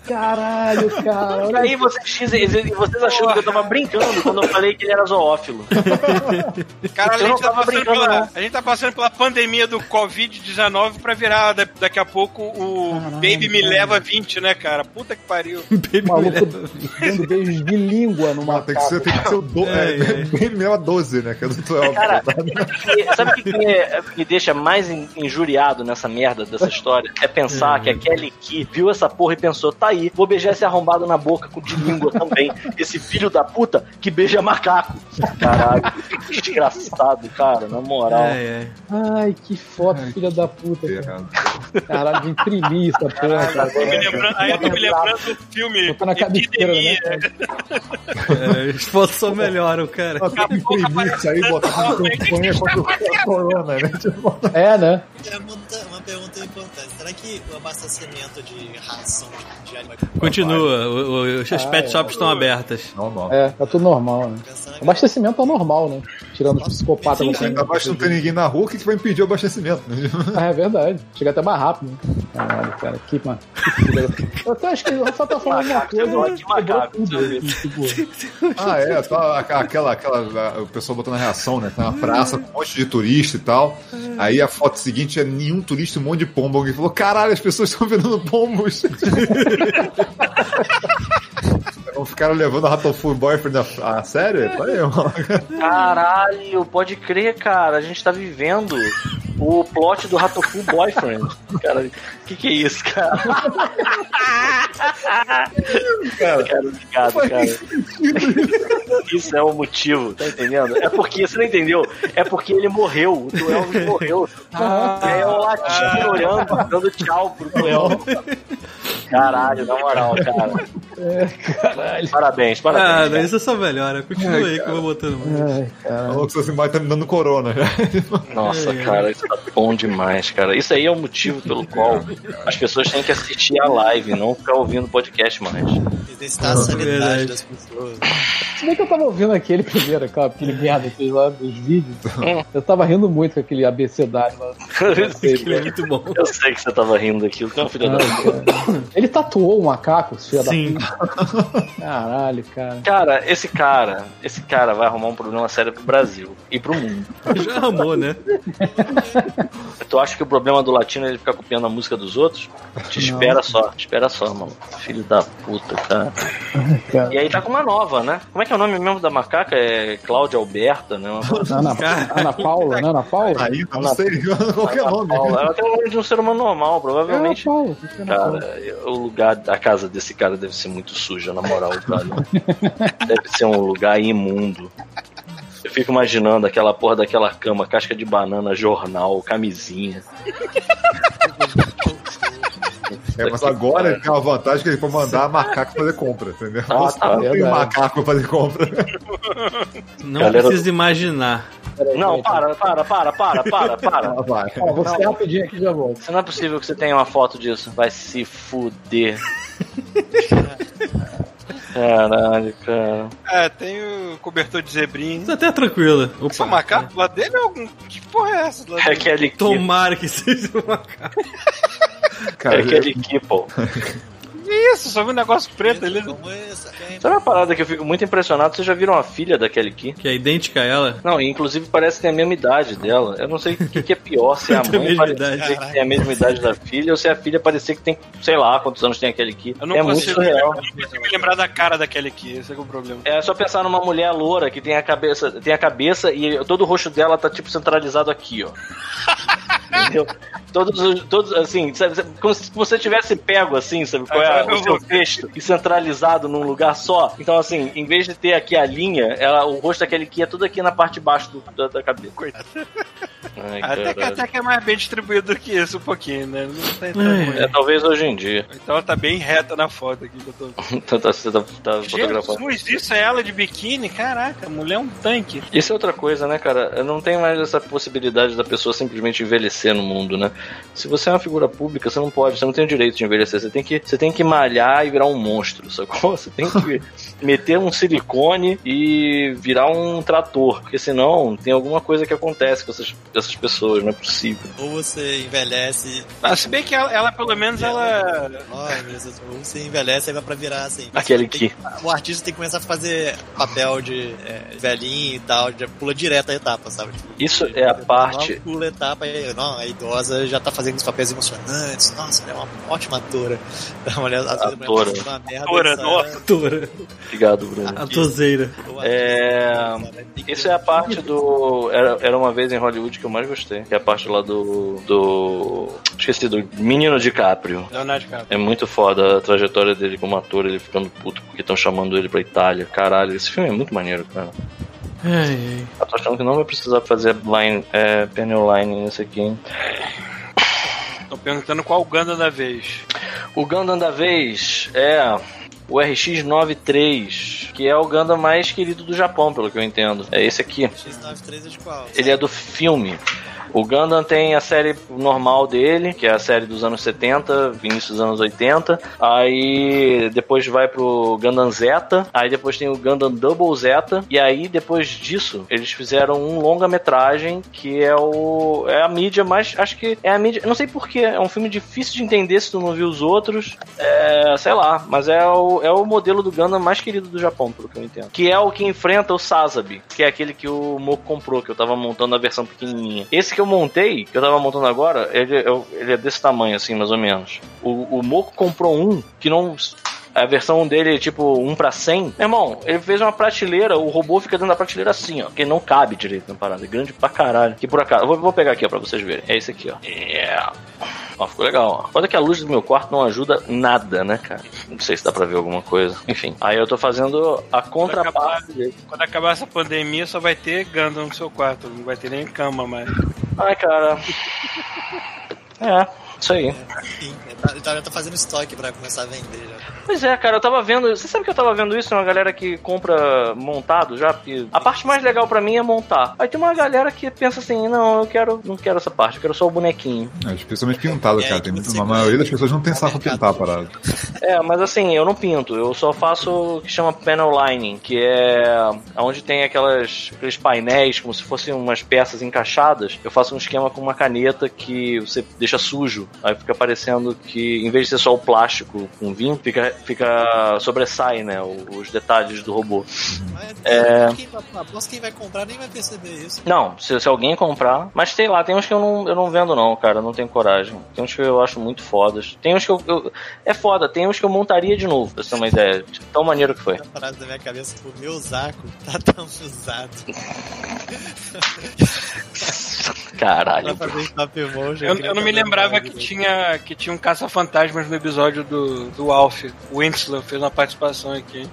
Caralho, cara. Olha Aí vocês, dizem- vocês achando que eu tava brincando quando eu falei que ele era zoófilo. Cara, a Eu não gente, tá tava passando brincando, pela, não. a gente tá passando pela pandemia do Covid-19 pra virar da- daqui a pouco o Baby Me Leva 20, né, cara? Puta que pariu. o maluco dando beijos de língua numa Ah, tem que ser, tem que ser o do... é, Ai, ai. bem mesmo a 12, né? Que é do Twelve. Cara, tá? E sabe o que, que me, me deixa mais in- injuriado nessa merda dessa história? É pensar que a Kelly Key viu essa porra e pensou, tá aí, vou beijar esse arrombado na boca com de língua também. Esse filho da puta que beija macaco. Caralho, desgraçado, cara, na moral. Ai, ai. Ai, que foto, filha da puta. cara. Errado. Caralho, de imprimir essa porra, cara. Tô me lembrando- aí eu tô me lembrando do filme Botar na cabeceira, né? Epidemia. cara? É, os fotos só melhoram, cara. Não, tem que imprimir isso aí e botar uma campanha contra o corona, né? Tipo, É, né? É uma, uma pergunta importante. Será que o abastecimento de ração de animais... Continua, o- o- os pet shops estão abertas. Não, não. É, tá tudo normal, né? Pensando agora, Abastecimento é normal, né? Tirando os psicopatas. Sim, não sim. tem Ainda mais que não tem ninguém na rua, o que, que vai impedir o abastecimento? né? Ah, é verdade. Chega até mais rápido. né? Caralho, cara, que mano. Eu até acho que o Rafael tá falando alguma coisa. Macaco, mas que macaco, quebrou tudo, tipo, Ah, é, tá, aquela, aquela, a- o pessoal botando a reação, né? Tá na praça com um monte de turista e tal. Aí a foto seguinte é nenhum turista, um monte de pombo. Alguém falou: caralho, as pessoas estão vendendo pombos. Então Ficaram levando a Ratoful Boyfriend a, a sério? Olha aí, Caralho, pode crer, cara. A gente tá vivendo o plot do Ratofu Boyfriend. Cara, que que é isso, cara? cara, obrigado, cara. Isso é o motivo, tá entendendo? É porque, você não entendeu? É porque ele morreu, o do Elvis morreu. e aí é o latino olhando, dando tchau pro do Elvis. Caralho, na moral, cara. caralho. Parabéns, parabéns. Ah, não, isso só melhora. Continua aí que eu vou botando mais. Ai, cara. Falou que assim, mas tá me dando corona. já. Nossa, É. cara, isso tá bom demais, cara. Isso aí é o motivo pelo qual as pessoas têm que assistir a live, não ficar ouvindo podcast mais. Testar a sanidade verdade. das pessoas. Se bem que eu tava ouvindo aquele primeiro, aquela- aquele merda que fez lá dos vídeos. Eu tava rindo muito com aquele abecedário lá. Ele é muito bom. Eu sei que você tava rindo aquilo, que é uma filha Ah. da. Ele tatuou o macaco, esse filho da Sim. Caralho, cara. Cara, esse cara, esse cara vai arrumar um problema sério pro Brasil e pro mundo. Já amou, né? Tu acha que o problema do latino é ele ficar copiando a música dos outros? Te espera só, te espera só, mano. Filho da puta, cara. cara. E aí tá com uma nova, né? Como é que é o nome mesmo da macaca? É Cláudia Alberta, né? Uma Ana, Ana Paula, né? Ana Paula? Aí, não sei, qualquer nome. Paula. Ela tem o nome de um ser humano normal, É Ana provavelmente. Paula. Cara, o lugar, a casa desse cara deve ser muito suja, na moral, cara. deve ser um lugar imundo. Eu fico imaginando aquela porra daquela cama, casca de banana, jornal, camisinha. É, mas agora ele tem uma vantagem que ele pode mandar macaco fazer compra, entendeu? Ah, tá, não tem verdade. macaco pra fazer compra. Não Galera- precisa imaginar. Não, para, para, para, para, para, para. Ah, vai. Ó, vou ser rapidinho aqui e já volto. Isso não é possível que você tenha uma foto disso. Vai se fuder. Caralho, cara. É, tem o cobertor de zebrinho. Isso até é tranquilo. Opa. Isso é um macaco lá dele ou algum. Que porra é essa? Lá É dele? aquele que. Tomara que seja um macaco. É Cara, aquele que, pô. Que isso? Só vi um negócio preto ali. né? Como é essa? Quem- Sabe uma parada que eu fico muito impressionado? Vocês já viram a filha daquele que? Que é idêntica a ela. Não, e inclusive parece que tem a mesma idade dela. Eu não sei o que, que é pior, se a Tem a mãe mesma parecer idade. que tem a mesma idade da filha ou se é a filha parecer que tem, sei lá, quantos anos tem aquele que. Eu não é muito consigo surreal. Tem que me lembrar da cara daquele aqui, esse é que é o problema. É só pensar numa mulher loura que tem a cabeça, tem a cabeça e todo o rosto dela tá tipo centralizado aqui, ó. Entendeu? Todos, os- todos assim, sabe, sabe, como se você tivesse pego assim, sabe qual é o seu texto e centralizado num lugar só. Então assim, em vez de ter aqui a linha, ela, o rosto daquele aqui é tudo aqui na parte de baixo do- da, da cabeça. Coitado. Ai, Até que, caralho. até que é mais bem distribuído do que isso, um pouquinho, né? Não tá entrando Ai. muito. É, talvez hoje em dia. Então ela tá bem reta na foto aqui que eu tô. Tá, tá, tá- tá fotografando. Jesus, isso é ela de biquíni? Caraca, a mulher é um tanque. Isso é outra coisa, né, cara? Não tem mais essa possibilidade da pessoa simplesmente envelhecer no mundo, né? Se você é uma figura pública, você não pode, você não tem o direito de envelhecer. Você tem que, você tem que malhar e virar um monstro, sacou? Você tem que meter um silicone e virar um trator. Porque senão tem alguma coisa que acontece com essas, essas pessoas, não é possível. Ou você envelhece. Ah, se bem que ela, ela, pelo É. menos, ela. Ai, meu Deus, ou você envelhece e vai pra virar assim. Aquele que. O artista tem que começar a fazer papel de é, velhinho e tal, já pula direto a etapa, sabe? Tipo, Isso é a parte. Pula a etapa e não, a idosa já tá fazendo os papéis emocionantes. Nossa, ela é uma ótima atora. A mulher, às vezes, a mulher Atora. faz uma merda. Atora, essa- nossa. Toura. Obrigado, Bruno. A tozeira. o artista, É, sabe? Tem que Isso ter- é a parte do. Era, era uma vez em Hollywood que eu mais gostei. Que é a parte lá do. do. Esqueci, do Menino DiCaprio. Leonardo DiCaprio. É muito foda a trajetória dele como ator, ele ficando puto porque estão chamando ele pra Itália. Caralho, esse filme é muito maneiro, cara. Ai, ai. Eu tô achando que não vai precisar fazer line, é, panel line nesse aqui, hein? Tô perguntando qual Ganda da vez. O Gundam da vez é o RX-93, que é o Gundam mais querido do Japão, pelo que eu entendo. É esse aqui. X93 é de qual? Ele é do filme. O Gundam tem a série normal dele, que é a série dos anos 70, início dos anos 80. Aí depois vai pro Gundam Zeta, aí depois tem o Gundam Double Zeta, e aí depois disso eles fizeram um longa-metragem que é o é a mídia mais, acho que é a mídia, não sei porquê, é um filme difícil de entender se tu não viu os outros, é, sei lá, mas é o, é o modelo do Gundam mais querido do Japão, pelo que eu entendo. Que é o que enfrenta o Sazabi, que é aquele que o Moco comprou, que eu tava montando a versão pequenininha. Esse que eu montei, que eu tava montando agora, ele, é o- ele é desse tamanho, assim, mais ou menos. O, o Moco comprou um que não. A versão dele é tipo 1 pra 100. Meu irmão, ele fez uma prateleira, o robô fica dentro da prateleira assim, ó. Porque não cabe direito na parada. É grande pra caralho. Que por acaso. Eu vou, vou pegar aqui, ó, pra vocês verem. É esse aqui, ó. Yeah. Ó, ficou legal, ó. Olha que a luz do meu quarto não ajuda nada, né, cara? Não sei se dá pra ver alguma coisa. Enfim, aí eu tô fazendo a contraparte dele. Quando acabar essa pandemia, só vai ter Ganda no seu quarto. Não vai ter nem cama mais. Ai, cara. É, isso aí. Sim, ele tá- ele tá, ele tá fazendo estoque pra começar a vender já. Pois é, cara, eu tava vendo. Você sabe que eu tava vendo isso? Uma galera que compra montado já? Porque a parte mais legal pra mim é montar. Aí tem uma galera que pensa assim: não, eu quero, não quero essa parte, eu quero só o bonequinho. É, especialmente pintado, É, aí cara. que Tem muito, você a maioria das pessoas não tem vai saco no pra pintar a mercado. parada. É, mas assim, eu não pinto, eu só faço o que chama panel lining, que é onde tem aquelas, aqueles painéis como se fossem umas peças encaixadas. Eu faço um esquema com uma caneta que você deixa sujo, aí fica parecendo que em vez de ser só o plástico com vinho, fica, fica sobressai, né, o- os detalhes do robô. Mas É. quem vai, aposto que quem vai comprar nem vai perceber isso. Não, se, se alguém comprar. Mas sei lá, tem uns que eu não, eu não vendo, não, cara. eu Não tenho coragem. Tem uns que eu acho muito fodas. Tem uns que eu. eu- é foda, tem uns que eu montaria de novo, pra você ter uma ideia. de Tão maneiro que foi. A frase da minha cabeça, o meu zaco tá tão usado. Pra Caralho. fazer stop motion. Eu, queria eu não me fazer lembrava uma que coisa. tinha, que tinha um caça-fantasmas no episódio do, do Alf. O Winslow fez uma participação aqui.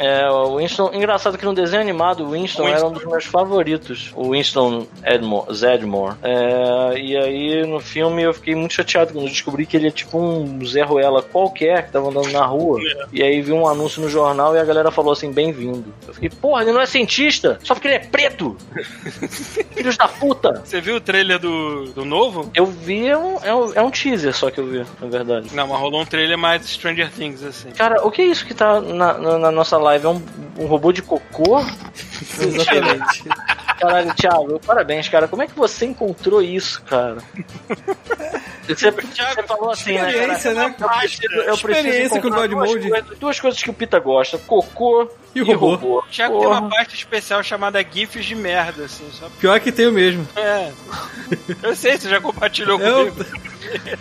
É, o Winston. Engraçado que no desenho animado o Winston, Winston. era um dos meus favoritos. O Winston Edmore, Zedmore. É, e aí no filme eu fiquei muito chateado quando eu descobri que ele é tipo um Zé Ruela qualquer que tava andando na rua. E aí vi um anúncio no jornal e a galera falou assim: bem-vindo. Eu fiquei, porra, ele não é cientista, só porque ele é preto! Filhos da puta! Você viu o trailer do, do novo? Eu vi, é um, é, um, é um teaser só que eu vi, na verdade. Não, mas rolou um trailer mais Stranger Things, assim. Cara, o que é isso que tá na, na- na nossa live? É um, um robô de cocô? Exatamente. Caralho, Thiago, parabéns, cara. Como é que você encontrou isso, cara? Você, você falou assim, né? cara? Experiência, né? Eu preciso, eu preciso Experiência com o encontrar duas Godmode. coisas- Duas coisas que o Pita gosta: cocô E o robô. Tiago tem Porra. uma parte especial chamada GIFs de merda, assim, só Pior que tem o mesmo. É. Eu sei, você já compartilhou Eu, comigo.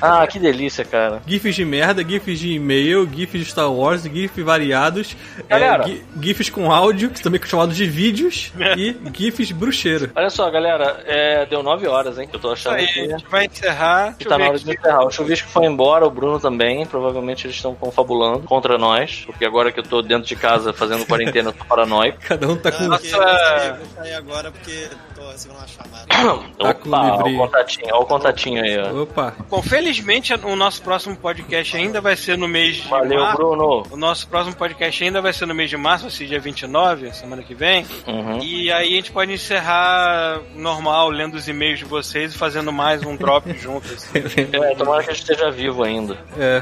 Ah, que delícia, cara. GIFs de merda, GIFs de e-mail, GIFs de Star Wars, GIFs variados, é, Galera. gi- GIFs com áudio, que também é chamado de vídeos, É. e GIFs bruxeiro. Olha só, galera, é, deu nove horas, hein? que Eu tô achando Aí, a que. gente vai encerrar. que Deixa tá na eu hora ver de aqui. encerrar. O Chuvisco foi embora, o Bruno também. Provavelmente eles estão confabulando contra nós. Porque agora que eu tô dentro de casa fazendo quarentena, eu tô paranoico. Cada um tá com. Ah, ok, Nossa. eu vou sair- vou sair agora porque tô recebendo uma chamada. Opa, Tá com livre. ó o contatinho, ó o contatinho aí, ó. Opa! O Bom, felizmente o nosso próximo podcast ainda vai ser no mês de Valeu, março. Bruno. O nosso próximo podcast ainda vai ser no mês de março, ou seja, dia 29, semana que vem. Uhum. E aí a gente pode encerrar normal, lendo os e-mails de vocês e fazendo mais um drop junto. assim. É, tomara que a gente esteja vivo ainda. É.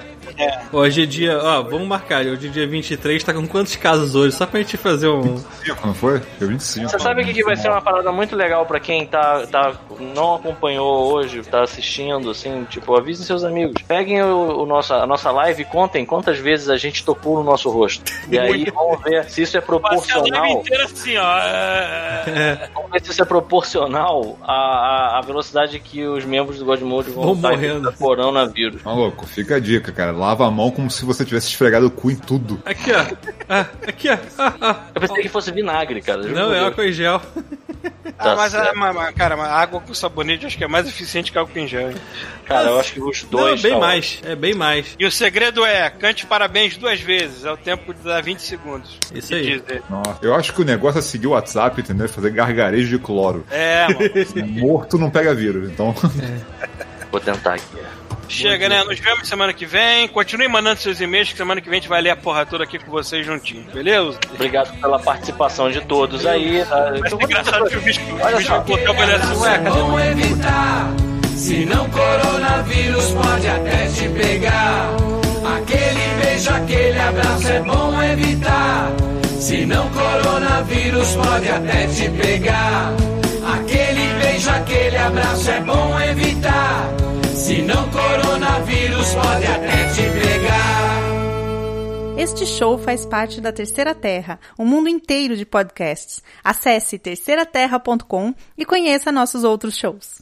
Hoje é dia. Ó, vamos marcar. Hoje é dia 23, tá com quantos casos hoje? Só pra gente fazer um. Não foi? Deu 25. Você sabe o que, que vai ser uma parada muito legal pra quem tá, tá, não acompanhou hoje, tá assistindo, assim, tipo, avisem seus amigos. Peguem o, o nossa, a nossa live e contem quantas vezes a gente tocou no nosso rosto. E aí vamos ver se isso é Passei a live proporcional. inteira assim, ó. é. Vamos ver se isso é proporcional à, à- à velocidade que os membros do Godmode vão Vão estar morrendo. de coronavírus. Maluco, Tá fica a dica, cara. Lava a mão como se você tivesse esfregado o cu em tudo. Aqui, ó. Ah, aqui, ó. Ah, ah. Eu pensei que fosse vinagre, cara. juro Não, por é Deus. álcool em gel. Tá ah, mas, certo. a- mas- mas, cara, mas água com sabonete acho que é mais eficiente que álcool em gel. hein? Cara, eu acho que os Não, é dois. bem tá mais. É bem mais. E o segredo é, cante parabéns duas vezes, é o tempo de dar 20 segundos. Isso Que aí. diz ele. Nossa. Eu acho que o negócio é seguir o WhatsApp, entendeu? Fazer gargarejo de cloro. É, mano. Morto não pega vírus, então. ótimo. Vou tentar aqui. Chega, né? Nos vemos semana que vem. Continue mandando seus e-mails, que semana que vem a gente vai ler a porra toda aqui com vocês juntinho, beleza? Obrigado pela participação de todos aí. tá? Mas é engraçado que o bicho, o bicho vai colocar o olhar assim, é ué, cadê? Como evitar? Se não coronavírus pode até te pegar. Aquele beijo, aquele abraço é bom evitar. Se não coronavírus pode até te pegar. Aquele beijo, aquele abraço é bom evitar. Se não coronavírus pode até te pegar. Este show faz parte da Terceira Terra, um mundo inteiro de podcasts. Acesse terceiraterra.com e conheça nossos outros shows.